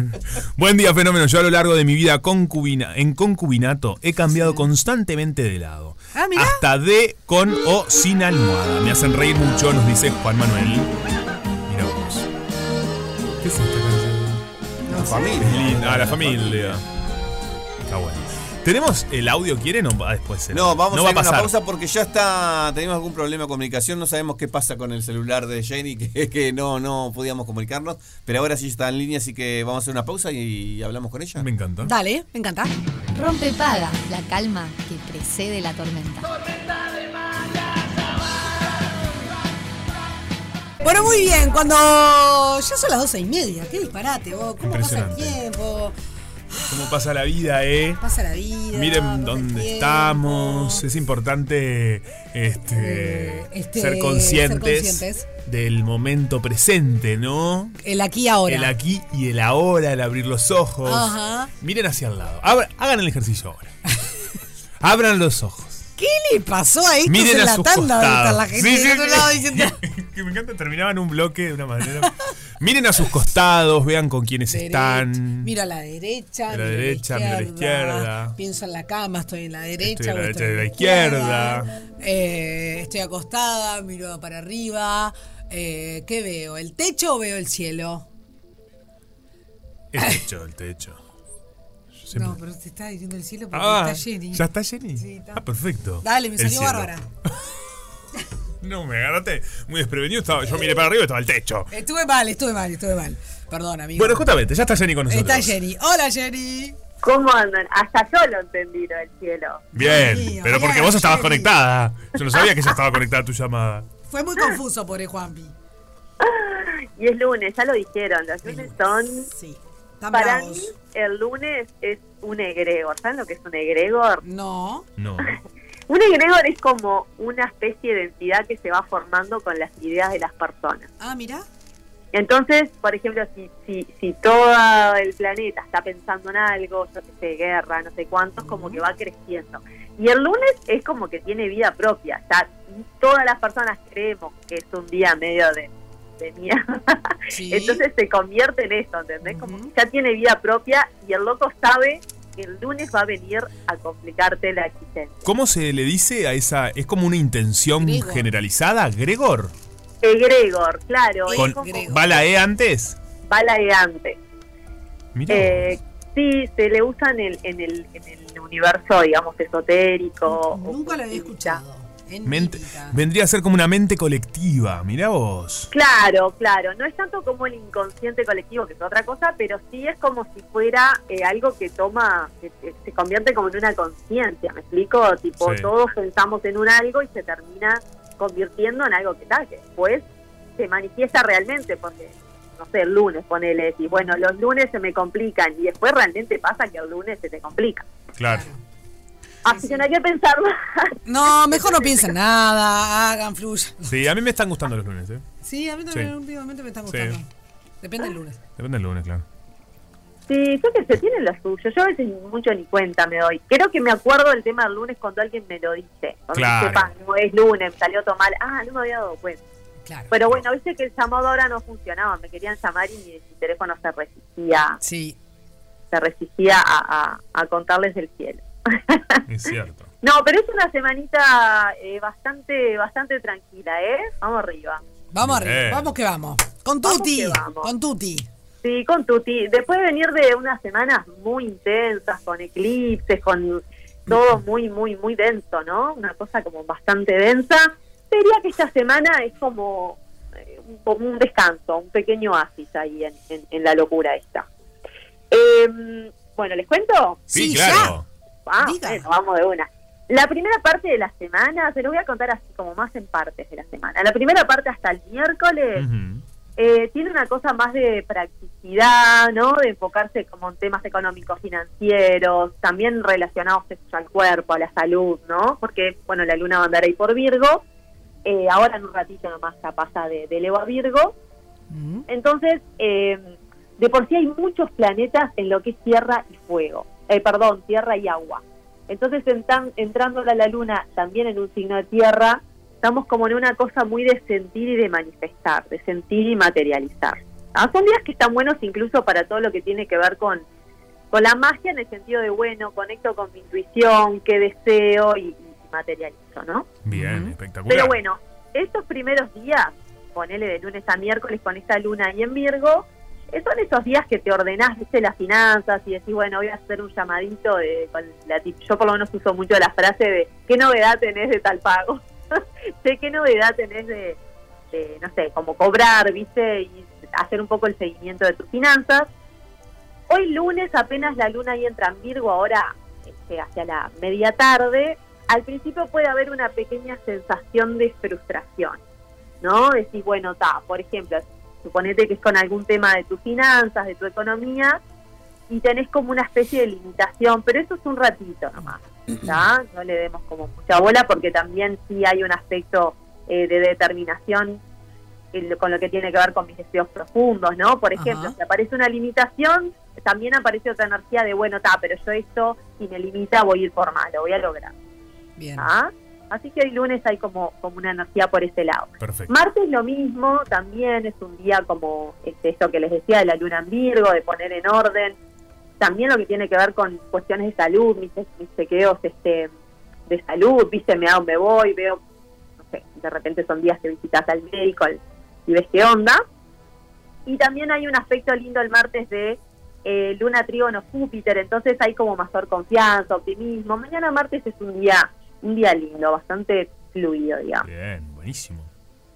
[SPEAKER 5] Buen día, fenómeno. Yo a lo largo de mi vida concubina, en concubinato he cambiado constantemente de lado.
[SPEAKER 4] Ah, mirá.
[SPEAKER 5] Hasta de, con o sin almohada. Me hacen reír mucho, nos dice Juan Manuel. Mira vos. ¿Qué es esta canción?
[SPEAKER 6] La familia.
[SPEAKER 5] Linda, ah, la familia. Está bueno. ¿Tenemos el audio? ¿Quieren o va después?
[SPEAKER 6] No, vamos
[SPEAKER 5] no
[SPEAKER 6] a
[SPEAKER 5] va
[SPEAKER 6] ir a una
[SPEAKER 5] pasar.
[SPEAKER 6] pausa porque ya está. Tenemos algún problema de comunicación. No sabemos qué pasa con el celular de Jenny, que, que no, no podíamos comunicarnos. Pero ahora sí está en línea, así que vamos a hacer una pausa y, hablamos con ella. Me
[SPEAKER 5] encanta.
[SPEAKER 4] Dale, me encanta.
[SPEAKER 1] Rompe paga, la calma que precede la tormenta.
[SPEAKER 4] Bueno, muy bien, cuando ya son las doce y media, qué disparate, vos, cómo pasa el
[SPEAKER 5] Impresionante.
[SPEAKER 4] tiempo,
[SPEAKER 5] ¿Cómo pasa la vida, eh?
[SPEAKER 4] pasa la vida.
[SPEAKER 5] Miren dónde estamos. Es importante este,
[SPEAKER 4] este,
[SPEAKER 5] ser,
[SPEAKER 4] ser
[SPEAKER 5] conscientes
[SPEAKER 4] conscientes.
[SPEAKER 5] del momento presente, ¿no?
[SPEAKER 4] El aquí y ahora.
[SPEAKER 5] El aquí y el ahora, el abrir los ojos.
[SPEAKER 4] Ajá.
[SPEAKER 5] Miren hacia el lado. Abra- hagan el ejercicio ahora. Abran los ojos.
[SPEAKER 4] ¿Qué le pasó a estos
[SPEAKER 5] Miren
[SPEAKER 4] en
[SPEAKER 5] a
[SPEAKER 4] la
[SPEAKER 5] sus
[SPEAKER 4] tanda? donde está la
[SPEAKER 5] costados.
[SPEAKER 4] gente
[SPEAKER 5] Sí,
[SPEAKER 4] del
[SPEAKER 5] sí,
[SPEAKER 4] otro
[SPEAKER 5] sí.
[SPEAKER 4] lado diciendo,
[SPEAKER 5] Que me encanta, terminaban un bloque de una manera. Miren a sus costados, vean con quiénes están.
[SPEAKER 4] miro a la derecha,
[SPEAKER 5] A la
[SPEAKER 4] miro
[SPEAKER 5] derecha, miro a la izquierda.
[SPEAKER 4] Pienso en la cama, estoy en la derecha.
[SPEAKER 5] Estoy a la
[SPEAKER 4] o
[SPEAKER 5] derecha de la izquierda.
[SPEAKER 4] Eh, estoy acostada, miro para arriba. Eh, ¿Qué veo? ¿El techo o veo el cielo?
[SPEAKER 5] El techo, el techo. Yo siempre-
[SPEAKER 4] No, pero te está diciendo el cielo porque
[SPEAKER 5] Ah,
[SPEAKER 4] está Jenny.
[SPEAKER 5] ¿Ya está Jenny? Ah, perfecto.
[SPEAKER 4] Dale, me
[SPEAKER 5] El
[SPEAKER 4] salió
[SPEAKER 5] cielo.
[SPEAKER 4] bárbara.
[SPEAKER 5] No, me agarraste muy desprevenido. Estaba, yo miré para arriba y estaba el techo.
[SPEAKER 4] Estuve mal, estuve mal, estuve mal. Perdón, amigo.
[SPEAKER 5] Bueno, justamente, ya está Jenny con nosotros.
[SPEAKER 4] está Jenny. Hola, Jenny.
[SPEAKER 19] ¿Cómo andan? Hasta yo lo entendí, lo del cielo.
[SPEAKER 5] Bien,
[SPEAKER 4] mío,
[SPEAKER 5] pero porque
[SPEAKER 4] mirá,
[SPEAKER 5] vos estabas
[SPEAKER 4] Jenny.
[SPEAKER 5] conectada. Yo no sabía que ella estaba conectada a tu llamada.
[SPEAKER 4] Fue muy confuso, pobre Juanpi.
[SPEAKER 19] Y es lunes, ya lo dijeron. Los lunes son.
[SPEAKER 4] están
[SPEAKER 19] Para
[SPEAKER 4] bravos.
[SPEAKER 19] mí, el lunes es un egregor. ¿Saben lo que es un egregor?
[SPEAKER 4] No.
[SPEAKER 5] No.
[SPEAKER 19] Un egregor es como una especie de entidad que se va formando con las ideas de las personas.
[SPEAKER 4] Ah, mira.
[SPEAKER 19] Entonces, por ejemplo, si, si, si todo el planeta está pensando en algo, yo qué sé, guerra, no sé cuántos, como que va creciendo. Y el lunes es como que tiene vida propia. Ya todas las personas creemos que es un día medio de, de mierda. Entonces se convierte en eso, ¿entendés? Como que ya tiene vida propia y el loco sabe que el lunes va a venir a complicarte la existencia.
[SPEAKER 5] ¿Cómo se le dice a esa.? ¿Es como una intención
[SPEAKER 19] Gregor.
[SPEAKER 5] generalizada? ¿Gregor?
[SPEAKER 19] Egregor, claro.
[SPEAKER 5] Con,
[SPEAKER 19] es como,
[SPEAKER 5] ¿Va la E antes?
[SPEAKER 19] va ladeante.
[SPEAKER 5] Mirá.
[SPEAKER 19] Eh, sí, se le usan en, en el, en el universo, digamos, esotérico. Nunca lo había escuchado.
[SPEAKER 5] Mente- vendría a ser como una mente colectiva. Mirá vos.
[SPEAKER 19] Claro, claro. No es tanto como el inconsciente colectivo, que es otra cosa, pero sí es como si fuera eh, algo que toma, que- que se convierte como en una conciencia, ¿me explico? Tipo,
[SPEAKER 20] Sí.
[SPEAKER 19] todos pensamos en un algo y se termina convirtiendo en algo que tal, que después se manifiesta realmente, porque, no sé, el lunes, ponele, decís, bueno, los lunes se me complican, y después realmente pasa que el lunes se te complica.
[SPEAKER 5] Claro.
[SPEAKER 4] Ah,
[SPEAKER 19] Así que no hay que pensar más.
[SPEAKER 4] No, mejor no piensen nada, hagan, fluya.
[SPEAKER 5] Sí, a mí me están gustando los lunes, ¿eh?
[SPEAKER 4] Sí, a mí también últimamente me están gustando.
[SPEAKER 5] Sí.
[SPEAKER 4] Depende del lunes.
[SPEAKER 5] Depende del lunes, claro.
[SPEAKER 19] Sí, yo que se tienen lo suyo. Yo a veces mucho ni cuenta me doy. Creo que me acuerdo del tema del lunes cuando alguien me lo dice. Cuando
[SPEAKER 5] Claro.
[SPEAKER 19] dice, "Pa, no es lunes, me salió todo mal. Ah, no me había dado cuenta. Pero bueno, viste que el llamado ahora no funcionaba. Me querían llamar y mi, mi teléfono se resistía.
[SPEAKER 4] Sí.
[SPEAKER 19] Se resistía a, a- a contarles del cielo.
[SPEAKER 5] Es cierto.
[SPEAKER 19] No, pero es una semanita eh, bastante bastante tranquila, ¿eh? Vamos arriba.
[SPEAKER 4] Vamos arriba,
[SPEAKER 19] Bien.
[SPEAKER 4] vamos que vamos. Con Tuti, con Tuti.
[SPEAKER 19] Sí, con Tuti. Después de venir de unas semanas muy intensas, con eclipses, con todo muy, muy, muy denso, ¿no? Una cosa como bastante densa. Sería que esta semana es como, eh, un- como un descanso, un pequeño oasis ahí en, en- en la locura esta. Em, bueno, ¿les cuento?
[SPEAKER 5] Sí, claro.
[SPEAKER 19] Ah, bueno, vamos de una. La primera parte de la semana, se lo voy a contar así como más en partes de la semana. La primera parte hasta el miércoles eh, tiene una cosa más de practicidad, ¿no? De enfocarse como en temas económicos, financieros, también relacionados eso al cuerpo, a la salud, ¿no? Porque, bueno, la luna va a andar ahí por Virgo. Eh, ahora en un ratito nomás ya pasa de, de Leo a Virgo. Entonces, eh, de por sí hay muchos planetas en lo que es tierra y fuego, eh, perdón, tierra y agua. Entonces, entran, entrando la luna también en un signo de tierra, estamos como en una cosa muy de sentir y de manifestar, de sentir y materializar. Ah, Son días que están buenos incluso para todo lo que tiene que ver con, con la magia en el sentido de, bueno, conecto con mi intuición, qué deseo y, y materializo, ¿no?
[SPEAKER 5] Bien, espectacular.
[SPEAKER 19] Pero bueno, estos primeros días, ponele de lunes a miércoles con esta luna ahí en Virgo, eh, son esos días que te ordenás, viste, las finanzas y decís, bueno, voy a hacer un llamadito de, con la tip- Yo por lo menos uso mucho la frase de, ¿qué novedad tenés de tal pago? sé qué novedad tenés de, de, no sé, como cobrar, viste, y hacer un poco el seguimiento de tus finanzas. Hoy lunes apenas la luna ahí entra en Virgo, ahora este, hacia la media tarde, al principio puede haber una pequeña sensación de frustración, ¿no? Decís, bueno, ta, por ejemplo, suponete que es con algún tema de tus finanzas, de tu economía, y tenés como una especie de limitación, pero eso es un ratito nomás, ¿tá? No le demos como mucha bola porque también sí hay un aspecto eh, de determinación en lo- con lo que tiene que ver con mis deseos profundos, ¿no? Por ejemplo,
[SPEAKER 20] Ajá.
[SPEAKER 19] si aparece una limitación, también aparece otra energía de, bueno, ta, pero yo esto, si me limita, voy a ir por mal, lo voy a lograr.
[SPEAKER 4] Bien.
[SPEAKER 19] ¿tá? ¿Ah? Así que hoy lunes hay como, como una energía por ese lado.
[SPEAKER 5] Perfecto.
[SPEAKER 19] Martes lo mismo, también es un día como este, esto que les decía de la luna en Virgo, de poner en orden. También lo que tiene que ver con cuestiones de salud, mis, mis chequeos este, de salud, viste, me hago, me voy, veo, no sé, de repente son días que visitas al médico al- y ves qué onda. Y también hay un aspecto lindo el martes de eh, luna trígono Júpiter, entonces hay como mayor confianza, optimismo. Mañana martes es un día, un día lindo, bastante fluido, digamos.
[SPEAKER 5] Bien, buenísimo.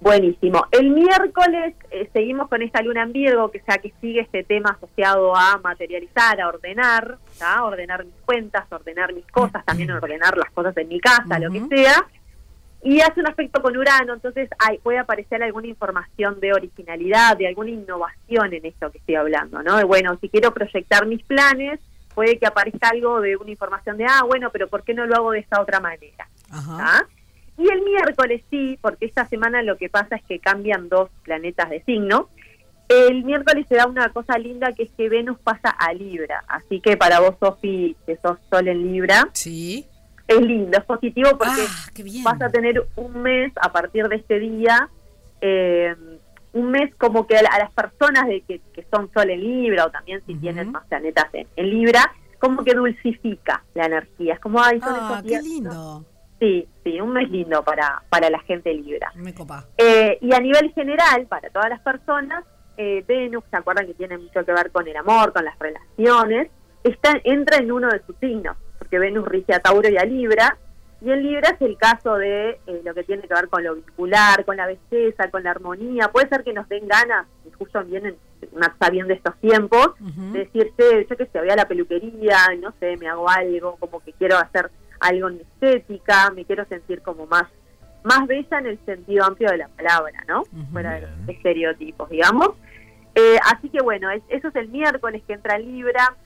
[SPEAKER 19] Buenísimo. El miércoles eh, seguimos con esta luna en Virgo, que sea que sigue este tema asociado a materializar, a ordenar, ¿tá? ordenar mis cuentas, ordenar mis cosas, también ordenar las cosas en mi casa, lo que sea. Y hace un aspecto con Urano, entonces hay, puede aparecer alguna información de originalidad, de alguna innovación en esto que estoy hablando, ¿no? De, bueno, si quiero proyectar mis planes, puede que aparezca algo de una información de, ah, bueno, pero ¿por qué no lo hago de esta otra manera? ¿tá? Y el miércoles sí, porque esta semana lo que pasa es que cambian dos planetas de signo. El miércoles se da una cosa linda que es que Venus pasa a Libra. Así que para vos, Sofi, que sos Sol en Libra,
[SPEAKER 4] sí. Ah,
[SPEAKER 19] es lindo, es positivo porque vas a tener un mes a partir de este día, eh, un mes como que a la- a las personas de que, que son Sol en Libra o también si tienen más planetas en, en Libra, como que dulcifica la energía. Es como, ay, son
[SPEAKER 4] Ah,
[SPEAKER 19] esos
[SPEAKER 4] qué
[SPEAKER 19] días, ¿no?
[SPEAKER 4] lindo.
[SPEAKER 19] Sí, sí, un mes lindo para, para la gente Libra.
[SPEAKER 4] Me copa.
[SPEAKER 19] Eh, y a nivel general, para todas las personas, eh, Venus, ¿se acuerdan que tiene mucho que ver con el amor, con las relaciones? Está, entra en uno de sus signos, porque Venus rige a Tauro y a Libra, y en Libra es el caso de eh, lo que tiene que ver con lo vincular, con la belleza, con la armonía. Puede ser que nos den ganas, y justo vienen, está bien de estos tiempos, de decirte, yo que sé, voy a la peluquería, no sé, me hago algo, como que quiero hacer algo en mi estética, me quiero sentir como más más bella en el sentido amplio de la palabra, ¿no? Fuera de los estereotipos, digamos. Eh, así que bueno, es- eso es el miércoles que entra Libra.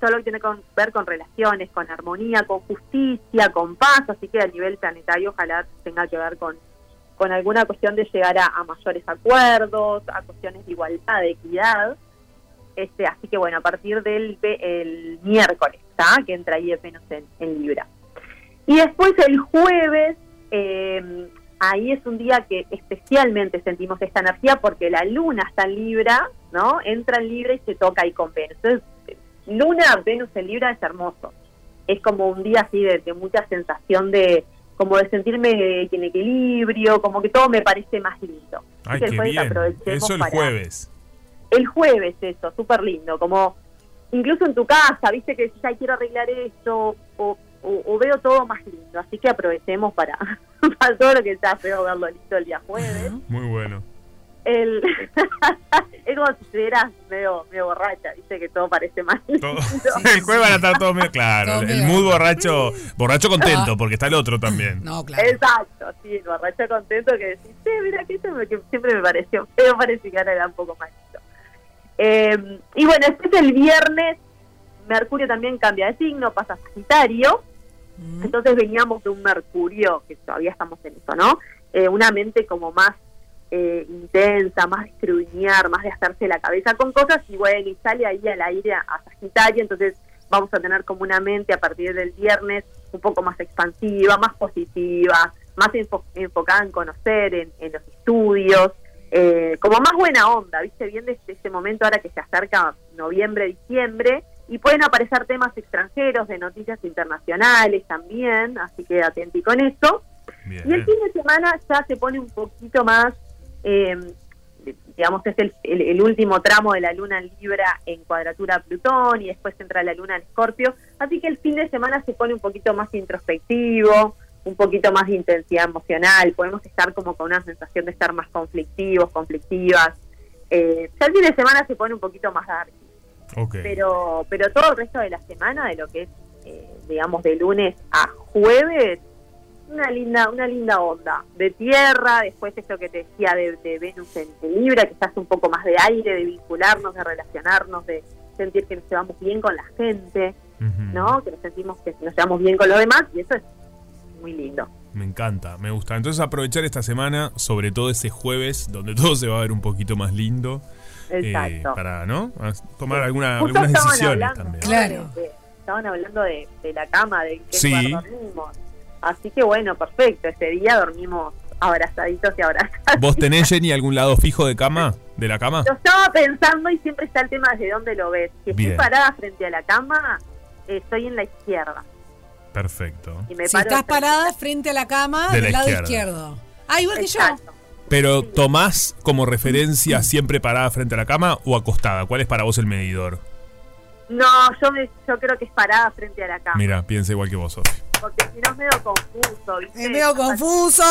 [SPEAKER 19] todo lo que tiene que ver con relaciones, con armonía, con justicia, con paz, así que a nivel planetario ojalá tenga que ver con, con alguna cuestión de llegar a, a mayores acuerdos, a cuestiones de igualdad, de equidad. Este, así que bueno, a partir del ve- el miércoles, ¿tá? que entra ahí de menos en, en Libra. Y después el jueves, eh, ahí es un día que especialmente sentimos esta energía porque la luna está en Libra, ¿no? Entra en Libra y se toca ahí con Venus. Entonces, luna, Venus en Libra es hermoso. Es como un día así de, de mucha sensación de como de sentirme en equilibrio, como que todo me parece más lindo. Así
[SPEAKER 5] Ay,
[SPEAKER 19] que el
[SPEAKER 5] qué
[SPEAKER 19] jueves
[SPEAKER 5] bien.
[SPEAKER 19] aprovechemos
[SPEAKER 5] Eso el
[SPEAKER 19] para-
[SPEAKER 5] jueves.
[SPEAKER 19] el jueves eso, súper lindo, como incluso en tu casa, viste que decís, ay, quiero arreglar esto, o, o- o veo todo más lindo, así que aprovechemos para, para todo lo que está feo verlo lindo el día jueves.
[SPEAKER 5] Muy bueno.
[SPEAKER 19] El, es como si estuvieras medio, medio borracha, viste que todo parece más lindo.
[SPEAKER 5] el jueves van a estar todos medio. Claro,
[SPEAKER 19] Todos
[SPEAKER 5] el
[SPEAKER 19] medio.
[SPEAKER 5] mood borracho, borracho contento, porque está el otro también.
[SPEAKER 19] Exacto, sí, el borracho contento que decís, sí, mira, que, eso me- que siempre me pareció feo, parece que ahora era un poco más lindo. Eh, y bueno, después el viernes, Mercurio también cambia de signo, pasa a Sagitario, entonces veníamos de un Mercurio, que todavía estamos en eso, ¿no? Eh, una mente como más eh, intensa, más de escruñar, más de hacerse la cabeza con cosas, y bueno, y sale ahí al aire a, a Sagitario, entonces vamos a tener como una mente a partir del viernes un poco más expansiva, más positiva, más enfo- enfocada en conocer, en, en los estudios, eh, como más buena onda, ¿viste? Bien desde este momento ahora que se acerca noviembre, diciembre, y pueden aparecer temas extranjeros de noticias internacionales también, así que atenti con eso. Y
[SPEAKER 5] eh.
[SPEAKER 19] el fin de semana ya se pone un poquito más, eh, digamos, es el, el- el último tramo de la luna en Libra en cuadratura a Plutón y después entra la luna en Escorpio. Así que el fin de semana se pone un poquito más introspectivo, un poquito más de intensidad emocional. Podemos estar como con una sensación de estar más conflictivos, conflictivas. Eh, ya el fin de semana se pone un poquito más dark
[SPEAKER 5] Ok.
[SPEAKER 19] pero pero todo el resto de la semana de lo que es eh, digamos de lunes a jueves una linda una linda onda de tierra después esto que te decía de, de Venus en, en Libra que estás un poco más de aire de vincularnos de relacionarnos de sentir que nos llevamos bien con la gente
[SPEAKER 5] Mm.
[SPEAKER 19] no que nos sentimos que nos llevamos bien con los demás y eso es muy lindo
[SPEAKER 5] Me encanta, me gusta. Entonces aprovechar esta semana, sobre todo ese jueves, donde todo se va a ver un poquito más lindo. eh,
[SPEAKER 19] Exacto.
[SPEAKER 5] para, ¿no? A tomar alguna-
[SPEAKER 19] Justo
[SPEAKER 5] Ah, algunas
[SPEAKER 19] estaban
[SPEAKER 5] decisiones
[SPEAKER 19] hablando,
[SPEAKER 5] también.
[SPEAKER 19] ¿no? De- de- estaban hablando de, de la cama, de que
[SPEAKER 5] Sí.
[SPEAKER 19] dormimos. Así que bueno, perfecto. Ese día dormimos abrazaditos y abrazados.
[SPEAKER 5] ¿Vos tenés, Jenny, algún lado fijo de cama? ¿De la cama?
[SPEAKER 19] Lo estaba pensando y siempre está el tema desde dónde lo ves. Si estoy
[SPEAKER 5] Bien.
[SPEAKER 19] parada frente a la cama, eh, estoy en la izquierda.
[SPEAKER 5] Perfecto.
[SPEAKER 19] Y me
[SPEAKER 4] Si
[SPEAKER 19] paro
[SPEAKER 4] estás
[SPEAKER 19] frente-
[SPEAKER 4] parada frente a la cama
[SPEAKER 5] De la
[SPEAKER 4] del lado
[SPEAKER 5] izquierda.
[SPEAKER 4] izquierdo. Ah, igual que yo.
[SPEAKER 5] Pero tomás como referencia siempre parada frente a la cama o acostada. ¿Cuál es para vos el medidor?
[SPEAKER 19] No, yo, me- yo creo que es parada frente a la cama.
[SPEAKER 5] Mira, piensa igual que vos, Sofi.
[SPEAKER 19] Porque si no es medio confuso, ¿viste?
[SPEAKER 4] Es medio confuso,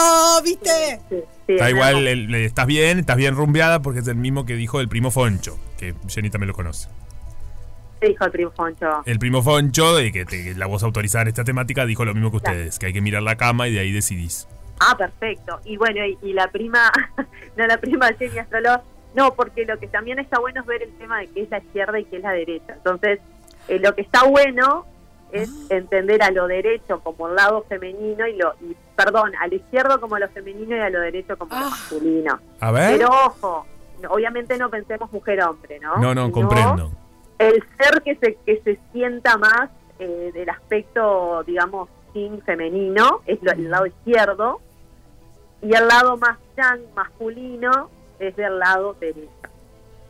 [SPEAKER 4] ¿viste?
[SPEAKER 5] Está igual, el- el- estás bien, estás bien rumbeada porque es el mismo que dijo el primo Foncho, que Jenny también lo conoce.
[SPEAKER 19] Te dijo el primo Foncho.
[SPEAKER 5] El primo Foncho, de que, te- que la voz autorizada en esta temática, dijo lo mismo que ustedes, que hay que mirar la cama y de ahí decidís.
[SPEAKER 19] Ah, perfecto. Y bueno, y, y la prima, no la prima Jenny Astrolog, no, porque lo que también está bueno es ver el tema de qué es la izquierda y qué es la derecha. Entonces, eh, lo que está bueno es entender a lo derecho como el lado femenino y lo, y, perdón, a lo izquierdo como lo femenino y a lo derecho como lo masculino.
[SPEAKER 5] A ver.
[SPEAKER 19] Pero ojo, no- obviamente no pensemos mujer-hombre, ¿no?
[SPEAKER 5] No, no,
[SPEAKER 19] Sino
[SPEAKER 5] comprendo.
[SPEAKER 19] El ser que se, que se sienta más eh, del aspecto, digamos, sin femenino, es lo- el lado izquierdo, y el lado más yang, masculino, es del lado derecho.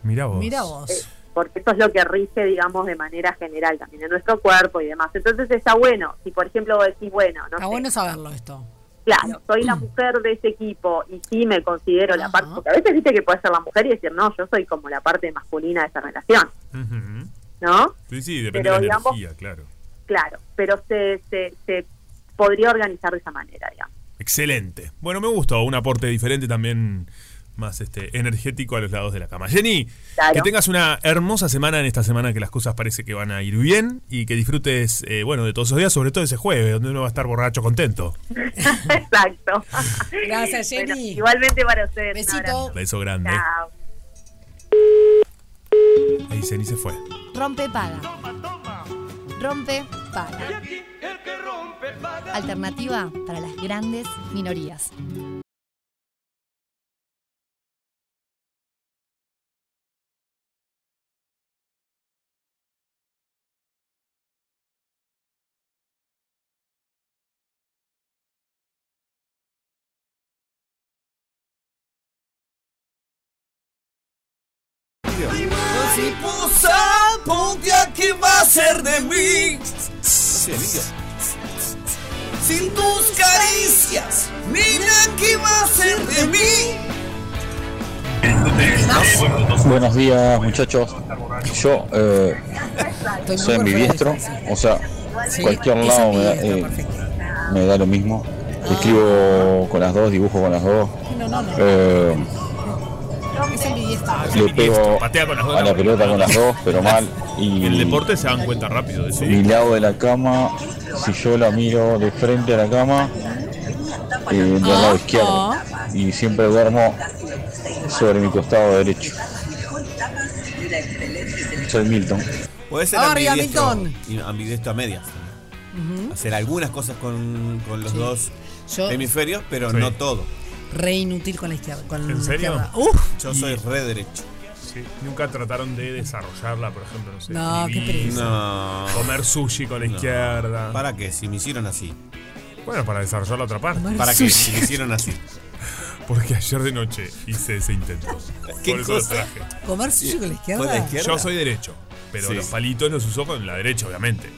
[SPEAKER 5] Mira vos.
[SPEAKER 19] Eh, porque eso es lo que rige, digamos, de manera general también en nuestro cuerpo y demás. Entonces está bueno, si por ejemplo vos decís, bueno, no
[SPEAKER 4] Está
[SPEAKER 19] sé,
[SPEAKER 4] bueno saberlo esto.
[SPEAKER 19] Claro, soy la mujer de ese equipo y sí me considero la parte, porque a veces viste que puede ser la mujer y decir, no, yo soy como la parte masculina de esa relación,
[SPEAKER 5] Ujú.
[SPEAKER 19] ¿no?
[SPEAKER 5] Sí, sí, depende
[SPEAKER 19] Pero,
[SPEAKER 5] de la
[SPEAKER 19] digamos-
[SPEAKER 5] energía, claro.
[SPEAKER 19] Claro, pero se, se, se podría organizar de esa manera, digamos.
[SPEAKER 5] Excelente. Bueno, me gustó. Un aporte diferente también más este energético a los lados de la cama. Jenny,
[SPEAKER 19] Claro.
[SPEAKER 5] que tengas una hermosa semana en esta semana que las cosas parece que van a ir bien y que disfrutes, eh, bueno, de todos esos días, sobre todo ese jueves, donde uno va a estar borracho contento.
[SPEAKER 19] Exacto.
[SPEAKER 4] Gracias, Jenny.
[SPEAKER 19] Bueno, igualmente para ustedes.
[SPEAKER 4] Besito.
[SPEAKER 5] Beso grande. Ahí Jenny se fue.
[SPEAKER 1] Rompe paga. Rompe, para. Alternativa para las grandes minorías.
[SPEAKER 3] Si pulsa, ponte a qué va a ser de mí. Sin tus caricias, mira qué va a ser de mí.
[SPEAKER 2] Ah,
[SPEAKER 20] Buenos días muchachos. Yo eh, soy ambidiestro, o sea,
[SPEAKER 4] Sí,
[SPEAKER 20] cualquier
[SPEAKER 4] es
[SPEAKER 20] lado me da,
[SPEAKER 4] ambidiestro,
[SPEAKER 20] eh, me da lo mismo. Escribo con las dos, dibujo con las dos.
[SPEAKER 4] Ah. No, no, no.
[SPEAKER 20] eh,
[SPEAKER 4] Es ambidiestro.
[SPEAKER 20] le pego a la pelota con las dos, pero mal. Y
[SPEAKER 5] En el deporte se dan cuenta rápido de eso.
[SPEAKER 20] mi lado de la cama, si yo la miro de frente a la cama, eh, del lado izquierdo.
[SPEAKER 4] Ah.
[SPEAKER 20] Y siempre duermo sobre mi costado derecho. Soy Milton.
[SPEAKER 6] Puede ser
[SPEAKER 4] Arriba,
[SPEAKER 6] ambidiestro,
[SPEAKER 4] Milton.
[SPEAKER 6] y ambidiestro a medias.
[SPEAKER 4] Ujú.
[SPEAKER 6] Hacer algunas cosas con, con los dos
[SPEAKER 4] Yo-
[SPEAKER 6] hemisferios, pero no todo.
[SPEAKER 4] Re inútil con la izquierda. Con
[SPEAKER 5] ¿En
[SPEAKER 4] la
[SPEAKER 5] serio?
[SPEAKER 4] izquierda. Uf.
[SPEAKER 6] Yo soy re derecho.
[SPEAKER 5] Sí. Nunca trataron de desarrollarla, por ejemplo, no sé.
[SPEAKER 4] No, Ah, qué
[SPEAKER 5] escribir,
[SPEAKER 4] pereza.
[SPEAKER 6] No.
[SPEAKER 5] Comer sushi con la
[SPEAKER 6] No.
[SPEAKER 5] izquierda.
[SPEAKER 6] ¿Para qué? Si me hicieron así.
[SPEAKER 5] Bueno, para desarrollar la otra parte.
[SPEAKER 6] Comer ¿Para qué? sushi. Si me hicieron así.
[SPEAKER 5] Porque ayer de noche hice ese intento.
[SPEAKER 6] ¿Qué
[SPEAKER 5] por eso lo
[SPEAKER 6] cosa?
[SPEAKER 5] traje.
[SPEAKER 4] ¿Comer sushi con la izquierda?
[SPEAKER 6] ¿Con la izquierda?
[SPEAKER 5] Yo soy derecho, pero
[SPEAKER 6] Sí.
[SPEAKER 5] los palitos los usó con la derecha, obviamente.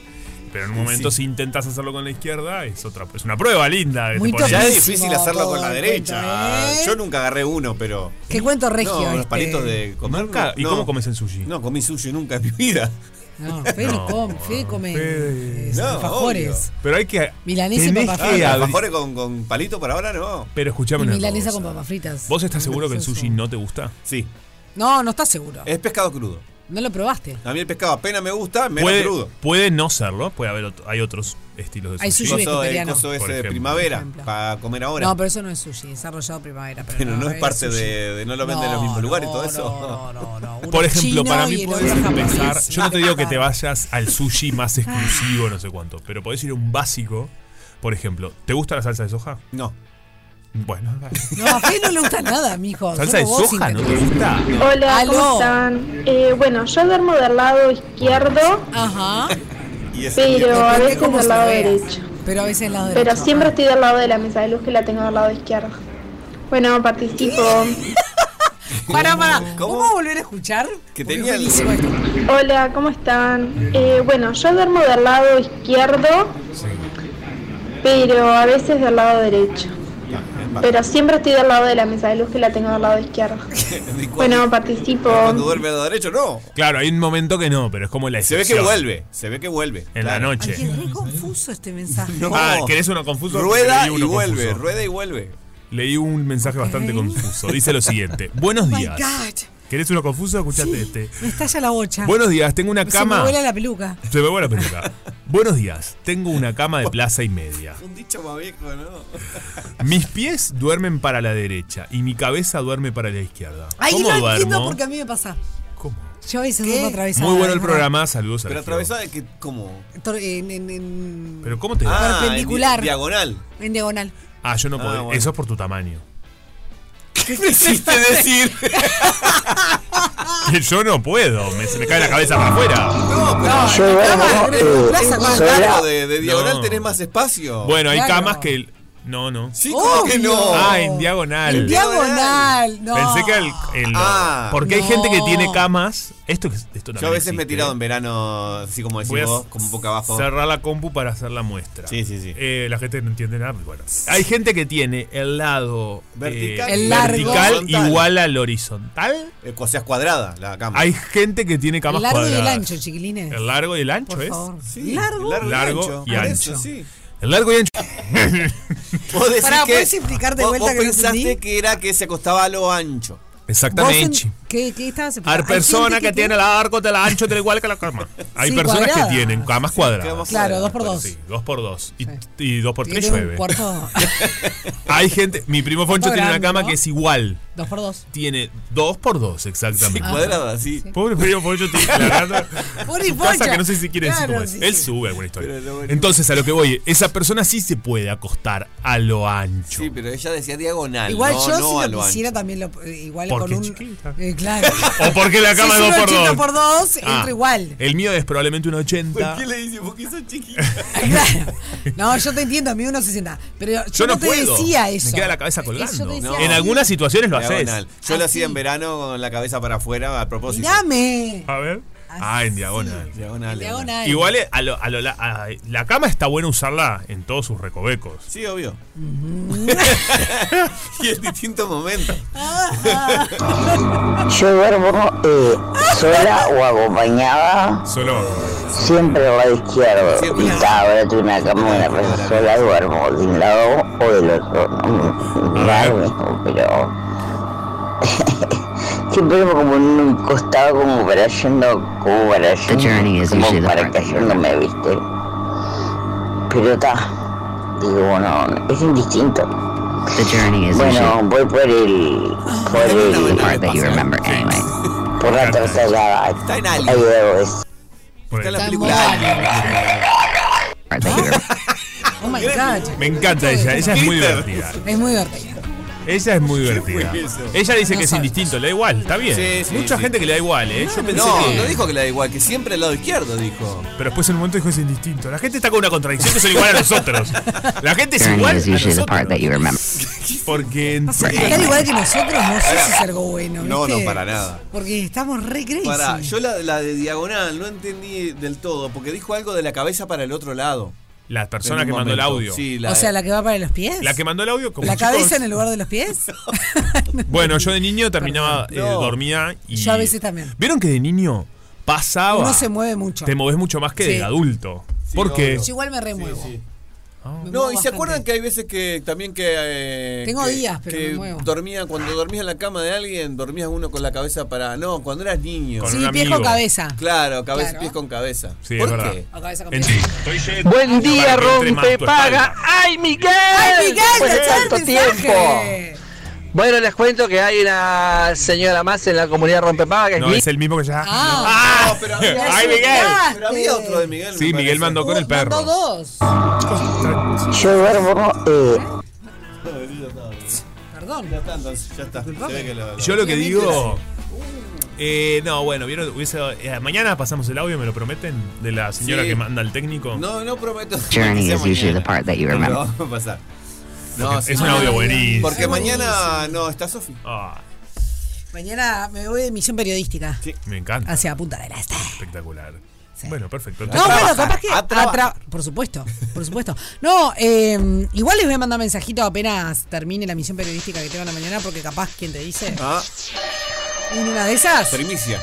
[SPEAKER 5] Pero en un momento
[SPEAKER 6] Sí.
[SPEAKER 5] si intentas hacerlo con la izquierda, es otra es una prueba linda. que te
[SPEAKER 4] Muy
[SPEAKER 5] pones.
[SPEAKER 6] Ya es difícil hacerlo con la derecha.
[SPEAKER 4] cuenta, ¿eh?
[SPEAKER 6] Yo nunca agarré uno, pero.
[SPEAKER 4] ¿Qué cuento regio?
[SPEAKER 6] No, los
[SPEAKER 4] este?
[SPEAKER 6] palitos de comer.
[SPEAKER 5] Nunca. ¿Y cómo comes el sushi?
[SPEAKER 6] No, comí sushi nunca en mi vida.
[SPEAKER 4] No, Fede no come, Fede come eh,
[SPEAKER 6] No,
[SPEAKER 4] alfajores.
[SPEAKER 6] obvio.
[SPEAKER 5] Pero hay que.
[SPEAKER 4] Milanesa y
[SPEAKER 5] tenés
[SPEAKER 4] papas
[SPEAKER 5] que
[SPEAKER 4] fritas.
[SPEAKER 5] abrir-
[SPEAKER 6] Ah, Alfajores con, con palito por ahora no.
[SPEAKER 5] Pero
[SPEAKER 4] Y
[SPEAKER 5] escuchame una
[SPEAKER 4] milanesa
[SPEAKER 5] cosa.
[SPEAKER 4] con papas fritas.
[SPEAKER 5] ¿Vos estás seguro que el sushi no te gusta?
[SPEAKER 6] Sí.
[SPEAKER 4] No, no estás seguro.
[SPEAKER 6] Es pescado crudo.
[SPEAKER 4] No lo probaste.
[SPEAKER 6] A mí el pescado apenas me gusta, menos
[SPEAKER 5] Puede,
[SPEAKER 6] crudo.
[SPEAKER 5] puede no serlo, puede haber otro- hay otros estilos de sushi.
[SPEAKER 4] Hay sushi
[SPEAKER 6] Coso- el
[SPEAKER 4] vegetariano.
[SPEAKER 6] coso
[SPEAKER 5] Por
[SPEAKER 6] ese de
[SPEAKER 5] ejemplo.
[SPEAKER 6] primavera,
[SPEAKER 5] Por
[SPEAKER 6] para comer ahora.
[SPEAKER 4] No, pero eso no es sushi, es arrollado primavera. Pero,
[SPEAKER 6] Pero no es parte
[SPEAKER 4] sushi.
[SPEAKER 6] de, de no lo venden en los mismos lugares, todo eso.
[SPEAKER 5] Por ejemplo,
[SPEAKER 4] chino
[SPEAKER 5] para
[SPEAKER 4] y
[SPEAKER 5] mí
[SPEAKER 4] el
[SPEAKER 5] puedes
[SPEAKER 4] otro japonés.
[SPEAKER 5] empezar. Yo no te digo que te vayas al sushi
[SPEAKER 4] Ah.
[SPEAKER 5] más exclusivo, no sé cuánto, pero podés ir a un básico. Por ejemplo, ¿te gusta la salsa de soja?
[SPEAKER 6] No.
[SPEAKER 5] Bueno,
[SPEAKER 4] No, a Fede no le gusta nada, mijo.
[SPEAKER 5] salsa de
[SPEAKER 4] Solo vos
[SPEAKER 5] soja, ¿no te
[SPEAKER 4] increíble.
[SPEAKER 5] gusta?
[SPEAKER 21] Hola,
[SPEAKER 4] Aló.
[SPEAKER 21] ¿cómo están? Eh, bueno, yo duermo del lado izquierdo,
[SPEAKER 4] Ajá.
[SPEAKER 21] pero a
[SPEAKER 4] Depende
[SPEAKER 21] veces
[SPEAKER 4] ¿Ah? cómo
[SPEAKER 21] del
[SPEAKER 4] se
[SPEAKER 21] lado
[SPEAKER 4] lo veas.
[SPEAKER 21] derecho.
[SPEAKER 4] Pero a veces del lado derecho.
[SPEAKER 21] Pero siempre estoy del lado de la mesa de luz que la tengo del lado izquierdo. Bueno, participo.
[SPEAKER 4] Para, para. ¿Cómo volver a escuchar? Porque
[SPEAKER 6] Que
[SPEAKER 4] es
[SPEAKER 6] tenía el-
[SPEAKER 4] buenísimo esto.
[SPEAKER 21] Hola, ¿cómo están? Eh, bueno, yo duermo del lado izquierdo, pero a veces del lado derecho. Pero siempre estoy del lado de la mesa de luz que la tengo del lado izquierdo. Bueno, participo.
[SPEAKER 6] Cuando duerme al lado derecho, no.
[SPEAKER 5] Claro, hay un momento que no, pero es como la
[SPEAKER 6] Se ve que
[SPEAKER 5] excepción.
[SPEAKER 6] vuelve, se ve que vuelve.
[SPEAKER 5] En la noche.
[SPEAKER 4] Ay, qué re confuso este mensaje.
[SPEAKER 5] Ah, ¿querés uno confuso?
[SPEAKER 6] Rueda
[SPEAKER 5] Leí
[SPEAKER 6] y
[SPEAKER 5] uno
[SPEAKER 6] vuelve,
[SPEAKER 5] confuso.
[SPEAKER 6] rueda y vuelve.
[SPEAKER 5] Leí un mensaje bastante confuso. Dice lo siguiente: Buenos
[SPEAKER 4] my
[SPEAKER 5] días.
[SPEAKER 4] God.
[SPEAKER 5] ¿Querés uno confuso? Escuchate este.
[SPEAKER 4] Me estalla la bocha.
[SPEAKER 5] Buenos días, tengo una
[SPEAKER 4] Se me
[SPEAKER 5] cama.
[SPEAKER 4] vuela la peluca.
[SPEAKER 5] Se me vuela la peluca. Buenos días, tengo una cama de plaza y media.
[SPEAKER 6] Un dicho más viejo, ¿no?
[SPEAKER 5] Mis pies duermen para la derecha y mi cabeza duerme para la izquierda.
[SPEAKER 4] Ahí
[SPEAKER 5] ¿Cómo
[SPEAKER 4] no entiendo
[SPEAKER 5] duermo?
[SPEAKER 4] porque a mí me pasa.
[SPEAKER 5] ¿Cómo?
[SPEAKER 4] Yo a veces duermo atravesada.
[SPEAKER 5] Muy bueno el
[SPEAKER 4] ¿no?
[SPEAKER 5] programa, saludos a
[SPEAKER 6] Pero atravesada de que, ¿cómo?
[SPEAKER 4] Tor- En, en- en-
[SPEAKER 5] Pero ¿cómo te
[SPEAKER 6] Ah,
[SPEAKER 4] Perpendicular.
[SPEAKER 6] en di- diagonal.
[SPEAKER 4] en diagonal.
[SPEAKER 5] Ah, yo no puedo.
[SPEAKER 6] bueno.
[SPEAKER 5] Eso es por tu tamaño.
[SPEAKER 6] ¿Qué quisiste decir?
[SPEAKER 5] Que yo no puedo. Me, se me cae la cabeza para afuera.
[SPEAKER 11] Yo duermo, eh, sobre-
[SPEAKER 6] Claro, de, de diagonal
[SPEAKER 5] No.
[SPEAKER 6] tenés más espacio.
[SPEAKER 5] Bueno, hay
[SPEAKER 6] Claro.
[SPEAKER 5] camas que. No, no.
[SPEAKER 6] Sí, ¿cómo que no?
[SPEAKER 4] Obvio.
[SPEAKER 5] Ah, en diagonal.
[SPEAKER 4] En diagonal. No.
[SPEAKER 5] Pensé que el. el-
[SPEAKER 6] Ah.
[SPEAKER 5] porque hay
[SPEAKER 4] No.
[SPEAKER 5] gente que tiene camas. Esto, esto
[SPEAKER 6] Yo a
[SPEAKER 5] también
[SPEAKER 6] veces me he
[SPEAKER 5] existe.
[SPEAKER 6] tirado en verano, así como decís
[SPEAKER 5] Voy a
[SPEAKER 6] vos, como boca abajo.
[SPEAKER 5] Cerrar la compu para hacer la muestra.
[SPEAKER 6] Sí, sí, sí.
[SPEAKER 5] Eh, la gente no entiende nada, pero bueno. Hay gente que tiene el lado eh,
[SPEAKER 6] Vertical.
[SPEAKER 4] El largo.
[SPEAKER 5] vertical
[SPEAKER 6] Horizontal.
[SPEAKER 5] igual al horizontal.
[SPEAKER 6] Eh, o sea, es cuadrada la cama.
[SPEAKER 5] Hay gente que tiene camas
[SPEAKER 4] el largo y el
[SPEAKER 5] cuadradas.
[SPEAKER 4] ancho, chiquilines.
[SPEAKER 5] El largo y el ancho
[SPEAKER 4] Por
[SPEAKER 5] es.
[SPEAKER 4] favor.
[SPEAKER 6] Sí,
[SPEAKER 4] largo.
[SPEAKER 6] el
[SPEAKER 5] Largo y
[SPEAKER 6] Por
[SPEAKER 5] ancho.
[SPEAKER 6] eso, sí.
[SPEAKER 5] El largo y ancho.
[SPEAKER 6] Vos decís
[SPEAKER 4] Pará,
[SPEAKER 6] que
[SPEAKER 4] ¿puedes explicar de
[SPEAKER 6] vos-
[SPEAKER 4] vuelta
[SPEAKER 6] vos
[SPEAKER 4] que no
[SPEAKER 6] pensaste
[SPEAKER 4] entendí?
[SPEAKER 6] que era que se acostaba a lo ancho.
[SPEAKER 4] Vos en-
[SPEAKER 5] Exactamente.
[SPEAKER 4] que ¿Qué, qué estabas
[SPEAKER 5] Hay personas que, tienen la arco, te la ancho, te la igual que la cama. Hay personas
[SPEAKER 4] cuadrada.
[SPEAKER 5] que tienen camas cuadradas.
[SPEAKER 4] Claro, dos por dos.
[SPEAKER 5] Sí, dos por dos. Y, y dos por tres
[SPEAKER 4] Tiene un
[SPEAKER 5] llueve.
[SPEAKER 4] cuarto-
[SPEAKER 5] Hay gente. Mi primo Foncho tiene una
[SPEAKER 4] grande,
[SPEAKER 5] cama
[SPEAKER 4] ¿no?
[SPEAKER 5] que es igual.
[SPEAKER 4] dos por dos.
[SPEAKER 5] Tiene dos por dos, exactamente.
[SPEAKER 4] Sí, cuadrada,
[SPEAKER 5] sí. Pobre primo Poncho tiene la gata.
[SPEAKER 4] Pobre
[SPEAKER 5] su casa
[SPEAKER 4] Poncho.
[SPEAKER 5] que no sé si quiere decir
[SPEAKER 4] Claro,
[SPEAKER 5] cómo es.
[SPEAKER 4] sí,
[SPEAKER 5] Él sube alguna historia. Entonces, a lo que voy, esa persona sí se puede acostar a lo ancho.
[SPEAKER 6] Sí, pero ella decía diagonal.
[SPEAKER 4] Igual
[SPEAKER 6] no,
[SPEAKER 4] yo
[SPEAKER 6] no a
[SPEAKER 4] si
[SPEAKER 6] lo
[SPEAKER 4] lo
[SPEAKER 6] ancho.
[SPEAKER 4] quisiera también lo eh, igual
[SPEAKER 5] Porque
[SPEAKER 4] con un
[SPEAKER 5] es
[SPEAKER 4] eh, claro.
[SPEAKER 5] O porque la cama
[SPEAKER 4] Si
[SPEAKER 5] es
[SPEAKER 4] es
[SPEAKER 5] 2 por
[SPEAKER 4] un 80 por
[SPEAKER 5] Ah. 2.
[SPEAKER 4] dos, entro igual.
[SPEAKER 5] El mío es probablemente un
[SPEAKER 6] ¿Por
[SPEAKER 5] 80.
[SPEAKER 6] qué le dice? Porque sos chiquita.
[SPEAKER 4] No, yo te entiendo, a mí uno se sienta. Pero yo,
[SPEAKER 5] Yo
[SPEAKER 4] no,
[SPEAKER 5] no,
[SPEAKER 4] te
[SPEAKER 5] puedo.
[SPEAKER 4] decía eso.
[SPEAKER 5] Me queda la cabeza
[SPEAKER 4] Yo te
[SPEAKER 5] colgando.
[SPEAKER 4] decía,
[SPEAKER 5] en algunas situaciones lo haces.
[SPEAKER 6] Diagonal. Yo lo hacía en verano con la cabeza para afuera a propósito.
[SPEAKER 4] Dame.
[SPEAKER 5] A ver. Ah, en diagonal.
[SPEAKER 6] Diagonal.
[SPEAKER 4] Diagonal.
[SPEAKER 5] Igual eh, a lo- a lo- la- a- la cama está buena usarla en todos sus recovecos.
[SPEAKER 6] Sí, obvio. y en distintos momentos.
[SPEAKER 11] Yo duermo eh, sola o acompañada.
[SPEAKER 5] Solo.
[SPEAKER 11] Siempre al lado izquierdo. Y cada vez que una cama una persona sola duermo de un lado o del otro. No me- me da lo mismo, pero. Siempre duermo como en un costado, como para yendo, como para yendo, como para cayéndome, viste. Pero está. Digo, bueno, es indistinto. bueno,
[SPEAKER 14] usually-
[SPEAKER 11] voy por el. por el. Por eh, la tortellada. Ahí debo decir.
[SPEAKER 5] Está
[SPEAKER 6] la película.
[SPEAKER 4] Oh my God.
[SPEAKER 5] Me encanta ella, ella es muy divertida.
[SPEAKER 4] Es muy divertido.
[SPEAKER 5] Ella es muy divertida.
[SPEAKER 6] fue eso?
[SPEAKER 5] Ella dice
[SPEAKER 6] No
[SPEAKER 5] que es
[SPEAKER 6] sabe.
[SPEAKER 5] indistinto, le da igual, está bien.
[SPEAKER 6] Sí, sí,
[SPEAKER 5] Mucha
[SPEAKER 6] sí.
[SPEAKER 5] gente que le da igual, ¿eh? Yo pensé
[SPEAKER 6] No,
[SPEAKER 5] que-
[SPEAKER 6] no dijo que la da igual, que siempre al lado izquierdo dijo.
[SPEAKER 5] Pero después en un momento dijo es indistinto. La gente está con una contradicción que son igual a nosotros. La gente es igual a nosotros. Porque en sí-
[SPEAKER 4] Estar igual que nosotros no sé si es algo bueno.
[SPEAKER 6] No,
[SPEAKER 4] ¿viste?
[SPEAKER 6] no, para nada.
[SPEAKER 4] Porque estamos re crazy.
[SPEAKER 6] Pará, yo la, la de diagonal no entendí del todo, porque dijo algo de la cabeza para el otro lado.
[SPEAKER 5] La persona
[SPEAKER 6] En un
[SPEAKER 5] que mandó el
[SPEAKER 6] momento.
[SPEAKER 5] audio.
[SPEAKER 6] Sí, la,
[SPEAKER 4] o sea, la que va para los pies.
[SPEAKER 5] La que mandó el audio como
[SPEAKER 4] La
[SPEAKER 5] chicos-
[SPEAKER 4] cabeza en el lugar de los pies.
[SPEAKER 5] Bueno, yo de niño terminaba, eh,
[SPEAKER 4] No.
[SPEAKER 5] dormía y.
[SPEAKER 4] Yo a veces también.
[SPEAKER 5] ¿Vieron que de niño pasaba?
[SPEAKER 4] Uno se mueve mucho.
[SPEAKER 5] Ah, Te moves mucho más que
[SPEAKER 4] Sí.
[SPEAKER 5] de adulto. ¿Por qué?
[SPEAKER 4] Yo igual me remuevo. Me
[SPEAKER 6] No,
[SPEAKER 4] muevo
[SPEAKER 6] y se
[SPEAKER 4] bastante.
[SPEAKER 6] acuerdan que hay veces que también que. eh,
[SPEAKER 4] Tengo
[SPEAKER 6] que-
[SPEAKER 4] días, pero
[SPEAKER 6] que
[SPEAKER 4] me muevo.
[SPEAKER 6] dormía, cuando dormías en la cama de alguien, dormías uno con la cabeza para. No, cuando eras niño.
[SPEAKER 4] Con Sí, un pies con amigo. cabeza.
[SPEAKER 6] Claro, cabeza,
[SPEAKER 4] Claro.
[SPEAKER 6] pies con cabeza.
[SPEAKER 5] Sí,
[SPEAKER 6] ¿Por
[SPEAKER 5] es verdad.
[SPEAKER 6] qué?
[SPEAKER 4] O cabeza con
[SPEAKER 5] En
[SPEAKER 4] pies.
[SPEAKER 5] fin.
[SPEAKER 18] Buen día,
[SPEAKER 5] Para que entre más
[SPEAKER 18] rompe,
[SPEAKER 5] tu
[SPEAKER 18] paga.
[SPEAKER 5] espalda.
[SPEAKER 18] ¡Ay, Miguel!
[SPEAKER 4] ¡Ay, Miguel,
[SPEAKER 18] Después de
[SPEAKER 4] te
[SPEAKER 18] tanto
[SPEAKER 4] echaste el
[SPEAKER 18] tiempo! Bueno, les cuento que hay una señora más en la comunidad Rompepaga que es
[SPEAKER 5] No,
[SPEAKER 18] mi-
[SPEAKER 5] es el mismo que ya.
[SPEAKER 4] Ah.
[SPEAKER 6] No, pero
[SPEAKER 5] Ah, ¡Ay, Miguel!
[SPEAKER 6] Pero había otro de Miguel.
[SPEAKER 5] Sí, Miguel mandó con el perro.
[SPEAKER 4] Mandó dos.
[SPEAKER 11] Yo duermo. eh,
[SPEAKER 4] Perdón.
[SPEAKER 6] Ya está, entonces, ya está. Se ve que lo-
[SPEAKER 5] Yo lo que
[SPEAKER 6] Obviamente
[SPEAKER 5] digo. eh, no, bueno, vieron, hubiese- eh, mañana pasamos el audio, me lo prometen, de la señora
[SPEAKER 6] Sí.
[SPEAKER 5] que manda al técnico.
[SPEAKER 6] No, no prometo.
[SPEAKER 18] Journey
[SPEAKER 6] que
[SPEAKER 18] is
[SPEAKER 6] sea
[SPEAKER 18] usually
[SPEAKER 6] mañana.
[SPEAKER 18] the part that you
[SPEAKER 6] No,
[SPEAKER 18] remember.
[SPEAKER 6] No, va a pasar.
[SPEAKER 5] Porque
[SPEAKER 6] No,
[SPEAKER 5] es un audio buenísimo.
[SPEAKER 6] Porque
[SPEAKER 5] Es
[SPEAKER 6] mañana no está Sofi.
[SPEAKER 5] Ah,
[SPEAKER 4] Mañana me voy de misión periodística.
[SPEAKER 5] me encanta.
[SPEAKER 4] Hacia Punta del Este.
[SPEAKER 5] Espectacular. Bueno, perfecto.
[SPEAKER 4] No,
[SPEAKER 5] Entonces-
[SPEAKER 4] bueno, capaz que. a tra- por supuesto, por supuesto. No, eh, igual les voy a mandar mensajito apenas termine la misión periodística que tengo la mañana, porque capaz quien te dice.
[SPEAKER 6] Ah,
[SPEAKER 4] En una de esas.
[SPEAKER 6] primicia.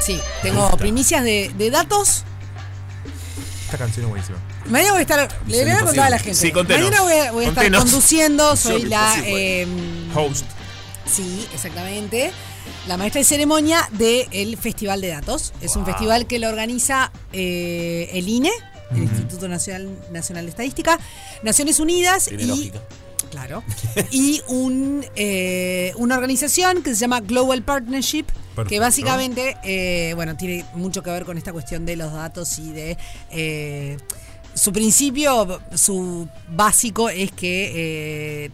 [SPEAKER 4] Sí, tengo primicias de, de datos.
[SPEAKER 5] Esta canción es buenísima.
[SPEAKER 4] Mañana voy a estar. Le voy a
[SPEAKER 5] imposible.
[SPEAKER 4] contar a la gente.
[SPEAKER 5] Sí, contenos.
[SPEAKER 4] Mañana voy a, voy a estar
[SPEAKER 5] Contenos.
[SPEAKER 4] conduciendo. Soy
[SPEAKER 5] Misión
[SPEAKER 4] la.
[SPEAKER 5] imposible.
[SPEAKER 4] eh,
[SPEAKER 5] Host.
[SPEAKER 4] Sí, exactamente. La maestra de ceremonia del Festival de Datos. Es un
[SPEAKER 5] Wow.
[SPEAKER 4] festival que lo organiza eh, el INE, el Instituto Nacional, Nacional de Estadística, Naciones Unidas
[SPEAKER 6] Tiene
[SPEAKER 4] y.
[SPEAKER 6] lógica.
[SPEAKER 4] Claro. y un, eh, una organización que se llama Global Partnership, que
[SPEAKER 5] Perfecto.
[SPEAKER 4] básicamente, eh, bueno, tiene mucho que ver con esta cuestión de los datos y de. eh, su principio, su básico es que eh,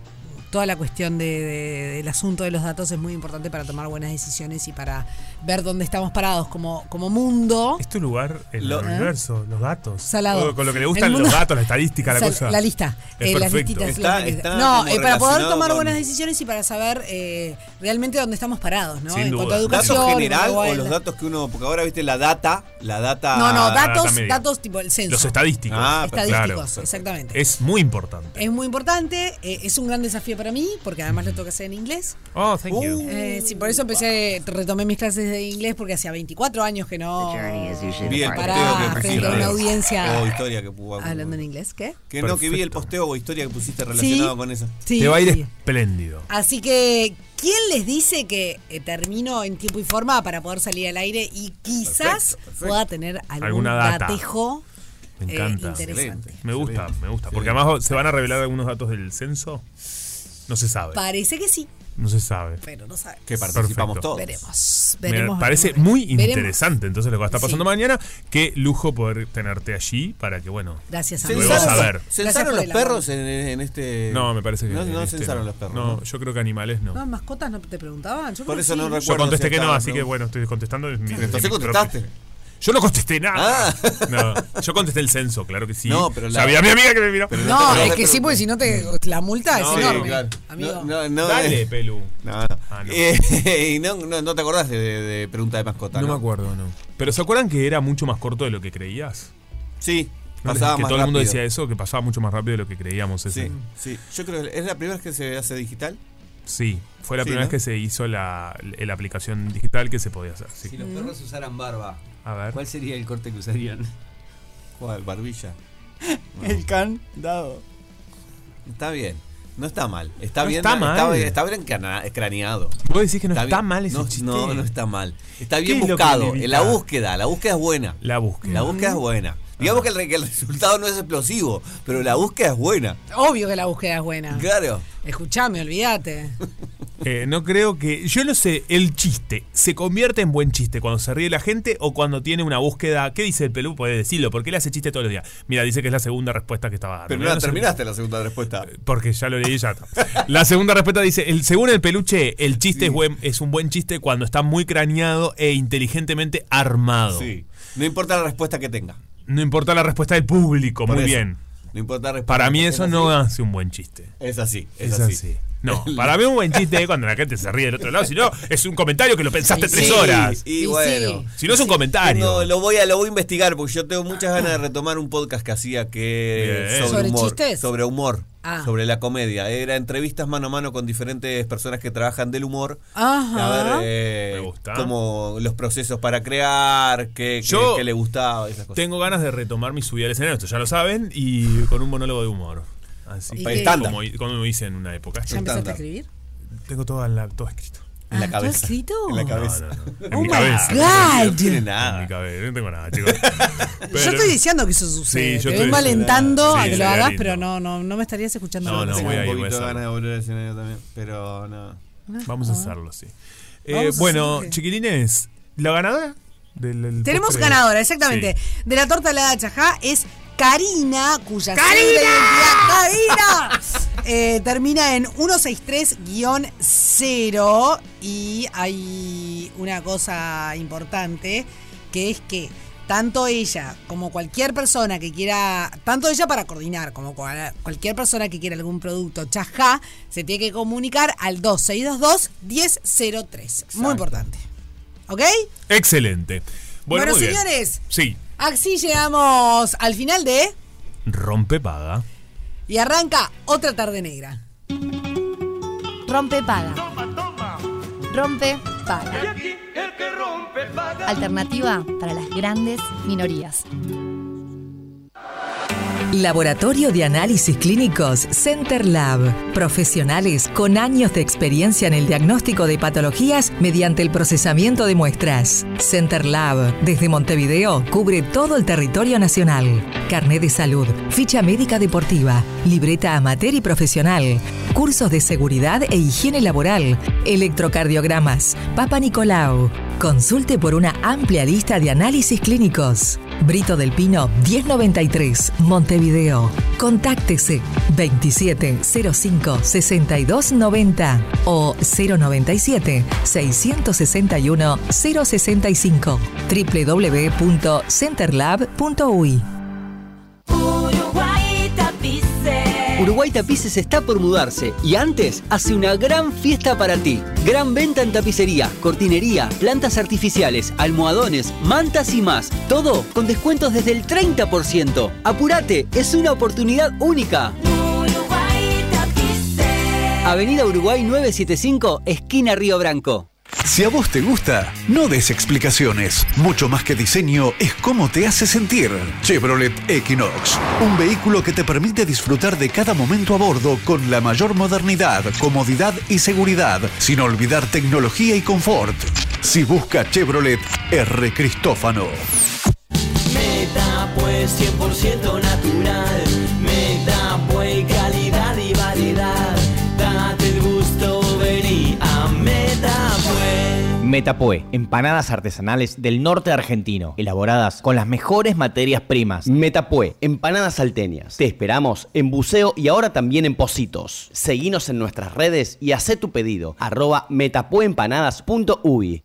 [SPEAKER 4] toda la cuestión de- de- del asunto de los datos es muy importante para tomar buenas decisiones y para ver dónde estamos parados como, como mundo.
[SPEAKER 5] Es tu este lugar en
[SPEAKER 4] Lo-
[SPEAKER 5] el universo, los datos.
[SPEAKER 4] Salado.
[SPEAKER 5] Todo Con lo que le
[SPEAKER 4] El
[SPEAKER 5] gustan
[SPEAKER 4] mundo-
[SPEAKER 5] los datos, la estadística, la
[SPEAKER 4] Sal-
[SPEAKER 5] cosa.
[SPEAKER 4] La lista.
[SPEAKER 5] Es
[SPEAKER 4] eh, las
[SPEAKER 5] perfecto.
[SPEAKER 4] listitas,
[SPEAKER 5] Está-
[SPEAKER 4] las
[SPEAKER 5] está
[SPEAKER 4] listitas. no,
[SPEAKER 5] como
[SPEAKER 4] eh, para poder
[SPEAKER 5] relacionado
[SPEAKER 4] tomar
[SPEAKER 5] con-
[SPEAKER 4] buenas decisiones y para saber eh, realmente dónde estamos parados, ¿no?
[SPEAKER 5] Sin
[SPEAKER 4] en cuanto
[SPEAKER 5] duda.
[SPEAKER 4] a educación.
[SPEAKER 6] ¿Datos general
[SPEAKER 4] en cuanto a-
[SPEAKER 6] o los datos que uno.? Porque ahora viste la data. La data.
[SPEAKER 4] no, no, datos,
[SPEAKER 5] media.
[SPEAKER 4] datos tipo el censo.
[SPEAKER 5] Ah, Los estadísticos.
[SPEAKER 6] Ah,
[SPEAKER 4] Estadísticos, exactamente.
[SPEAKER 5] Es muy importante.
[SPEAKER 4] Es muy importante, eh, es un gran desafío para mí, porque además lo tengo que hacer en inglés.
[SPEAKER 5] Oh, thank you.
[SPEAKER 4] Eh, sí, por eso empecé, retomé mis clases de inglés porque hacía 24 años que no.
[SPEAKER 6] Vi el
[SPEAKER 4] Pará,
[SPEAKER 6] posteo que
[SPEAKER 4] frente
[SPEAKER 6] pusiste.
[SPEAKER 4] a una audiencia.
[SPEAKER 6] O historia que pudo.
[SPEAKER 4] Hablando en inglés, ¿qué?
[SPEAKER 6] Que no, que vi el posteo o historia que pusiste relacionado con eso.
[SPEAKER 4] sí.
[SPEAKER 5] Te va a ir espléndido.
[SPEAKER 4] Así que, ¿quién les dice que eh, termino en tiempo y forma para poder salir al aire y quizás pueda tener algún
[SPEAKER 5] Alguna data.
[SPEAKER 4] datejo?
[SPEAKER 5] Me
[SPEAKER 4] eh,
[SPEAKER 5] encanta.
[SPEAKER 4] interesante.
[SPEAKER 5] Me gusta, me gusta. Porque además se van a revelar algunos datos del censo. No se sabe.
[SPEAKER 4] Parece que sí,
[SPEAKER 5] No se sabe.
[SPEAKER 4] pero no sabemos.
[SPEAKER 5] Que participamos todos.
[SPEAKER 4] Veremos,
[SPEAKER 5] Me
[SPEAKER 4] veremos.
[SPEAKER 5] parece
[SPEAKER 4] veremos.
[SPEAKER 5] muy
[SPEAKER 4] Veremos.
[SPEAKER 5] interesante entonces lo que va a estar pasando
[SPEAKER 4] Sí.
[SPEAKER 5] mañana. Qué lujo poder tenerte allí para que, bueno,
[SPEAKER 4] Gracias,
[SPEAKER 5] luego
[SPEAKER 4] amigo.
[SPEAKER 5] saber.
[SPEAKER 4] Gracias por
[SPEAKER 6] ¿Censaron los
[SPEAKER 4] el amor.
[SPEAKER 6] perros en, en este.?
[SPEAKER 5] No, me parece que.
[SPEAKER 6] No, no
[SPEAKER 5] este,
[SPEAKER 6] censaron los perros.
[SPEAKER 5] No, yo creo que animales no.
[SPEAKER 4] No, mascotas no te preguntaban. Yo
[SPEAKER 6] Por
[SPEAKER 4] creo
[SPEAKER 6] eso
[SPEAKER 4] que
[SPEAKER 6] no
[SPEAKER 4] sí.
[SPEAKER 6] recuerdo
[SPEAKER 5] Yo contesté
[SPEAKER 6] si
[SPEAKER 5] que no,
[SPEAKER 6] estaba,
[SPEAKER 5] así
[SPEAKER 6] ¿no?
[SPEAKER 5] que bueno, estoy contestando. en mi-
[SPEAKER 6] Entonces
[SPEAKER 5] en mi
[SPEAKER 6] contestaste. Ah.
[SPEAKER 5] propio- Yo no contesté nada. No, yo contesté el censo, claro que sí.
[SPEAKER 6] No, pero la-
[SPEAKER 5] Sabía mi amiga que me miró.
[SPEAKER 4] No, es que sí, porque si no te la multa es
[SPEAKER 6] Sí,
[SPEAKER 4] enorme.
[SPEAKER 6] claro.
[SPEAKER 4] Amigo.
[SPEAKER 6] No, no, no,
[SPEAKER 5] Dale,
[SPEAKER 6] eh.
[SPEAKER 5] Pelu. Ah,
[SPEAKER 6] No, no. Eh, y no, no, no te acordás de, de pregunta de mascota.
[SPEAKER 5] No me acuerdo, no. Pero ¿se acuerdan que era mucho más corto de lo que creías?
[SPEAKER 6] Sí.
[SPEAKER 5] ¿No?
[SPEAKER 6] pasaba
[SPEAKER 5] que
[SPEAKER 6] más
[SPEAKER 5] todo el mundo
[SPEAKER 6] rápido.
[SPEAKER 5] decía eso, que pasaba mucho más rápido de lo que creíamos. ese.
[SPEAKER 6] Sí, sí. Yo creo que es la primera vez que se hace digital.
[SPEAKER 5] Sí, fue la
[SPEAKER 6] Sí,
[SPEAKER 5] primera
[SPEAKER 6] ¿no?
[SPEAKER 5] vez que se hizo la, la aplicación digital que se podía hacer. Sí.
[SPEAKER 17] Si los perros usaran barba,
[SPEAKER 5] A ver.
[SPEAKER 17] ¿cuál sería el corte que usarían?
[SPEAKER 6] ¿Cuál? Barbilla.
[SPEAKER 17] El
[SPEAKER 6] candado. Está bien. No está mal. Está
[SPEAKER 5] No
[SPEAKER 6] bien.
[SPEAKER 5] está mal.
[SPEAKER 6] bien- está bien crana- craneado.
[SPEAKER 5] Vos decís que no está,
[SPEAKER 6] bien-
[SPEAKER 5] mal ese
[SPEAKER 6] no,
[SPEAKER 5] chiste.
[SPEAKER 6] No, no está mal. Está
[SPEAKER 5] ¿Qué
[SPEAKER 6] bien
[SPEAKER 5] es lo que
[SPEAKER 6] buscado.
[SPEAKER 5] le
[SPEAKER 6] En la
[SPEAKER 5] evita?
[SPEAKER 6] búsqueda. La búsqueda es buena.
[SPEAKER 5] La búsqueda.
[SPEAKER 6] La búsqueda es buena. Digamos que el, re- que el resultado no es explosivo, pero la búsqueda es buena.
[SPEAKER 4] Obvio que la búsqueda es buena.
[SPEAKER 6] Claro.
[SPEAKER 4] Escuchame, olvídate.
[SPEAKER 5] Eh, no creo que. Yo no sé, el chiste se convierte en buen chiste cuando se ríe la gente o cuando tiene una búsqueda. ¿Qué dice el Pelú? Puede decirlo, porque él hace chiste todos los días. Mira, dice que es la segunda respuesta que estaba dando.
[SPEAKER 6] Pero no
[SPEAKER 5] Yo
[SPEAKER 6] la
[SPEAKER 5] sé-
[SPEAKER 6] terminaste la segunda respuesta.
[SPEAKER 5] Porque ya lo leí ya. está. La segunda respuesta dice, el, según el peluche, el chiste es, buen- es un buen chiste cuando está muy craneado e inteligentemente armado.
[SPEAKER 6] Sí. No importa la respuesta que tenga.
[SPEAKER 5] No importa la respuesta del público,
[SPEAKER 6] Por
[SPEAKER 5] Pues muy
[SPEAKER 6] eso.
[SPEAKER 5] bien.
[SPEAKER 6] No importa la respuesta
[SPEAKER 5] Para mí
[SPEAKER 6] que
[SPEAKER 5] eso
[SPEAKER 6] tenga,
[SPEAKER 5] no
[SPEAKER 6] sí.
[SPEAKER 5] hace un buen chiste.
[SPEAKER 6] Es así, es,
[SPEAKER 5] Es
[SPEAKER 6] así.
[SPEAKER 5] así. No, para mí un buen chiste es cuando la gente se ríe del otro lado, si no, es un comentario que lo pensaste
[SPEAKER 6] Y
[SPEAKER 5] tres
[SPEAKER 6] sí,
[SPEAKER 5] horas.
[SPEAKER 6] y Y bueno. sí.
[SPEAKER 5] Si no es un comentario.
[SPEAKER 6] No, lo voy a lo voy a investigar porque yo tengo muchas ganas de retomar un podcast que hacía que
[SPEAKER 5] Bien.
[SPEAKER 6] sobre,
[SPEAKER 5] ¿Sobre
[SPEAKER 6] humor,
[SPEAKER 5] chistes?
[SPEAKER 6] sobre humor,
[SPEAKER 5] Ah.
[SPEAKER 6] sobre la comedia. Era entrevistas mano a mano con diferentes personas que trabajan del humor.
[SPEAKER 5] Ajá.
[SPEAKER 6] A ver eh, cómo los procesos para crear, qué, qué-
[SPEAKER 5] Yo
[SPEAKER 6] qué le gustaba, esas cosas.
[SPEAKER 5] Tengo ganas de retomar mi subida al escenario, esto ya lo saben, y con un monólogo de humor. Así
[SPEAKER 6] ¿Y
[SPEAKER 5] que-
[SPEAKER 6] qué? Estándar.
[SPEAKER 5] como, como hice en una época.
[SPEAKER 4] ¿Ya empezaste a escribir?
[SPEAKER 5] Tengo todo, en la- todo escrito.
[SPEAKER 6] En la
[SPEAKER 4] Ah, ¿todo
[SPEAKER 6] cabeza.
[SPEAKER 4] escrito?
[SPEAKER 6] En la cabeza.
[SPEAKER 5] No, no, no. En
[SPEAKER 4] Oh
[SPEAKER 5] mi
[SPEAKER 4] my
[SPEAKER 5] cabeza.
[SPEAKER 4] God.
[SPEAKER 6] No tiene nada.
[SPEAKER 5] En mi cabeza, no tengo nada, chicos.
[SPEAKER 4] yo
[SPEAKER 5] Pero-
[SPEAKER 4] estoy diciendo que eso sucede.
[SPEAKER 5] Sí, yo
[SPEAKER 4] te
[SPEAKER 5] estoy
[SPEAKER 4] vengo
[SPEAKER 5] diciendo-
[SPEAKER 4] alentando a que
[SPEAKER 5] Sí,
[SPEAKER 4] lo
[SPEAKER 5] sería
[SPEAKER 4] hagas,
[SPEAKER 5] lindo.
[SPEAKER 4] pero no, no, no me estarías escuchando.
[SPEAKER 5] No, no,
[SPEAKER 6] Tengo
[SPEAKER 5] voy a
[SPEAKER 6] un
[SPEAKER 5] ir, voy a
[SPEAKER 6] poquito de
[SPEAKER 5] hacerlo.
[SPEAKER 6] ganas de volver al escenario también, pero no.
[SPEAKER 5] Vamos a hacerlo, sí. Eh,
[SPEAKER 4] Vamos a
[SPEAKER 5] bueno,
[SPEAKER 4] hacerlo, ¿qué?
[SPEAKER 5] chiquilines, ¿la ganadora? Del, del
[SPEAKER 4] Tenemos
[SPEAKER 5] postre?
[SPEAKER 4] ganadora, exactamente.
[SPEAKER 5] Sí.
[SPEAKER 4] De la torta helada chajá es Karina, cuya ¡Karina! identidad Karina eh, termina en 163-0 y hay una cosa importante que es que tanto ella como cualquier persona que quiera, tanto ella para coordinar como cual- cualquier persona que quiera algún producto chajá, se tiene que comunicar al 2622-1003. Muy importante. ¿Ok?
[SPEAKER 5] Excelente. Bueno,
[SPEAKER 4] Bueno,
[SPEAKER 5] muy bien.
[SPEAKER 4] señores.
[SPEAKER 5] Sí,
[SPEAKER 4] Así llegamos al final de
[SPEAKER 5] rompe paga.
[SPEAKER 4] y arranca otra tarde negra.
[SPEAKER 1] Rompe paga. Rompe paga. Alternativa para las grandes minorías.
[SPEAKER 22] Laboratorio de Análisis Clínicos Center Lab. Profesionales con años de experiencia en el diagnóstico de patologías mediante el procesamiento de muestras. Center Lab, desde Montevideo, cubre todo el territorio nacional. Carné de salud, ficha médica deportiva, libreta amateur y profesional, cursos de seguridad e higiene laboral, electrocardiogramas, Papa Nicolau. Consulte por una amplia lista de análisis clínicos. Brito del Pino 1093, Montevideo. Contáctese 2705 6290 o 097 661 065 www.centerlab.uy.
[SPEAKER 23] Uruguay Tapices está por mudarse y antes hace una gran fiesta para ti. Gran venta en tapicería, cortinería, plantas artificiales, almohadones, mantas y más. Todo con descuentos desde el 30%. Apúrate, es una oportunidad única. Avenida Uruguay 975, esquina Río Branco.
[SPEAKER 2] Si a vos te gusta, no des explicaciones. Mucho más que diseño es cómo te hace sentir. Chevrolet Equinox. Un vehículo que te permite disfrutar de cada momento a bordo con la mayor modernidad, comodidad y seguridad, sin olvidar tecnología y confort. Si busca Chevrolet, R. Cristófano.
[SPEAKER 11] Metapue 100% natural. Metapue calidad y variedad. Date el gusto, vení a pues. Metapue.
[SPEAKER 23] Metapoe, empanadas artesanales del norte argentino, elaboradas con las mejores materias primas. Metapoe, empanadas salteñas. Te esperamos en buceo y ahora también en Positos. Seguinos en nuestras redes y haz tu pedido. Arroba metapoeempanadas.uy.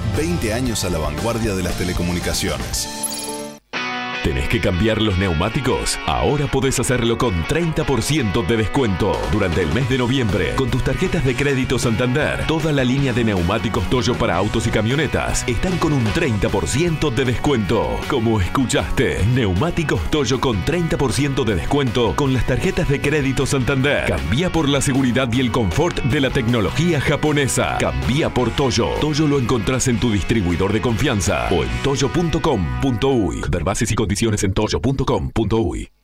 [SPEAKER 2] 20 años a la vanguardia de las telecomunicaciones.
[SPEAKER 8] ¿Tenés que cambiar los neumáticos? Ahora podés hacerlo con 30% de descuento durante el mes de noviembre con tus tarjetas de crédito Santander. Toda la línea de neumáticos Toyo para autos y camionetas están con un 30% de descuento. Como escuchaste, neumáticos Toyo con 30% de descuento con las tarjetas de crédito Santander. Cambia por la seguridad y el confort de la tecnología japonesa. Cambia por Toyo. Toyo lo encontrás en tu distribuidor de confianza o en toyo.com.uy. Ver bases y condiciones en toyo.com.uy.